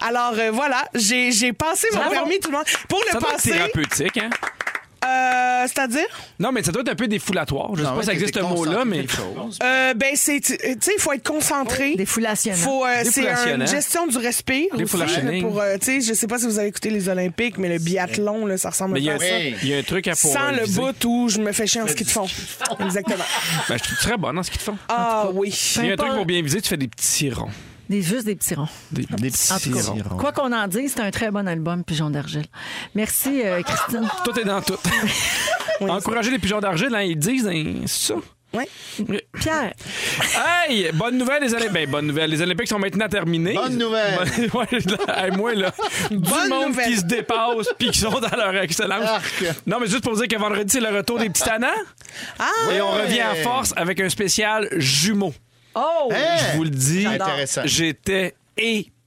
[SPEAKER 4] Alors euh, voilà, j'ai j'ai passé mon
[SPEAKER 1] Bravo.
[SPEAKER 4] permis tout le monde. Pour le
[SPEAKER 3] Ça doit être
[SPEAKER 4] passer,
[SPEAKER 3] thérapeutique, hein?
[SPEAKER 4] euh, c'est-à-dire?
[SPEAKER 3] Non, mais ça doit être un peu défoulatoire. Je sais
[SPEAKER 2] Non,
[SPEAKER 3] pas si ça
[SPEAKER 2] ouais,
[SPEAKER 3] existe
[SPEAKER 2] t'es
[SPEAKER 3] ce mot-là,
[SPEAKER 2] concentré
[SPEAKER 3] mais.
[SPEAKER 2] quelque chose.
[SPEAKER 4] Euh, ben, c'est. Tu tu sais, il faut être concentré.
[SPEAKER 1] Défoulationnant.
[SPEAKER 4] Faut, euh, c'est
[SPEAKER 3] Défoulationnant.
[SPEAKER 4] une gestion du respect. aussi,
[SPEAKER 3] Défoulationning.
[SPEAKER 4] là, pour, euh, tu sais, je sais pas si vous avez écouté les Olympiques, mais le biathlon, là, ça ressemble
[SPEAKER 3] Mais il y, a,
[SPEAKER 4] un peu à ça.
[SPEAKER 2] Oui.
[SPEAKER 3] il y a un truc à pour.
[SPEAKER 4] Sans
[SPEAKER 3] euh,
[SPEAKER 4] le
[SPEAKER 3] viser.
[SPEAKER 4] bout où je me fais chier en ski de fond. Exactement.
[SPEAKER 3] Ben, je suis très bonne en ce qu'ils font.
[SPEAKER 4] Ah oui.
[SPEAKER 3] Il y a un truc pour bien viser, tu fais des petits ronds.
[SPEAKER 1] Des, juste des petits ronds.
[SPEAKER 2] Des, des petits
[SPEAKER 1] En tout cas,
[SPEAKER 2] ronds.
[SPEAKER 1] quoi qu'on en dise, c'est un très bon album, Pigeon d'argile. Merci, euh, Christine.
[SPEAKER 3] Tout est dans tout. Encourager les pigeons d'argile, hein, ils disent, hein, c'est ça.
[SPEAKER 4] Ouais.
[SPEAKER 1] Pierre,
[SPEAKER 3] Hey, bonne nouvelle, les Olympiques. Ben, bonne nouvelle. Les Olympiques sont maintenant terminés.
[SPEAKER 2] Bonne nouvelle.
[SPEAKER 3] Bon- [LAUGHS] Ouais, là, hey, moi, là, du
[SPEAKER 4] Bonne
[SPEAKER 3] monde
[SPEAKER 4] nouvelle.
[SPEAKER 3] qui se dépasse puis qui sont dans leur excellence.
[SPEAKER 2] Arc.
[SPEAKER 3] Non, mais juste pour dire que vendredi, c'est le retour des petits tannants.
[SPEAKER 4] Ah!
[SPEAKER 3] Et on
[SPEAKER 2] Ouais.
[SPEAKER 3] revient à force avec un spécial jumeaux.
[SPEAKER 1] oh!
[SPEAKER 2] Hey!
[SPEAKER 3] Je vous le dis,
[SPEAKER 2] J'adore. Intéressant.
[SPEAKER 3] j'étais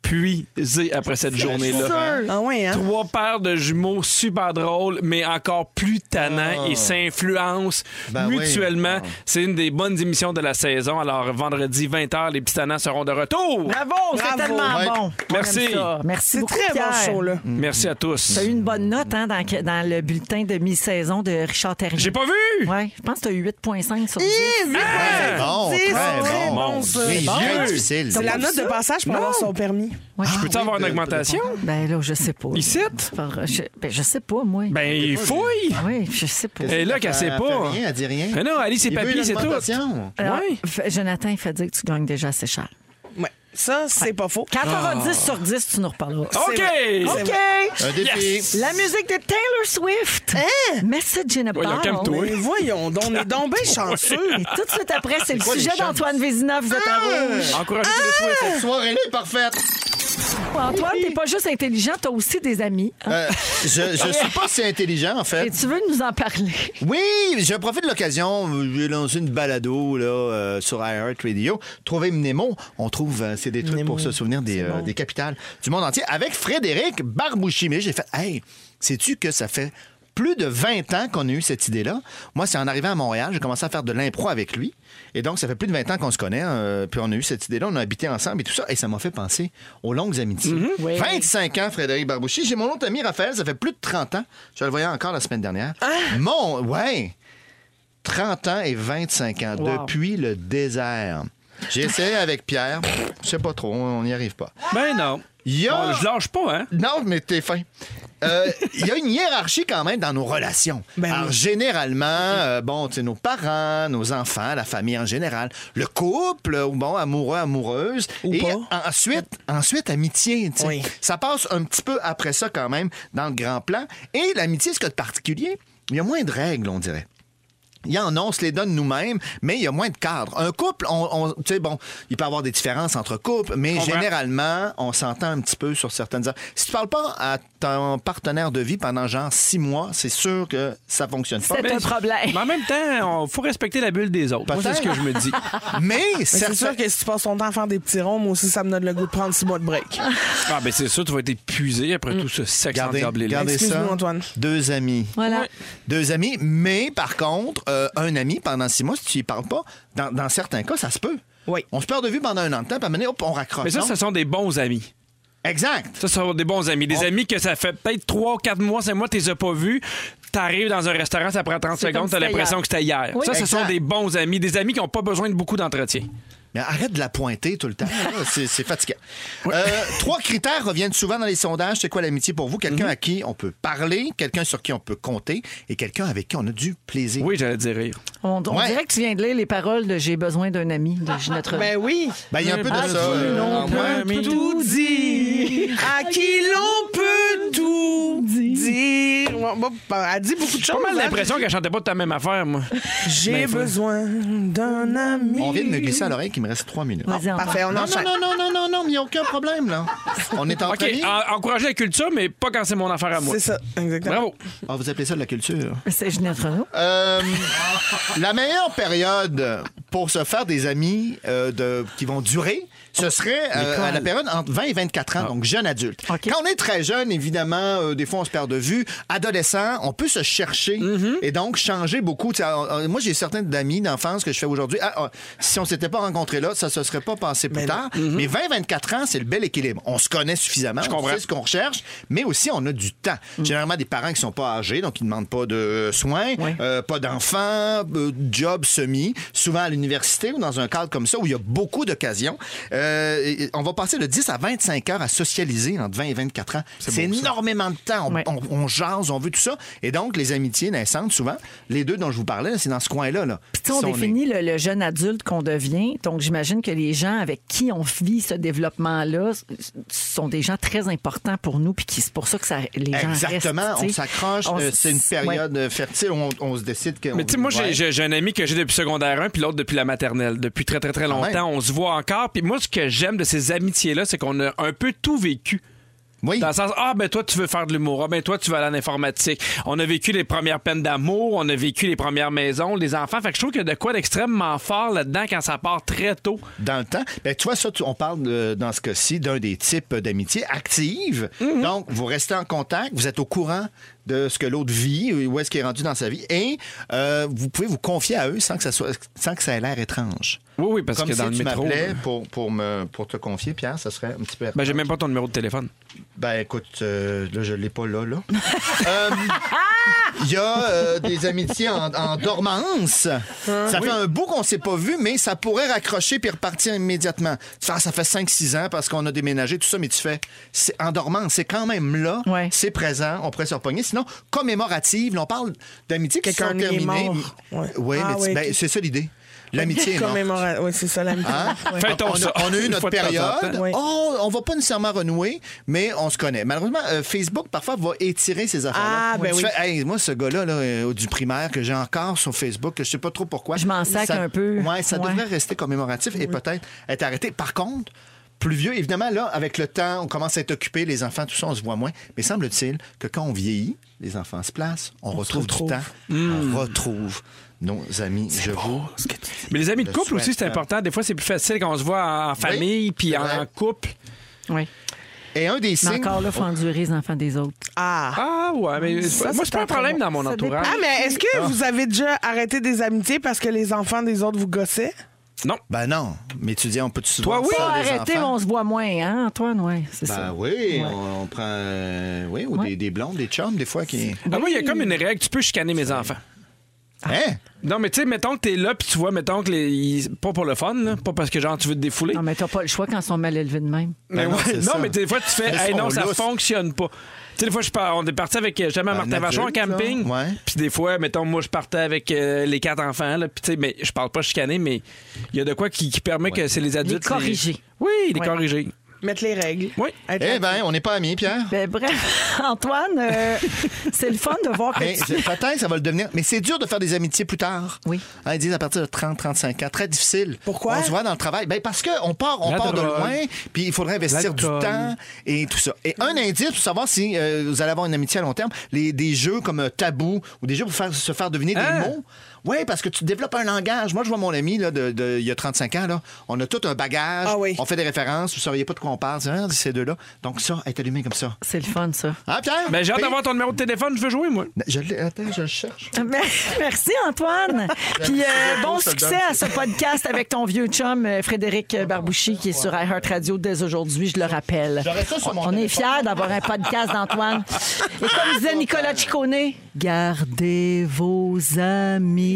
[SPEAKER 3] épuisé après cette journée-là.
[SPEAKER 2] Sûr.
[SPEAKER 4] Ah ouais, hein?
[SPEAKER 3] Trois paires de jumeaux super drôles, mais encore plus tannants et s'influencent
[SPEAKER 2] Ah. Ben oui.
[SPEAKER 3] mutuellement. C'est une des bonnes émissions de la saison. Alors, vendredi 20h, les petits tannants seront de retour.
[SPEAKER 1] Bravo, c'est
[SPEAKER 4] Bravo.
[SPEAKER 1] tellement
[SPEAKER 2] Ouais.
[SPEAKER 1] bon. On
[SPEAKER 3] Merci.
[SPEAKER 1] aime ça. Ah, Merci
[SPEAKER 4] C'est
[SPEAKER 1] beaucoup,
[SPEAKER 4] très bon
[SPEAKER 1] Pierre.
[SPEAKER 4] show, là.
[SPEAKER 2] Mm-hmm.
[SPEAKER 3] Merci à tous.
[SPEAKER 1] T'as eu une bonne note hein, dans, dans le bulletin de mi-saison de Richard Terrier.
[SPEAKER 3] J'ai pas vu!
[SPEAKER 1] Ouais, je pense que t'as eu 8,5 sur 10.
[SPEAKER 2] Très bon,
[SPEAKER 4] C'est
[SPEAKER 2] très
[SPEAKER 4] très
[SPEAKER 2] bon.
[SPEAKER 4] bon, ça.
[SPEAKER 2] C'est bien
[SPEAKER 3] Bon.
[SPEAKER 2] difficile.
[SPEAKER 4] C'est la
[SPEAKER 1] pas
[SPEAKER 4] note
[SPEAKER 1] ça?
[SPEAKER 4] de passage pour avoir son permis.
[SPEAKER 1] Ouais.
[SPEAKER 3] Ah, Je peux-tu
[SPEAKER 2] oui,
[SPEAKER 3] avoir une
[SPEAKER 2] de- de-
[SPEAKER 3] augmentation?
[SPEAKER 1] Ben là, je sais pas.
[SPEAKER 3] Ici?
[SPEAKER 1] Par- Je, ben, je sais pas, moi.
[SPEAKER 3] Ben, il fouille!
[SPEAKER 1] oui, je sais pas.
[SPEAKER 3] Et là, qu'elle sait
[SPEAKER 2] Elle
[SPEAKER 3] pas.
[SPEAKER 2] fait rien, elle dit rien.
[SPEAKER 3] Mais non, elle lit ses
[SPEAKER 2] Il veut
[SPEAKER 3] papiers,
[SPEAKER 2] une
[SPEAKER 3] c'est tout.
[SPEAKER 2] augmentation.
[SPEAKER 1] Alors,
[SPEAKER 3] Ouais.
[SPEAKER 1] f- Jonathan, il fait dire que tu gagnes déjà assez cher.
[SPEAKER 4] Ouais. Ça, c'est pas faux.
[SPEAKER 1] 90 sur 10, tu nous reparleras.
[SPEAKER 3] OK!
[SPEAKER 4] vrai.
[SPEAKER 1] OK!
[SPEAKER 2] Un défi.
[SPEAKER 1] La musique de Taylor Swift. Message in a
[SPEAKER 3] Voyons,
[SPEAKER 1] Bottle.
[SPEAKER 3] calme-toi.
[SPEAKER 4] Mais voyons, donc, on est donc bien chanceux.
[SPEAKER 1] Et tout de suite après, c'est le
[SPEAKER 2] quoi les
[SPEAKER 1] sujet
[SPEAKER 2] chances?
[SPEAKER 1] d'Antoine Vézina. Vous êtes à rouge.
[SPEAKER 3] Encouragez
[SPEAKER 2] Ah!
[SPEAKER 3] le souhait.
[SPEAKER 2] Soirée est parfaite.
[SPEAKER 1] Antoine, t'es pas juste intelligent, t'as aussi des amis. hein.
[SPEAKER 2] Euh, je, je suis pas si intelligent, en
[SPEAKER 1] Et
[SPEAKER 2] fait.
[SPEAKER 1] tu veux nous en parler?
[SPEAKER 2] Oui, je profite de l'occasion. J'ai lancé une balado là, euh, sur iHeartRadio. Trouver Mnemo. On trouve, euh, c'est des trucs pour se souvenir des, euh, des capitales du monde entier. Avec Frédéric Barbouchi. Mais j'ai fait, hey, sais-tu que ça fait plus de 20 ans qu'on a eu cette idée-là? Moi, c'est en arrivant à Montréal, j'ai commencé à faire de l'impro avec lui. Et donc, ça fait plus de 20 ans qu'on se connaît. euh, puis on a eu cette idée-là, on a habité ensemble et tout ça. Et ça m'a fait penser aux longues amitiés.
[SPEAKER 3] Mhm.
[SPEAKER 2] 25 ans, Frédéric Barbouchi. J'ai mon autre ami Raphaël, ça fait plus de 30 ans. Je le voyais encore la semaine dernière.
[SPEAKER 3] Ah!
[SPEAKER 2] Mon, ouais. 30 ans et 25 ans depuis le désert. J'ai essayé avec Pierre. Je sais pas trop, on n'y arrive pas.
[SPEAKER 3] Ben non.
[SPEAKER 2] Il y a-
[SPEAKER 3] Bon, je lâche pas, hein?
[SPEAKER 2] Non, mais t'es fin. Euh, Il y a une hiérarchie quand même dans nos relations.
[SPEAKER 4] Ben
[SPEAKER 2] Alors,
[SPEAKER 4] oui.
[SPEAKER 2] généralement, euh, bon, tu sais, nos parents, nos enfants, la famille en général, le couple, euh, ou bon, amoureux, amoureuse.
[SPEAKER 4] Ou
[SPEAKER 2] et
[SPEAKER 4] pas.
[SPEAKER 2] ensuite, ensuite amitié. tu sais.
[SPEAKER 4] Oui.
[SPEAKER 2] Ça passe un petit peu après ça quand même dans le grand plan. Et l'amitié, ce qu'il y a de particulier, il y a moins de règles, on dirait. Il y en a, on se les donne nous-mêmes, mais il y a moins de cadres. Un couple, on, on- tu sais, bon, il peut y avoir des différences entre couples, mais
[SPEAKER 3] comprends.
[SPEAKER 2] généralement, on s'entend un petit peu sur certaines... Si tu parles pas à ton partenaire de vie pendant genre six mois, c'est sûr que ça fonctionne pas.
[SPEAKER 1] C'est
[SPEAKER 3] Ben,
[SPEAKER 1] un problème.
[SPEAKER 3] Mais en même temps, il faut respecter la bulle des autres. Moi, c'est ce que je me
[SPEAKER 2] [LAUGHS]
[SPEAKER 3] dis.
[SPEAKER 2] Mais,
[SPEAKER 4] Mais
[SPEAKER 2] certains-
[SPEAKER 4] C'est sûr que si tu passes ton temps à faire des petits ronds, moi aussi, ça me donne le goût de prendre six mois de break.
[SPEAKER 3] Ah, ben c'est sûr, tu vas être épuisé après
[SPEAKER 1] Mm.
[SPEAKER 3] tout ce sexe
[SPEAKER 2] Gardez,
[SPEAKER 3] endiablé-là.
[SPEAKER 2] gardez ça.
[SPEAKER 4] Excuse-nous, Antoine.
[SPEAKER 2] Deux amis.
[SPEAKER 1] Voilà.
[SPEAKER 2] Deux amis, mais par contre, euh, un ami pendant six mois, si tu y parles pas, dans, dans certains cas, ça se peut.
[SPEAKER 4] Oui.
[SPEAKER 2] On se perd de vue pendant un an de temps, puis à un moment donné, hop, on raccroche.
[SPEAKER 3] Mais ça,
[SPEAKER 2] non?
[SPEAKER 3] ce sont des bons amis.
[SPEAKER 2] Exact.
[SPEAKER 3] Ça, ce sont des bons amis. Des
[SPEAKER 2] On-
[SPEAKER 3] amis que ça fait peut-être 3, 4 mois, 5 mois, tu les as pas vus. T'arrives dans un restaurant, ça prend 30
[SPEAKER 1] C'est comme
[SPEAKER 3] secondes,
[SPEAKER 1] si
[SPEAKER 3] t'as
[SPEAKER 1] c'était
[SPEAKER 3] l'impression
[SPEAKER 1] hier.
[SPEAKER 3] que c'était hier.
[SPEAKER 1] Oui.
[SPEAKER 3] Ça, ce
[SPEAKER 2] Exact.
[SPEAKER 3] sont des bons amis. Des amis qui n'ont pas besoin de beaucoup d'entretien.
[SPEAKER 2] Mais arrête de la pointer tout le temps.
[SPEAKER 3] [LAUGHS]
[SPEAKER 2] là. C'est c'est fatigant. Euh, trois critères reviennent souvent dans les sondages. C'est quoi l'amitié pour vous?
[SPEAKER 3] Mhm.
[SPEAKER 2] Quelqu'un à qui on peut parler, quelqu'un sur qui on peut compter et quelqu'un avec qui on a du plaisir.
[SPEAKER 3] Oui, j'allais dire rire.
[SPEAKER 1] On, on
[SPEAKER 2] Ouais.
[SPEAKER 1] dirait que tu viens de lire les paroles de J'ai besoin d'un ami de Ginette Renaud.
[SPEAKER 4] Ben oui.
[SPEAKER 2] Ben, il y a un peu de
[SPEAKER 1] Ah,
[SPEAKER 2] ça. euh,
[SPEAKER 3] non,
[SPEAKER 2] en
[SPEAKER 3] peu.
[SPEAKER 2] moi.
[SPEAKER 3] Ah, mais-
[SPEAKER 4] tout dire. [LAUGHS] À qui l'on peut tout dire. Bon, bon, ben, elle dit beaucoup de choses.
[SPEAKER 3] Pas mal
[SPEAKER 4] hein.
[SPEAKER 3] l'impression qu'elle chantait pas de ta même affaire, moi.
[SPEAKER 4] J'ai besoin d'un ami.
[SPEAKER 2] On vient de me glisser à l'oreille qu'il me reste trois minutes.
[SPEAKER 1] Vas-y, Antoine.
[SPEAKER 4] Ah, Parfait, on
[SPEAKER 2] Non, non,
[SPEAKER 4] enchaîne.
[SPEAKER 2] non, non, non, non, non, mais il n'y a aucun problème,
[SPEAKER 3] [LAUGHS]
[SPEAKER 2] là. On est en
[SPEAKER 3] OK, ah. en- encourager la culture, mais pas quand c'est mon affaire à moi.
[SPEAKER 4] C'est ça, exactement.
[SPEAKER 3] Bravo.
[SPEAKER 2] Ah, vous appelez ça de la culture.
[SPEAKER 1] C'est Ginette Renaud.
[SPEAKER 2] Euh, la meilleure période pour se faire des amis euh, de, qui vont durer, ce serait euh, à la période entre 20 et 24 ans, donc jeune adulte.
[SPEAKER 1] OK.
[SPEAKER 2] Quand on est très jeune, évidemment, euh, des fois on se perd de vue. Adolescent, on peut se chercher et donc changer beaucoup. Tu sais, euh, euh, moi, j'ai certains d'amis d'enfance que je fais aujourd'hui. Ah, ah, si on s'était pas rencontrés là, ça se serait pas passé plus tard. Mais 20-24 ans, c'est le bel équilibre. On se connaît suffisamment, on
[SPEAKER 3] comprends.
[SPEAKER 2] sait ce qu'on recherche, mais aussi on a du temps.
[SPEAKER 1] Mm.
[SPEAKER 2] Généralement, des parents qui sont pas âgés, donc ils demandent pas de euh, soins,
[SPEAKER 1] Oui.
[SPEAKER 2] euh, pas d'enfants, euh, job semi, souvent à l'université l'université ou dans un cadre comme ça où il y a beaucoup d'occasions, euh, et- et on va passer de 10 à 25 heures à socialiser entre 20 et 24 ans. C'est
[SPEAKER 6] beau, ça.
[SPEAKER 2] énormément de temps. On, on- on jase, on veut tout ça. Et donc, les amitiés naissantes, souvent, les deux dont je vous parlais, là, c'est dans ce coin-là. Là.
[SPEAKER 1] Puis tu sais, on
[SPEAKER 2] Si on est-
[SPEAKER 1] définit le, le jeune adulte qu'on devient. Donc, j'imagine que les gens avec qui on vit ce développement-là s- sont des gens très importants pour nous, puis qui- c'est pour ça que ça, les gens restent,
[SPEAKER 2] Exactement,
[SPEAKER 1] tu
[SPEAKER 2] on
[SPEAKER 1] sais.
[SPEAKER 2] s'accroche.
[SPEAKER 1] On
[SPEAKER 2] euh,
[SPEAKER 1] s-
[SPEAKER 2] C'est une
[SPEAKER 1] ouais.
[SPEAKER 2] période euh, fertile où on, on se décide que.
[SPEAKER 3] Mais tu sais, moi, j'ai-
[SPEAKER 2] Ouais.
[SPEAKER 3] j'ai j'ai un ami que j'ai depuis secondaire 1, puis l'autre depuis la maternelle. Depuis très, très, très
[SPEAKER 2] Quand même.
[SPEAKER 3] longtemps, on se voit encore. Puis moi, ce que j'aime de ces amitiés-là, c'est qu'on a un peu tout vécu.
[SPEAKER 2] Oui.
[SPEAKER 3] Dans le sens, ah, ben toi, tu veux faire de l'humour. Ah, ben toi, tu veux aller en informatique. On a vécu les premières peines d'amour. On a vécu les premières maisons, les enfants. Fait que je trouve qu'il y a de quoi d'extrêmement fort là-dedans quand ça part très tôt.
[SPEAKER 2] dans le temps. Ben, tu vois, ça, tu- on parle de- dans ce cas-ci d'un des types d'amitié active. Donc, vous restez en contact, vous êtes au courant de ce que l'autre vit, euh, où est-ce qu'il est rendu dans sa vie, et euh, vous pouvez vous confier à eux sans que ça, soit, sans que ça ait l'air étrange.
[SPEAKER 3] Oui, oui, parce
[SPEAKER 2] Comme
[SPEAKER 3] que
[SPEAKER 2] si
[SPEAKER 3] dans
[SPEAKER 2] tu
[SPEAKER 3] le métro. euh,
[SPEAKER 2] m'appelais
[SPEAKER 3] là,
[SPEAKER 2] pour, pour, me, pour te confier, Pierre, ça serait un petit peu...
[SPEAKER 3] Ben, j'ai même pas ton numéro de téléphone.
[SPEAKER 2] Ben écoute, euh, là, je l'ai pas là, [LAUGHS] là. Euh, Il y a euh, des amitiés en, en dormance.
[SPEAKER 4] Hein?
[SPEAKER 2] Ça fait un bout qu'on s'est pas vu, mais ça pourrait raccrocher puis repartir immédiatement. Tu fais, Ah, ça fait 5-6 ans parce qu'on a déménagé, tout ça, mais tu fais, c'est en dormance, c'est quand même là,
[SPEAKER 1] Ouais.
[SPEAKER 2] c'est présent, on pourrait se repogner. Sinon, commémorative, là, on parle d'amitié qui
[SPEAKER 4] Quelqu'un
[SPEAKER 2] sont
[SPEAKER 4] y est
[SPEAKER 2] terminées.
[SPEAKER 4] mort. Ouais.
[SPEAKER 2] Oui,
[SPEAKER 4] Ah,
[SPEAKER 2] mais tu-
[SPEAKER 4] ouais,
[SPEAKER 2] ben,
[SPEAKER 4] ok.
[SPEAKER 2] c'est ça l'idée. L'amitié est morte.
[SPEAKER 4] Commémora- Oui, c'est ça, l'amitié.
[SPEAKER 2] Hein?
[SPEAKER 4] Ouais.
[SPEAKER 2] [LAUGHS]
[SPEAKER 3] Fait- Faites-on
[SPEAKER 2] on,
[SPEAKER 3] ça.
[SPEAKER 2] a, on a eu
[SPEAKER 3] [LAUGHS] Une
[SPEAKER 2] notre
[SPEAKER 3] fois de temps en
[SPEAKER 2] période.
[SPEAKER 4] temps. Oui.
[SPEAKER 2] On, on va pas nécessairement renouer, mais on se connaît. Malheureusement, euh, Facebook, parfois, va étirer ces affaires-là.
[SPEAKER 4] Ah, ben
[SPEAKER 2] Tu
[SPEAKER 4] oui.
[SPEAKER 2] fais, Hey, moi, ce gars-là, là, euh, du primaire, que j'ai encore sur Facebook, que je sais pas trop pourquoi.
[SPEAKER 1] Je m'en
[SPEAKER 2] ça-
[SPEAKER 1] sac un peu.
[SPEAKER 2] Ouais, ça
[SPEAKER 1] Ouais.
[SPEAKER 2] devrait rester commémoratif et peut-être être arrêté. Par contre, plus vieux, évidemment, là, avec le temps, on commence à être occupé, les enfants, tout ça, on se voit moins. Mais semble-t-il que quand on vieillit, les enfants se placent, on, retrouve, du
[SPEAKER 4] retrouve.
[SPEAKER 2] temps,
[SPEAKER 3] Hmm.
[SPEAKER 2] on retrouve nos amis. Je vous
[SPEAKER 3] Mais les amis de
[SPEAKER 2] Le
[SPEAKER 3] couple aussi, c'est
[SPEAKER 2] souhaitant.
[SPEAKER 3] important. Des fois, c'est plus facile quand on se voit en en famille, puis
[SPEAKER 2] c'est
[SPEAKER 3] en,
[SPEAKER 2] vrai.
[SPEAKER 3] en couple.
[SPEAKER 1] Ouais.
[SPEAKER 2] Et un des
[SPEAKER 1] Mais
[SPEAKER 2] signes.
[SPEAKER 1] encore là, faut endurer les enfants des autres.
[SPEAKER 4] Ah.
[SPEAKER 3] Ah, ouais, mais c'est pas-
[SPEAKER 1] Ça, c'est
[SPEAKER 3] moi, c'est pas
[SPEAKER 1] un
[SPEAKER 3] un
[SPEAKER 1] très
[SPEAKER 3] problème
[SPEAKER 1] bon-
[SPEAKER 3] dans mon
[SPEAKER 1] ça
[SPEAKER 3] entourage.
[SPEAKER 1] dépend.
[SPEAKER 4] Ah, mais est-ce que vous avez déjà arrêté des amitiés parce que les enfants des autres vous gossaient?
[SPEAKER 3] Non.
[SPEAKER 2] Ben non, mais tu dis on peut tu
[SPEAKER 3] Toi, oui.
[SPEAKER 1] Pas
[SPEAKER 2] sans les
[SPEAKER 1] arrêter,
[SPEAKER 2] enfants?
[SPEAKER 1] on se voit moins, hein, Antoine? Oui, c'est
[SPEAKER 2] Ben
[SPEAKER 1] ça.
[SPEAKER 2] oui, on, on prend euh, oui, ou
[SPEAKER 1] Ouais.
[SPEAKER 2] des, des blondes, des chums, des fois qui.
[SPEAKER 3] Ah, moi, il y a comme une règle, tu peux chicaner mes enfants. Ah.
[SPEAKER 2] Hein?
[SPEAKER 3] Non, mais tu sais, mettons que t'es là, puis tu vois, mettons que les. ils- Pas pour le fun, là, pas parce que genre tu veux te défouler.
[SPEAKER 1] Non, mais t'as pas le choix quand ils sont mal élevés de même.
[SPEAKER 3] mais
[SPEAKER 2] Ben non,
[SPEAKER 3] ouais,
[SPEAKER 2] c'est
[SPEAKER 3] non,
[SPEAKER 2] ça.
[SPEAKER 3] mais des fois, tu fais,
[SPEAKER 2] Ils
[SPEAKER 3] hey, non,
[SPEAKER 2] sont
[SPEAKER 3] ça
[SPEAKER 2] lousses.
[SPEAKER 3] fonctionne pas. Tu sais, des fois, je pars, on est parti avec euh, jamais à
[SPEAKER 2] Un
[SPEAKER 3] Martin Vachon en
[SPEAKER 2] adulte, là.
[SPEAKER 3] camping.
[SPEAKER 2] Ouais.
[SPEAKER 3] Puis des fois, mettons, moi, je partais avec euh, les quatre enfants, là, puis tu sais, mais je parle pas chicaner, mais il y a de quoi qui, qui permet que c'est les adultes.
[SPEAKER 1] corriger.
[SPEAKER 3] Oui, les
[SPEAKER 1] Ouais.
[SPEAKER 3] corriger.
[SPEAKER 4] Mettre les règles.
[SPEAKER 3] Oui.
[SPEAKER 4] Être
[SPEAKER 2] Eh
[SPEAKER 4] là-
[SPEAKER 2] ben, on n'est pas amis, Pierre.
[SPEAKER 1] Ben, bref, [LAUGHS] Antoine, euh, c'est le fun de voir
[SPEAKER 4] Ah,
[SPEAKER 1] que
[SPEAKER 2] Mais
[SPEAKER 1] tu-
[SPEAKER 2] c'est- peut-être ça va le devenir. Mais c'est dur de faire des amitiés plus tard.
[SPEAKER 1] Oui.
[SPEAKER 2] Hein, ils disent à partir de 30, 35 ans. Très difficile.
[SPEAKER 4] Pourquoi?
[SPEAKER 2] On se voit dans le travail. Ben parce qu'on part, on
[SPEAKER 3] La
[SPEAKER 2] part de
[SPEAKER 3] drogue.
[SPEAKER 2] loin, puis il faudrait investir du
[SPEAKER 3] L'alcool.
[SPEAKER 2] temps et tout ça. Et un indice pour savoir si euh, vous allez avoir une amitié à long terme, les, des jeux comme euh, tabou ou des jeux pour faire, se faire deviner
[SPEAKER 3] Hein?
[SPEAKER 2] des mots. Oui, parce que tu développes un langage. Moi, je vois mon ami là, de, de- il y a 35 ans. Là, on a tout un bagage.
[SPEAKER 4] Ah oui.
[SPEAKER 2] On fait des références. Vous ne sauriez pas de quoi on parle. C'est, hein, ces deux-là. Donc, ça, être allumé comme ça.
[SPEAKER 1] c'est le fun, ça.
[SPEAKER 2] Hein, Pierre?
[SPEAKER 3] Mais Ben, j'ai hâte
[SPEAKER 2] P- Ben,
[SPEAKER 3] d'avoir ton numéro de téléphone, je veux jouer, moi.
[SPEAKER 2] Je l'ai- Attends, je le cherche.
[SPEAKER 1] [LAUGHS] Merci
[SPEAKER 2] [LAUGHS]
[SPEAKER 1] Antoine. Puis euh, bon
[SPEAKER 2] ça le
[SPEAKER 1] succès à ce podcast avec ton vieux chum euh, Frédéric Barbouchi qui est sur iHeartRadio dès aujourd'hui, je le rappelle.
[SPEAKER 2] J'aurais ça sur mon
[SPEAKER 1] On est fiers d'avoir un podcast d'Antoine. Et comme disait Nicolas Ciccone, gardez vos amis.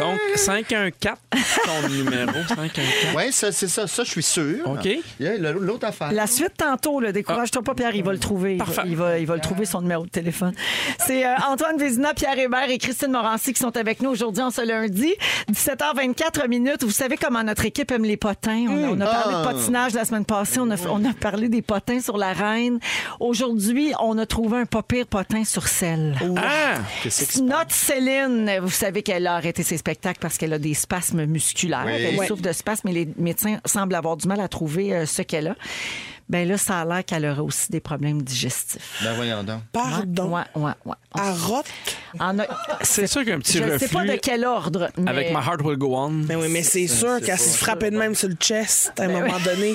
[SPEAKER 3] Donc, 514, ton numéro, 514.
[SPEAKER 2] Oui, c'est ça, ça, je suis sûr.
[SPEAKER 3] OK.
[SPEAKER 2] Il y a le- l'autre affaire.
[SPEAKER 1] La suite tantôt, là, décourage-toi pas, Pierre, il va le trouver. Il va,
[SPEAKER 3] Parfait.
[SPEAKER 1] il, va, il va le trouver, son numéro de téléphone. C'est euh, Antoine Vézina, Pierre Hébert et Christine Morancy qui sont avec nous aujourd'hui en ce lundi. 17h24 minutes. Vous savez comment notre équipe aime les potins. On, a- on a parlé de patinage la semaine passée. On a, on a parlé des potins sur la reine. Aujourd'hui, on a trouvé un pas pire potin sur selle.
[SPEAKER 3] Ah!
[SPEAKER 1] Notre Céline, vous savez qu'elle a arrêté ses spectacles parce qu'elle a des spasmes musculaires.
[SPEAKER 2] Oui.
[SPEAKER 1] Elle
[SPEAKER 2] Ouais.
[SPEAKER 1] souffre de spasmes et les médecins semblent avoir du mal à trouver euh, ce qu'elle a. Ben là, ça a l'air qu'elle aurait aussi des problèmes digestifs.
[SPEAKER 2] Ben voyons donc.
[SPEAKER 4] Pardon.
[SPEAKER 1] Ouais, ouais, ouais. On-
[SPEAKER 4] À rotte.
[SPEAKER 1] en a-
[SPEAKER 3] C'est sûr qu'un petit
[SPEAKER 1] je ne sais
[SPEAKER 3] reflux
[SPEAKER 1] pas de quel ordre. mais-
[SPEAKER 3] avec My Heart Will Go
[SPEAKER 4] Ben
[SPEAKER 3] On.
[SPEAKER 2] Ben
[SPEAKER 4] Mais oui, mais c'est sûr qu'elle se frappait de même sur le chest à un moment donné.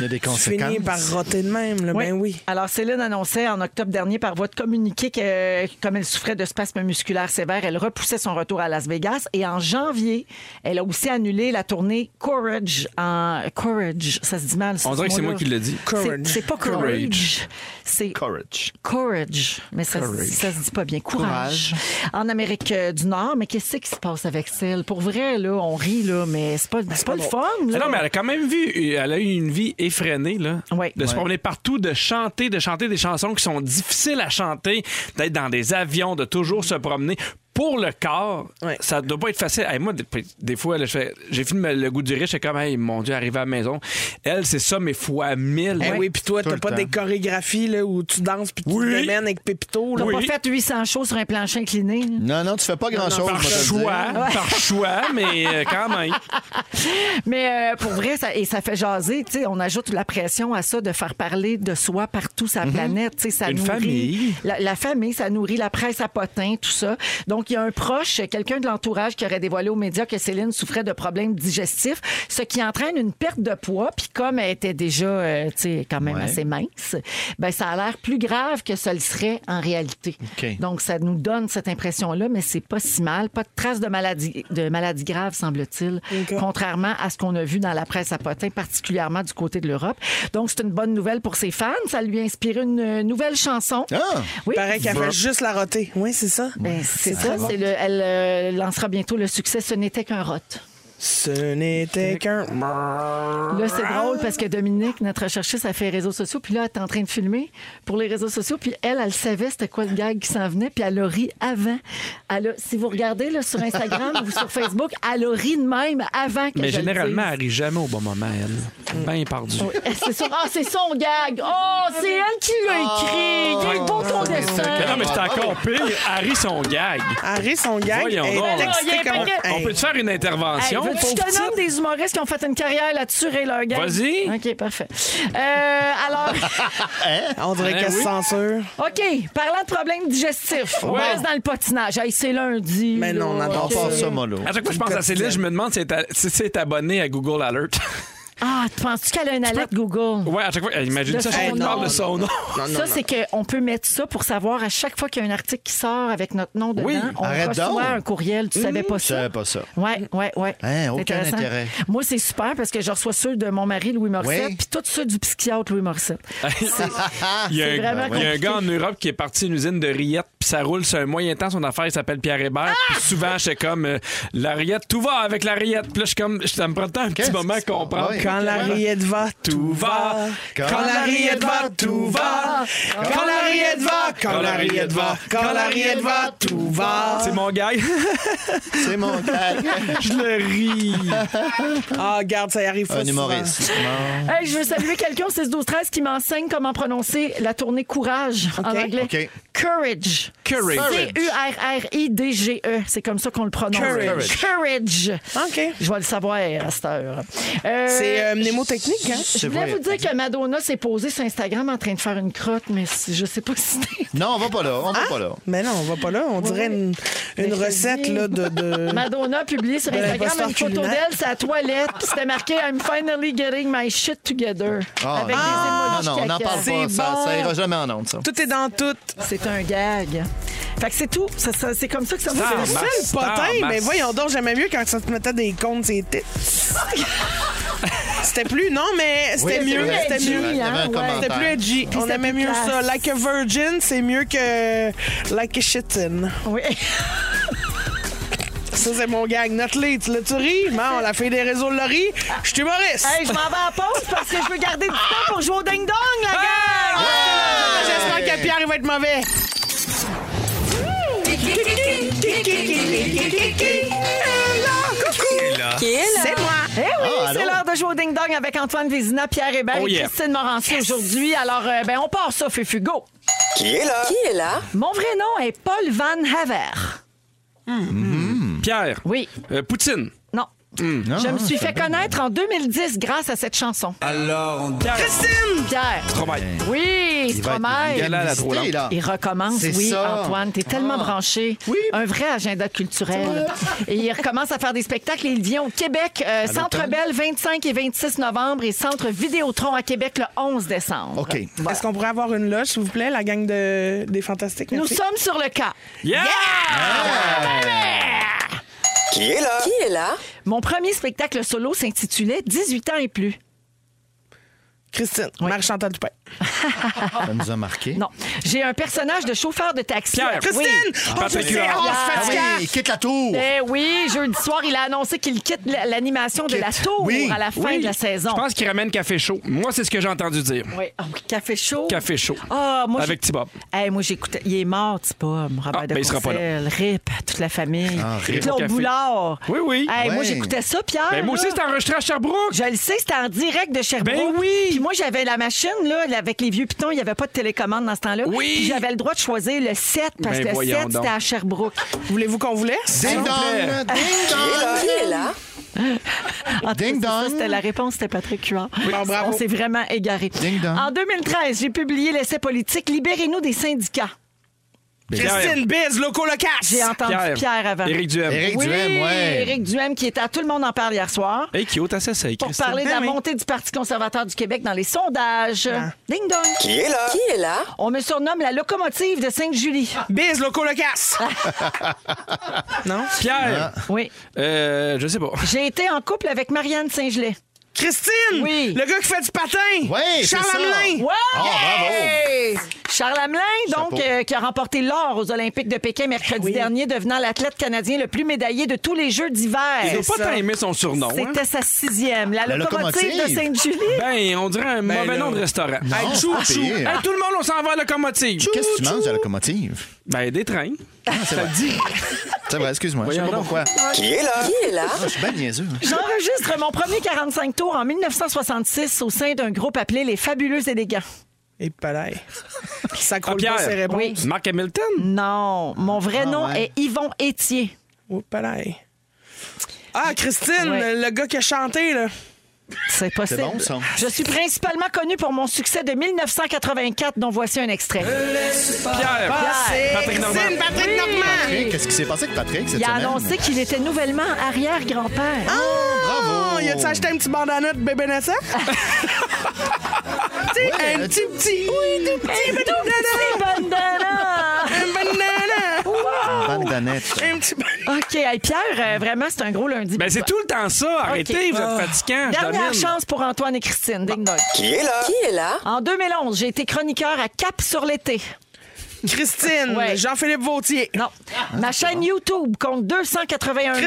[SPEAKER 2] Il y a des conséquences.
[SPEAKER 4] Fini par roter de même, là, ben oui.
[SPEAKER 1] Alors, Céline annonçait en octobre dernier par voie de communiqué que, comme elle souffrait de spasmes musculaires sévères, elle repoussait son retour à Las Vegas. Et en janvier, elle a aussi annulé la tournée Courage. En... Courage, ça se dit mal. ce
[SPEAKER 3] On dirait que c'est
[SPEAKER 1] mot-là.
[SPEAKER 3] moi qui l'ai dit.
[SPEAKER 1] C'est-
[SPEAKER 4] Courage.
[SPEAKER 1] C'est pas Courage.
[SPEAKER 3] Courage.
[SPEAKER 1] C'est
[SPEAKER 2] Courage.
[SPEAKER 1] Courage. Mais ça, se-
[SPEAKER 2] Courage.
[SPEAKER 1] ça se dit pas bien. Courage.
[SPEAKER 2] Courage.
[SPEAKER 1] En Amérique euh, du Nord, mais qu'est-ce qui se passe avec Céline? Pour vrai, là, on rit, là, mais c'est pas, c'est pas le fun. là.
[SPEAKER 3] Ah Non, mais elle a quand même vu, elle a eu une vie effrénée, là.
[SPEAKER 1] Ouais.
[SPEAKER 3] De se promener partout, de chanter, de chanter des chansons qui sont difficiles à chanter, d'être dans des avions, de toujours se promener. Pour le corps,
[SPEAKER 4] Ouais.
[SPEAKER 3] ça doit pas être facile. Hey, moi, des, des fois, là, je fais- j'ai filmé Le goût du riche, et comme, hey, mon Dieu, arrivé à la maison. Elle, c'est ça, mais fois mille.
[SPEAKER 4] Eh oui, puis toi,
[SPEAKER 2] Tout
[SPEAKER 4] t'as
[SPEAKER 2] le
[SPEAKER 4] pas
[SPEAKER 2] temps.
[SPEAKER 4] des chorégraphies là, où tu danses puis tu
[SPEAKER 3] Oui.
[SPEAKER 4] te démènes avec Pépito. Là.
[SPEAKER 1] T'as
[SPEAKER 3] Oui.
[SPEAKER 1] pas fait 800 shows sur un plancher incliné. là.
[SPEAKER 2] Non, non, tu fais pas grand-chose.
[SPEAKER 3] Par
[SPEAKER 2] moi, je te le dis.
[SPEAKER 3] choix, par choix, mais euh, quand
[SPEAKER 1] [LAUGHS]
[SPEAKER 3] même.
[SPEAKER 1] Mais euh, pour vrai, ça, et ça fait jaser. tu sais, On ajoute la pression à ça de faire parler de soi partout sur la planète. tu sais, Ça
[SPEAKER 3] Une
[SPEAKER 1] nourrit
[SPEAKER 3] famille.
[SPEAKER 1] La, la famille, ça nourrit la presse à potins, tout ça. Donc, il y a un proche, quelqu'un de l'entourage qui aurait dévoilé aux médias que Céline souffrait de problèmes digestifs, ce qui entraîne une perte de poids. Puis comme elle était déjà euh, tu sais, quand même
[SPEAKER 2] Ouais.
[SPEAKER 1] assez mince, ben, ça a l'air plus grave que ce le serait en réalité.
[SPEAKER 2] OK.
[SPEAKER 1] Donc, ça nous donne cette impression-là, mais c'est pas si mal. Pas de traces de maladie, de maladie grave, semble-t-il.
[SPEAKER 4] OK.
[SPEAKER 1] Contrairement à ce qu'on a vu dans la presse à Potin, particulièrement du côté de l'Europe. Donc, c'est une bonne nouvelle pour ses fans. Ça lui a inspiré une euh, nouvelle chanson.
[SPEAKER 2] Ah!
[SPEAKER 1] Oui.
[SPEAKER 4] Pareil qu'elle fait juste la rotée. Oui, c'est ça.
[SPEAKER 1] Ben, c'est ça. c'est le- elle euh, lancera bientôt le succès Ce n'était qu'un rot.
[SPEAKER 4] Ce n'était qu'un.
[SPEAKER 1] Là, c'est
[SPEAKER 4] Ah.
[SPEAKER 1] drôle parce que Dominique, notre chercheuse, a fait les réseaux sociaux. Puis là, elle est en train de filmer pour les réseaux sociaux. Puis elle, elle savait c'était quoi le gag qui s'en venait. Puis elle a ri avant. Elle a- si vous regardez là, sur Instagram ou sur Facebook, elle a ri de même avant que
[SPEAKER 3] Mais
[SPEAKER 1] je le
[SPEAKER 3] généralement,
[SPEAKER 1] dise. Mm.
[SPEAKER 3] elle rit jamais au bon moment, elle. Ben pardon.
[SPEAKER 1] Oui, C'est son, ah, c'est son gag. Oh, c'est elle qui l'a écrit. Il est beau ton
[SPEAKER 3] Mais non,
[SPEAKER 1] dessin.
[SPEAKER 3] mais c'est encore pire. Harry, son gag.
[SPEAKER 4] Harry, son gag
[SPEAKER 3] Voyons
[SPEAKER 4] est
[SPEAKER 3] donc.
[SPEAKER 4] texté
[SPEAKER 1] Il y a un
[SPEAKER 4] comme-
[SPEAKER 1] paquet.
[SPEAKER 3] On
[SPEAKER 4] Hey.
[SPEAKER 3] peut te faire une
[SPEAKER 1] Hey,
[SPEAKER 3] intervention?
[SPEAKER 1] veux-tu que
[SPEAKER 3] pauvre
[SPEAKER 1] je te
[SPEAKER 3] petite?
[SPEAKER 1] nomme des humoristes qui ont fait une carrière là-dessus et leur gag.
[SPEAKER 3] Vas-y.
[SPEAKER 1] OK, parfait. Euh, alors, [LAUGHS]
[SPEAKER 4] On dirait
[SPEAKER 3] Ben
[SPEAKER 4] qu'elle se
[SPEAKER 3] oui.
[SPEAKER 4] censure.
[SPEAKER 1] OK, parlant de problèmes digestifs, on
[SPEAKER 3] Ouais.
[SPEAKER 1] reste dans le patinage. Hey, c'est lundi.
[SPEAKER 4] Mais non, on
[SPEAKER 1] là.
[SPEAKER 4] adore
[SPEAKER 2] On
[SPEAKER 1] OK.
[SPEAKER 2] passe ça, mollo.
[SPEAKER 3] À chaque fois que je pense à Céline, je me demande si elle est à- si c'est abonné à Google Alert. [LAUGHS]
[SPEAKER 1] Ah, tu penses-tu qu'elle a une alerte Google?
[SPEAKER 3] ouais, à chaque fois. eh, Imagine
[SPEAKER 1] De
[SPEAKER 3] ça,
[SPEAKER 1] son
[SPEAKER 3] je
[SPEAKER 1] nom.
[SPEAKER 3] parle de son nom.
[SPEAKER 1] ça, c'est qu'on peut mettre ça pour savoir à chaque fois qu'il y a un article qui sort avec notre nom dedans,
[SPEAKER 3] Oui,
[SPEAKER 1] on
[SPEAKER 2] arrête
[SPEAKER 1] reçoit
[SPEAKER 2] donc. Mmh.
[SPEAKER 1] un courriel. Tu savais pas
[SPEAKER 2] Je
[SPEAKER 1] ça?
[SPEAKER 2] savais pas ça.
[SPEAKER 1] Oui, oui, oui.
[SPEAKER 2] Hein, aucun intérêt.
[SPEAKER 1] Moi, c'est super parce que je reçois ceux de mon mari Louis Morissette,
[SPEAKER 2] Oui.
[SPEAKER 1] puis tous ceux du psychiatre Louis Morissette.
[SPEAKER 3] [LAUGHS] Il y, a
[SPEAKER 1] C'est
[SPEAKER 3] un,
[SPEAKER 1] vraiment
[SPEAKER 3] il y a un
[SPEAKER 1] compliqué.
[SPEAKER 3] gars en Europe qui est parti une usine de rillettes, puis ça roule sur un moyen temps. Son affaire, il s'appelle Pierre Hébert. Puis souvent, j'étais comme, euh, la rillette, tout va avec la rillette. Puis là, je suis comme, ça me prend le temps un petit
[SPEAKER 2] Qu'est-ce
[SPEAKER 3] moment à
[SPEAKER 2] qui se passe?
[SPEAKER 3] comprendre.
[SPEAKER 2] Ouais.
[SPEAKER 4] Quand la rillette va,
[SPEAKER 3] Tout va.
[SPEAKER 2] Quand
[SPEAKER 4] Quand la rillette va, tout va. Quand la rillette va, quand la rillette va. Quand la rillette va, tout va.
[SPEAKER 3] C'est mon gars. [LAUGHS]
[SPEAKER 2] C'est mon [LAUGHS] gag.
[SPEAKER 3] je le ris.
[SPEAKER 4] Ah, regarde, ça y arrive pas
[SPEAKER 2] Un
[SPEAKER 4] souvent.
[SPEAKER 2] humoriste. Non.
[SPEAKER 1] Hey, je veux saluer quelqu'un au 6-12-13 qui m'enseigne comment prononcer la tournée Courage en
[SPEAKER 4] OK.
[SPEAKER 1] anglais.
[SPEAKER 2] OK.
[SPEAKER 1] Courage.
[SPEAKER 3] Courage.
[SPEAKER 1] C-U-R-R-I-D-G-E. C'est comme ça qu'on le prononce.
[SPEAKER 4] Courage.
[SPEAKER 1] Courage.
[SPEAKER 4] OK.
[SPEAKER 1] Je vais le savoir à cette heure. Euh,
[SPEAKER 4] C'est euh, mnémotechnique, hein?
[SPEAKER 1] Je voulais
[SPEAKER 2] vrai.
[SPEAKER 1] vous dire que Madonna s'est posée sur Instagram en train de faire une crotte, mais si- je sais pas si c'était
[SPEAKER 2] Non, on va pas là. On va pas là.
[SPEAKER 4] Mais non, on va pas là. On dirait
[SPEAKER 1] ouais.
[SPEAKER 4] une, [LAUGHS] une
[SPEAKER 1] Mais je
[SPEAKER 4] recette
[SPEAKER 1] dis-
[SPEAKER 4] là, de.
[SPEAKER 1] [LAUGHS]
[SPEAKER 4] de...
[SPEAKER 1] Madonna a publié sur
[SPEAKER 4] Ben,
[SPEAKER 1] Instagram
[SPEAKER 4] imposteur
[SPEAKER 1] une photo
[SPEAKER 4] culinaire.
[SPEAKER 1] d'elle, sa toilette, puis c'était marqué I'm finally getting my shit together.
[SPEAKER 2] Ah,
[SPEAKER 1] avec
[SPEAKER 2] non,
[SPEAKER 1] des
[SPEAKER 2] non,
[SPEAKER 1] emojis
[SPEAKER 2] on n'en
[SPEAKER 1] caca.
[SPEAKER 2] parle pas.
[SPEAKER 4] C'est
[SPEAKER 2] Ça,
[SPEAKER 4] bon.
[SPEAKER 2] ça ira jamais en onde, ça.
[SPEAKER 4] Tout est dans tout.
[SPEAKER 1] C'est un gag. Fait que c'est tout. Ça- ça- c'est comme ça que ça
[SPEAKER 3] Ah,
[SPEAKER 1] va.
[SPEAKER 3] ben,
[SPEAKER 4] Fais le
[SPEAKER 3] Star
[SPEAKER 4] potin,
[SPEAKER 3] Max.
[SPEAKER 4] mais voyons donc, j'aimais mieux quand ça te mettait des comptes, c'était. C'était plus, non, mais c'était
[SPEAKER 2] Oui, c'est
[SPEAKER 4] mieux.
[SPEAKER 2] vrai.
[SPEAKER 4] C'était mieux.
[SPEAKER 2] Il y avait un
[SPEAKER 1] hein, ouais.
[SPEAKER 4] C'était
[SPEAKER 2] commentaire.
[SPEAKER 4] plus edgy. On
[SPEAKER 1] c'était
[SPEAKER 4] aimait
[SPEAKER 1] plus
[SPEAKER 4] mieux
[SPEAKER 1] classe.
[SPEAKER 4] ça. Like a virgin, c'est mieux que like a shitin.
[SPEAKER 3] [LAUGHS]
[SPEAKER 1] Oui.
[SPEAKER 4] Ça, c'est mon gag. Notre lit, tu l'as-tu ri? Non, la fille des réseaux l'a ri. Je suis humoriste.
[SPEAKER 1] Hey, je m'en vais à pause parce que je veux garder du temps pour jouer au ding-dong, la gang!
[SPEAKER 4] Ah, J'espère que Pierre, il va être mauvais. C'est moi.
[SPEAKER 1] Eh oui,
[SPEAKER 2] Ah,
[SPEAKER 1] c'est
[SPEAKER 2] allô?
[SPEAKER 1] l'heure de jouer au ding-dong avec Antoine Vézina, Pierre Hébert
[SPEAKER 3] Oh,
[SPEAKER 1] et
[SPEAKER 3] yeah.
[SPEAKER 1] Christine Morancy aujourd'hui. Alors, euh, ben, on part ça, Fufu, go! Mon vrai nom est Paul Van Haver.
[SPEAKER 3] Pierre.
[SPEAKER 1] Oui.
[SPEAKER 3] Euh, Poutine.
[SPEAKER 1] Non.
[SPEAKER 2] Hmm.
[SPEAKER 1] Je
[SPEAKER 2] Ah,
[SPEAKER 1] me suis fait connaître en 2010 grâce à cette chanson.
[SPEAKER 9] Alors, on dit.
[SPEAKER 4] Christine!
[SPEAKER 1] Pierre.
[SPEAKER 3] Travail.
[SPEAKER 1] Oui,
[SPEAKER 2] Il va être
[SPEAKER 1] Stromae.
[SPEAKER 2] une galère à trop lente.
[SPEAKER 1] Il recommence,
[SPEAKER 2] Ah, C'est
[SPEAKER 1] oui,
[SPEAKER 2] ça. Ah.
[SPEAKER 1] Antoine. T'es tellement branché. Un vrai agenda culturel. [LAUGHS] Et il recommence à faire des spectacles et il vient au Québec. euh, Centre
[SPEAKER 2] l'automne.
[SPEAKER 1] Belle, 25 et 26 novembre et Centre Vidéotron à Québec le 11 décembre.
[SPEAKER 2] OK.
[SPEAKER 4] Est-ce qu'on pourrait avoir une loge, s'il vous plaît, la gang de, des Fantastiques?
[SPEAKER 1] Nous
[SPEAKER 4] Merci.
[SPEAKER 1] sommes sur le cas.
[SPEAKER 3] Yeah!
[SPEAKER 10] Qui est là?
[SPEAKER 1] Mon premier spectacle solo s'intitulait 18 ans et plus.
[SPEAKER 4] Christine, Marie-Chantal Dupin. Ah!
[SPEAKER 2] Ça nous a marqué.
[SPEAKER 1] Non. J'ai un personnage de chauffeur de taxi.
[SPEAKER 3] Pierre.
[SPEAKER 1] Oui.
[SPEAKER 4] Christine! Oh, je
[SPEAKER 3] Patrick
[SPEAKER 4] sais,
[SPEAKER 3] Huard.
[SPEAKER 4] oh,
[SPEAKER 2] Ah
[SPEAKER 4] c'est fatigant.
[SPEAKER 2] oui, quitte la tour.
[SPEAKER 1] Eh oui, jeudi soir, il a annoncé qu'il quitte l- l'animation de la
[SPEAKER 2] Quitte.
[SPEAKER 1] tour
[SPEAKER 2] Oui.
[SPEAKER 1] à la fin
[SPEAKER 3] Oui.
[SPEAKER 1] de la saison.
[SPEAKER 3] Je pense qu'il ramène café chaud. Moi, c'est ce que j'ai entendu dire.
[SPEAKER 1] Oui. Ah oui, café chaud.
[SPEAKER 3] Café chaud.
[SPEAKER 1] Ah, moi,
[SPEAKER 3] Avec
[SPEAKER 1] j'ai-
[SPEAKER 3] T-Bob.
[SPEAKER 1] Eh, moi, j'écoutais. Il est mort, T-Bob, Robert
[SPEAKER 3] Ah,
[SPEAKER 1] de
[SPEAKER 3] ben, il sera pas
[SPEAKER 1] Courcelles. RIP, toute la famille.
[SPEAKER 2] Ah, rip.
[SPEAKER 3] Au
[SPEAKER 1] Claude
[SPEAKER 3] café.
[SPEAKER 1] Boulard.
[SPEAKER 3] Oui, oui.
[SPEAKER 1] Eh, Moi,
[SPEAKER 2] Ouais.
[SPEAKER 1] j'écoutais ça, Pierre.
[SPEAKER 3] Ben, moi aussi,
[SPEAKER 1] là.
[SPEAKER 3] c'est enregistré à Sherbrooke.
[SPEAKER 1] Je le sais, c'était en direct de Sherbrooke.
[SPEAKER 3] Ben oui!
[SPEAKER 1] Puis moi, j'avais la machine, là, avec les vieux pitons. Il n'y avait pas de télécommande dans ce temps-là.
[SPEAKER 3] Oui!
[SPEAKER 1] Puis j'avais le droit de choisir le 7, parce
[SPEAKER 3] Ben,
[SPEAKER 1] que le
[SPEAKER 3] voyons
[SPEAKER 1] 7, c'était
[SPEAKER 3] donc.
[SPEAKER 1] à Sherbrooke.
[SPEAKER 4] Voulez-vous qu'on vous laisse?
[SPEAKER 2] Ding dong,
[SPEAKER 3] plaît.
[SPEAKER 2] ding
[SPEAKER 10] Qui est là?
[SPEAKER 2] dong.
[SPEAKER 10] Qui est là?
[SPEAKER 1] En tout cas,
[SPEAKER 2] Ding
[SPEAKER 1] c'est ça,
[SPEAKER 2] dong.
[SPEAKER 1] c'était la réponse, c'était Patrick Huard.
[SPEAKER 4] Bon, bravo.
[SPEAKER 1] On s'est vraiment égaré.
[SPEAKER 2] Ding dong.
[SPEAKER 1] En 2013, j'ai publié l'essai politique Libérez-nous des syndicats.
[SPEAKER 4] Christine Biz, Loco
[SPEAKER 1] J'ai
[SPEAKER 4] Locas.
[SPEAKER 1] entendu Pierre, avant.
[SPEAKER 3] Éric Duhem.
[SPEAKER 2] Éric
[SPEAKER 1] oui,
[SPEAKER 2] Duhem, ouais.
[SPEAKER 1] Éric Duhem qui était à Tout le monde en parle hier soir.
[SPEAKER 3] Hey, qui ôte à ça, c'est
[SPEAKER 1] Pour
[SPEAKER 3] Christine.
[SPEAKER 1] parler de la
[SPEAKER 4] Ben oui.
[SPEAKER 1] montée du Parti conservateur du Québec dans les sondages.
[SPEAKER 2] Ah.
[SPEAKER 1] Ding dong.
[SPEAKER 9] Qui est là?
[SPEAKER 10] Qui est là?
[SPEAKER 1] On me surnomme la locomotive de Sainte-Julie.
[SPEAKER 2] Ah.
[SPEAKER 4] Biz, Loco Locas. non? Ah.
[SPEAKER 3] Pierre,
[SPEAKER 1] Oui.
[SPEAKER 3] euh, je sais pas.
[SPEAKER 1] J'ai été en couple avec Marianne Saint-Gelais.
[SPEAKER 4] Christine!
[SPEAKER 1] Oui.
[SPEAKER 4] Le gars qui fait du patin!
[SPEAKER 2] Oui, c'est
[SPEAKER 4] Charles
[SPEAKER 2] ça.
[SPEAKER 4] Hamelin!
[SPEAKER 1] Ouais!
[SPEAKER 2] Ah, bravo!
[SPEAKER 1] Charles Hamelin, donc,
[SPEAKER 2] Chapeau. Ah
[SPEAKER 1] euh, qui a remporté l'or aux Olympiques de Pékin mercredi dernier, devenant l'athlète canadien le plus médaillé de tous les Jeux
[SPEAKER 3] Il
[SPEAKER 1] d'hiver.
[SPEAKER 3] n'a pas tant aimé son surnom. hein.
[SPEAKER 1] C'était sa sixième. La,
[SPEAKER 2] La
[SPEAKER 1] locomotive,
[SPEAKER 2] locomotive.
[SPEAKER 1] de Sainte-Julie.
[SPEAKER 2] [LAUGHS]
[SPEAKER 3] Ben, on dirait un
[SPEAKER 4] Ben
[SPEAKER 3] mauvais
[SPEAKER 4] là.
[SPEAKER 3] nom de restaurant.
[SPEAKER 2] Non,
[SPEAKER 3] Hey,
[SPEAKER 2] c'est
[SPEAKER 3] chou,
[SPEAKER 2] pas
[SPEAKER 3] chou.
[SPEAKER 2] pire.
[SPEAKER 3] Hey, tout le monde, on s'en va à la locomotive.
[SPEAKER 2] Qu'est-ce que tu manges à la locomotive?
[SPEAKER 3] Ben, des trains.
[SPEAKER 2] c'est vrai. C'est vrai, excuse-moi. Je sais
[SPEAKER 3] Voyons
[SPEAKER 2] pas
[SPEAKER 3] donc.
[SPEAKER 2] pourquoi.
[SPEAKER 9] Qui est là?
[SPEAKER 10] Qui est là?
[SPEAKER 2] Ah, Je suis bien niaiseux.
[SPEAKER 1] J'enregistre mon premier 45 tours en 1966 au sein d'un groupe appelé Les Fabuleux Élégants.
[SPEAKER 4] Et
[SPEAKER 3] [LAUGHS]
[SPEAKER 4] palais. Ça
[SPEAKER 3] Ah,
[SPEAKER 4] coule
[SPEAKER 3] Pierre.
[SPEAKER 4] pas ses réponses.
[SPEAKER 1] Oui.
[SPEAKER 3] Marc Hamilton.
[SPEAKER 1] Non, mon vrai nom
[SPEAKER 2] ouais.
[SPEAKER 1] est Yvon Étier.
[SPEAKER 4] Oh, palais. Ah, Christine,
[SPEAKER 1] Ouais.
[SPEAKER 4] le gars qui a chanté, là.
[SPEAKER 1] C'est possible.
[SPEAKER 2] bon, ça.
[SPEAKER 1] Je suis principalement connue pour mon succès de 1984, dont voici un extrait.
[SPEAKER 3] Pierre.
[SPEAKER 1] Pierre.
[SPEAKER 3] Patrick Normand.
[SPEAKER 4] Christine, Patrick Normand!
[SPEAKER 2] Patrick, Qu'est-ce qui s'est passé avec Patrick cette
[SPEAKER 1] Il a
[SPEAKER 2] semaine?
[SPEAKER 1] annoncé qu'il était nouvellement arrière-grand-père.
[SPEAKER 4] Ah
[SPEAKER 2] Bravo!
[SPEAKER 4] Oh, il a-tu acheté un petit bandana de bébé naissant? Tu sais, un
[SPEAKER 2] là,
[SPEAKER 4] petit petit. Oui, tout petit bandana!
[SPEAKER 1] Bandana!
[SPEAKER 4] Un bandana!
[SPEAKER 2] Bandanette.
[SPEAKER 4] Un petit bandana!
[SPEAKER 1] OK, hey, Pierre, euh, vraiment, c'est un gros lundi.
[SPEAKER 3] Ben, c'est tout le temps ça.
[SPEAKER 4] Ah.
[SPEAKER 3] Arrêtez,
[SPEAKER 1] Ok. Euh,
[SPEAKER 3] vous êtes fatigants. je
[SPEAKER 1] Dernière
[SPEAKER 3] domine.
[SPEAKER 1] chance pour Antoine et Christine. Ding dong.
[SPEAKER 9] Qui est là?
[SPEAKER 10] Qui est là?
[SPEAKER 1] En 2011, j'ai été chroniqueur à Cap sur l'été.
[SPEAKER 4] Christine,
[SPEAKER 1] Ouais.
[SPEAKER 4] Jean-Philippe Vautier.
[SPEAKER 1] Non. Ma chaîne YouTube compte 281 000 abonnés.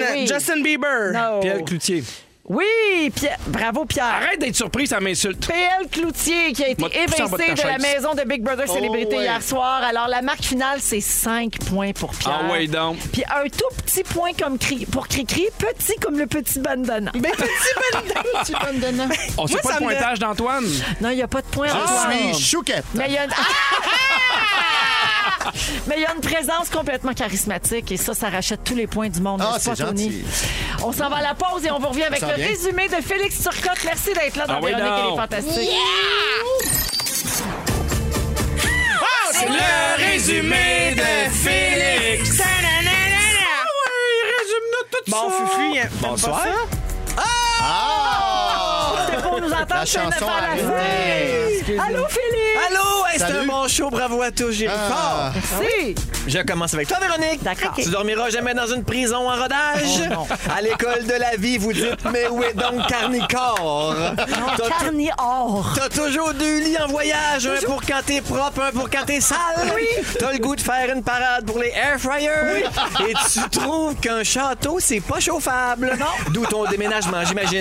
[SPEAKER 4] Christine,
[SPEAKER 1] Oui.
[SPEAKER 4] Justin Bieber.
[SPEAKER 1] No.
[SPEAKER 3] Pierre Cloutier.
[SPEAKER 1] Oui, Pierre- bravo Pierre.
[SPEAKER 3] Arrête d'être surpris, ça m'insulte.
[SPEAKER 1] PL Cloutier qui a été
[SPEAKER 3] Moi, tout ça en bas de
[SPEAKER 1] évincé de
[SPEAKER 3] ta
[SPEAKER 1] la
[SPEAKER 3] chaise. Oh,
[SPEAKER 1] maison de Big Brother Célébrité
[SPEAKER 2] ouais.
[SPEAKER 1] hier soir. Alors la marque finale c'est 5 points pour Pierre.
[SPEAKER 3] Ah ouais, donc.
[SPEAKER 1] Puis un tout petit point comme cri pour Cricri, petit comme le petit bandana.
[SPEAKER 4] Ben, petit bandana.
[SPEAKER 3] On sait
[SPEAKER 4] Moi,
[SPEAKER 3] pas
[SPEAKER 4] ça
[SPEAKER 3] le
[SPEAKER 4] me
[SPEAKER 3] pointage d'Antoine.
[SPEAKER 1] Ah, Non, il n'y a pas de point.
[SPEAKER 2] Je
[SPEAKER 1] Antoine.
[SPEAKER 2] suis chouquette.
[SPEAKER 1] Mais il y a une... Ah! [LAUGHS] Mais il y a une présence complètement charismatique et ça, ça rachète tous les points du monde.
[SPEAKER 2] Ah,
[SPEAKER 1] n'est-ce
[SPEAKER 2] c'est
[SPEAKER 1] pas, Tony?
[SPEAKER 2] gentil.
[SPEAKER 1] On s'en va à la pause et on vous revient avec
[SPEAKER 2] sent
[SPEAKER 1] le
[SPEAKER 2] bien.
[SPEAKER 1] résumé de Félix Turcotte. Merci d'être là dans
[SPEAKER 3] Ah oui,
[SPEAKER 1] Véronique
[SPEAKER 3] donc.
[SPEAKER 1] et les Fantastiques.
[SPEAKER 3] C'est le résumé de Félix. Ah
[SPEAKER 4] Bon, Fufu, hein,
[SPEAKER 2] Bonsoir. Ah!
[SPEAKER 1] C'était pour nous entendre
[SPEAKER 2] La
[SPEAKER 1] sur une
[SPEAKER 2] chanson
[SPEAKER 1] affaire à la
[SPEAKER 2] arrive.
[SPEAKER 1] fin. Allô, Félix!
[SPEAKER 9] Allô, hey, c'est
[SPEAKER 2] Salut.
[SPEAKER 9] un bon show, bravo à tous, j'ai
[SPEAKER 3] Ah.
[SPEAKER 9] ri fort.
[SPEAKER 1] Si.
[SPEAKER 9] Je commence avec toi, Véronique.
[SPEAKER 1] D'accord.
[SPEAKER 9] Tu dormiras jamais dans une prison en
[SPEAKER 3] Oh,
[SPEAKER 9] rodage. À l'école de la vie, vous dites, mais où est donc Carnicor?
[SPEAKER 1] Ah,
[SPEAKER 9] T'as tou-
[SPEAKER 1] Carnivore.
[SPEAKER 9] T'as toujours deux lits en voyage, un pour quand t'es propre, un pour quand t'es sale. T'as le goût de faire une parade pour les air fryers. Et tu trouves qu'un château, c'est pas chauffable. D'où ton déménagement, j'imagine.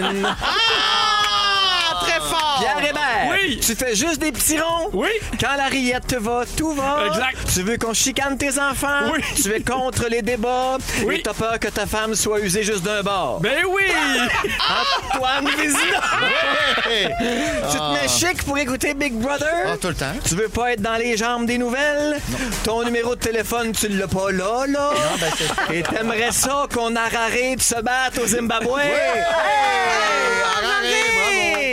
[SPEAKER 4] très fort.
[SPEAKER 9] Pierre Hébert.
[SPEAKER 3] Oui, Ah! Oui.
[SPEAKER 4] Tu fais juste des petits ronds.
[SPEAKER 3] Oui.
[SPEAKER 4] Quand la rillette te va, tout va.
[SPEAKER 3] Exact.
[SPEAKER 4] Tu veux qu'on chicane tes enfants.
[SPEAKER 3] Oui.
[SPEAKER 4] Tu es contre les débats.
[SPEAKER 3] Oui.
[SPEAKER 4] Et t'as peur que ta femme soit usée juste d'un bord.
[SPEAKER 3] Ben oui!
[SPEAKER 4] Antoine Vézina. Tu te mets chic pour écouter Big Brother.
[SPEAKER 2] Ah, tout le temps.
[SPEAKER 4] Tu veux pas être dans les jambes des nouvelles? Ton numéro de téléphone, tu l'as pas là, là? Et t'aimerais ça qu'on arrête de se battre au Zimbabwe? Hey!
[SPEAKER 2] Arrête, bravo.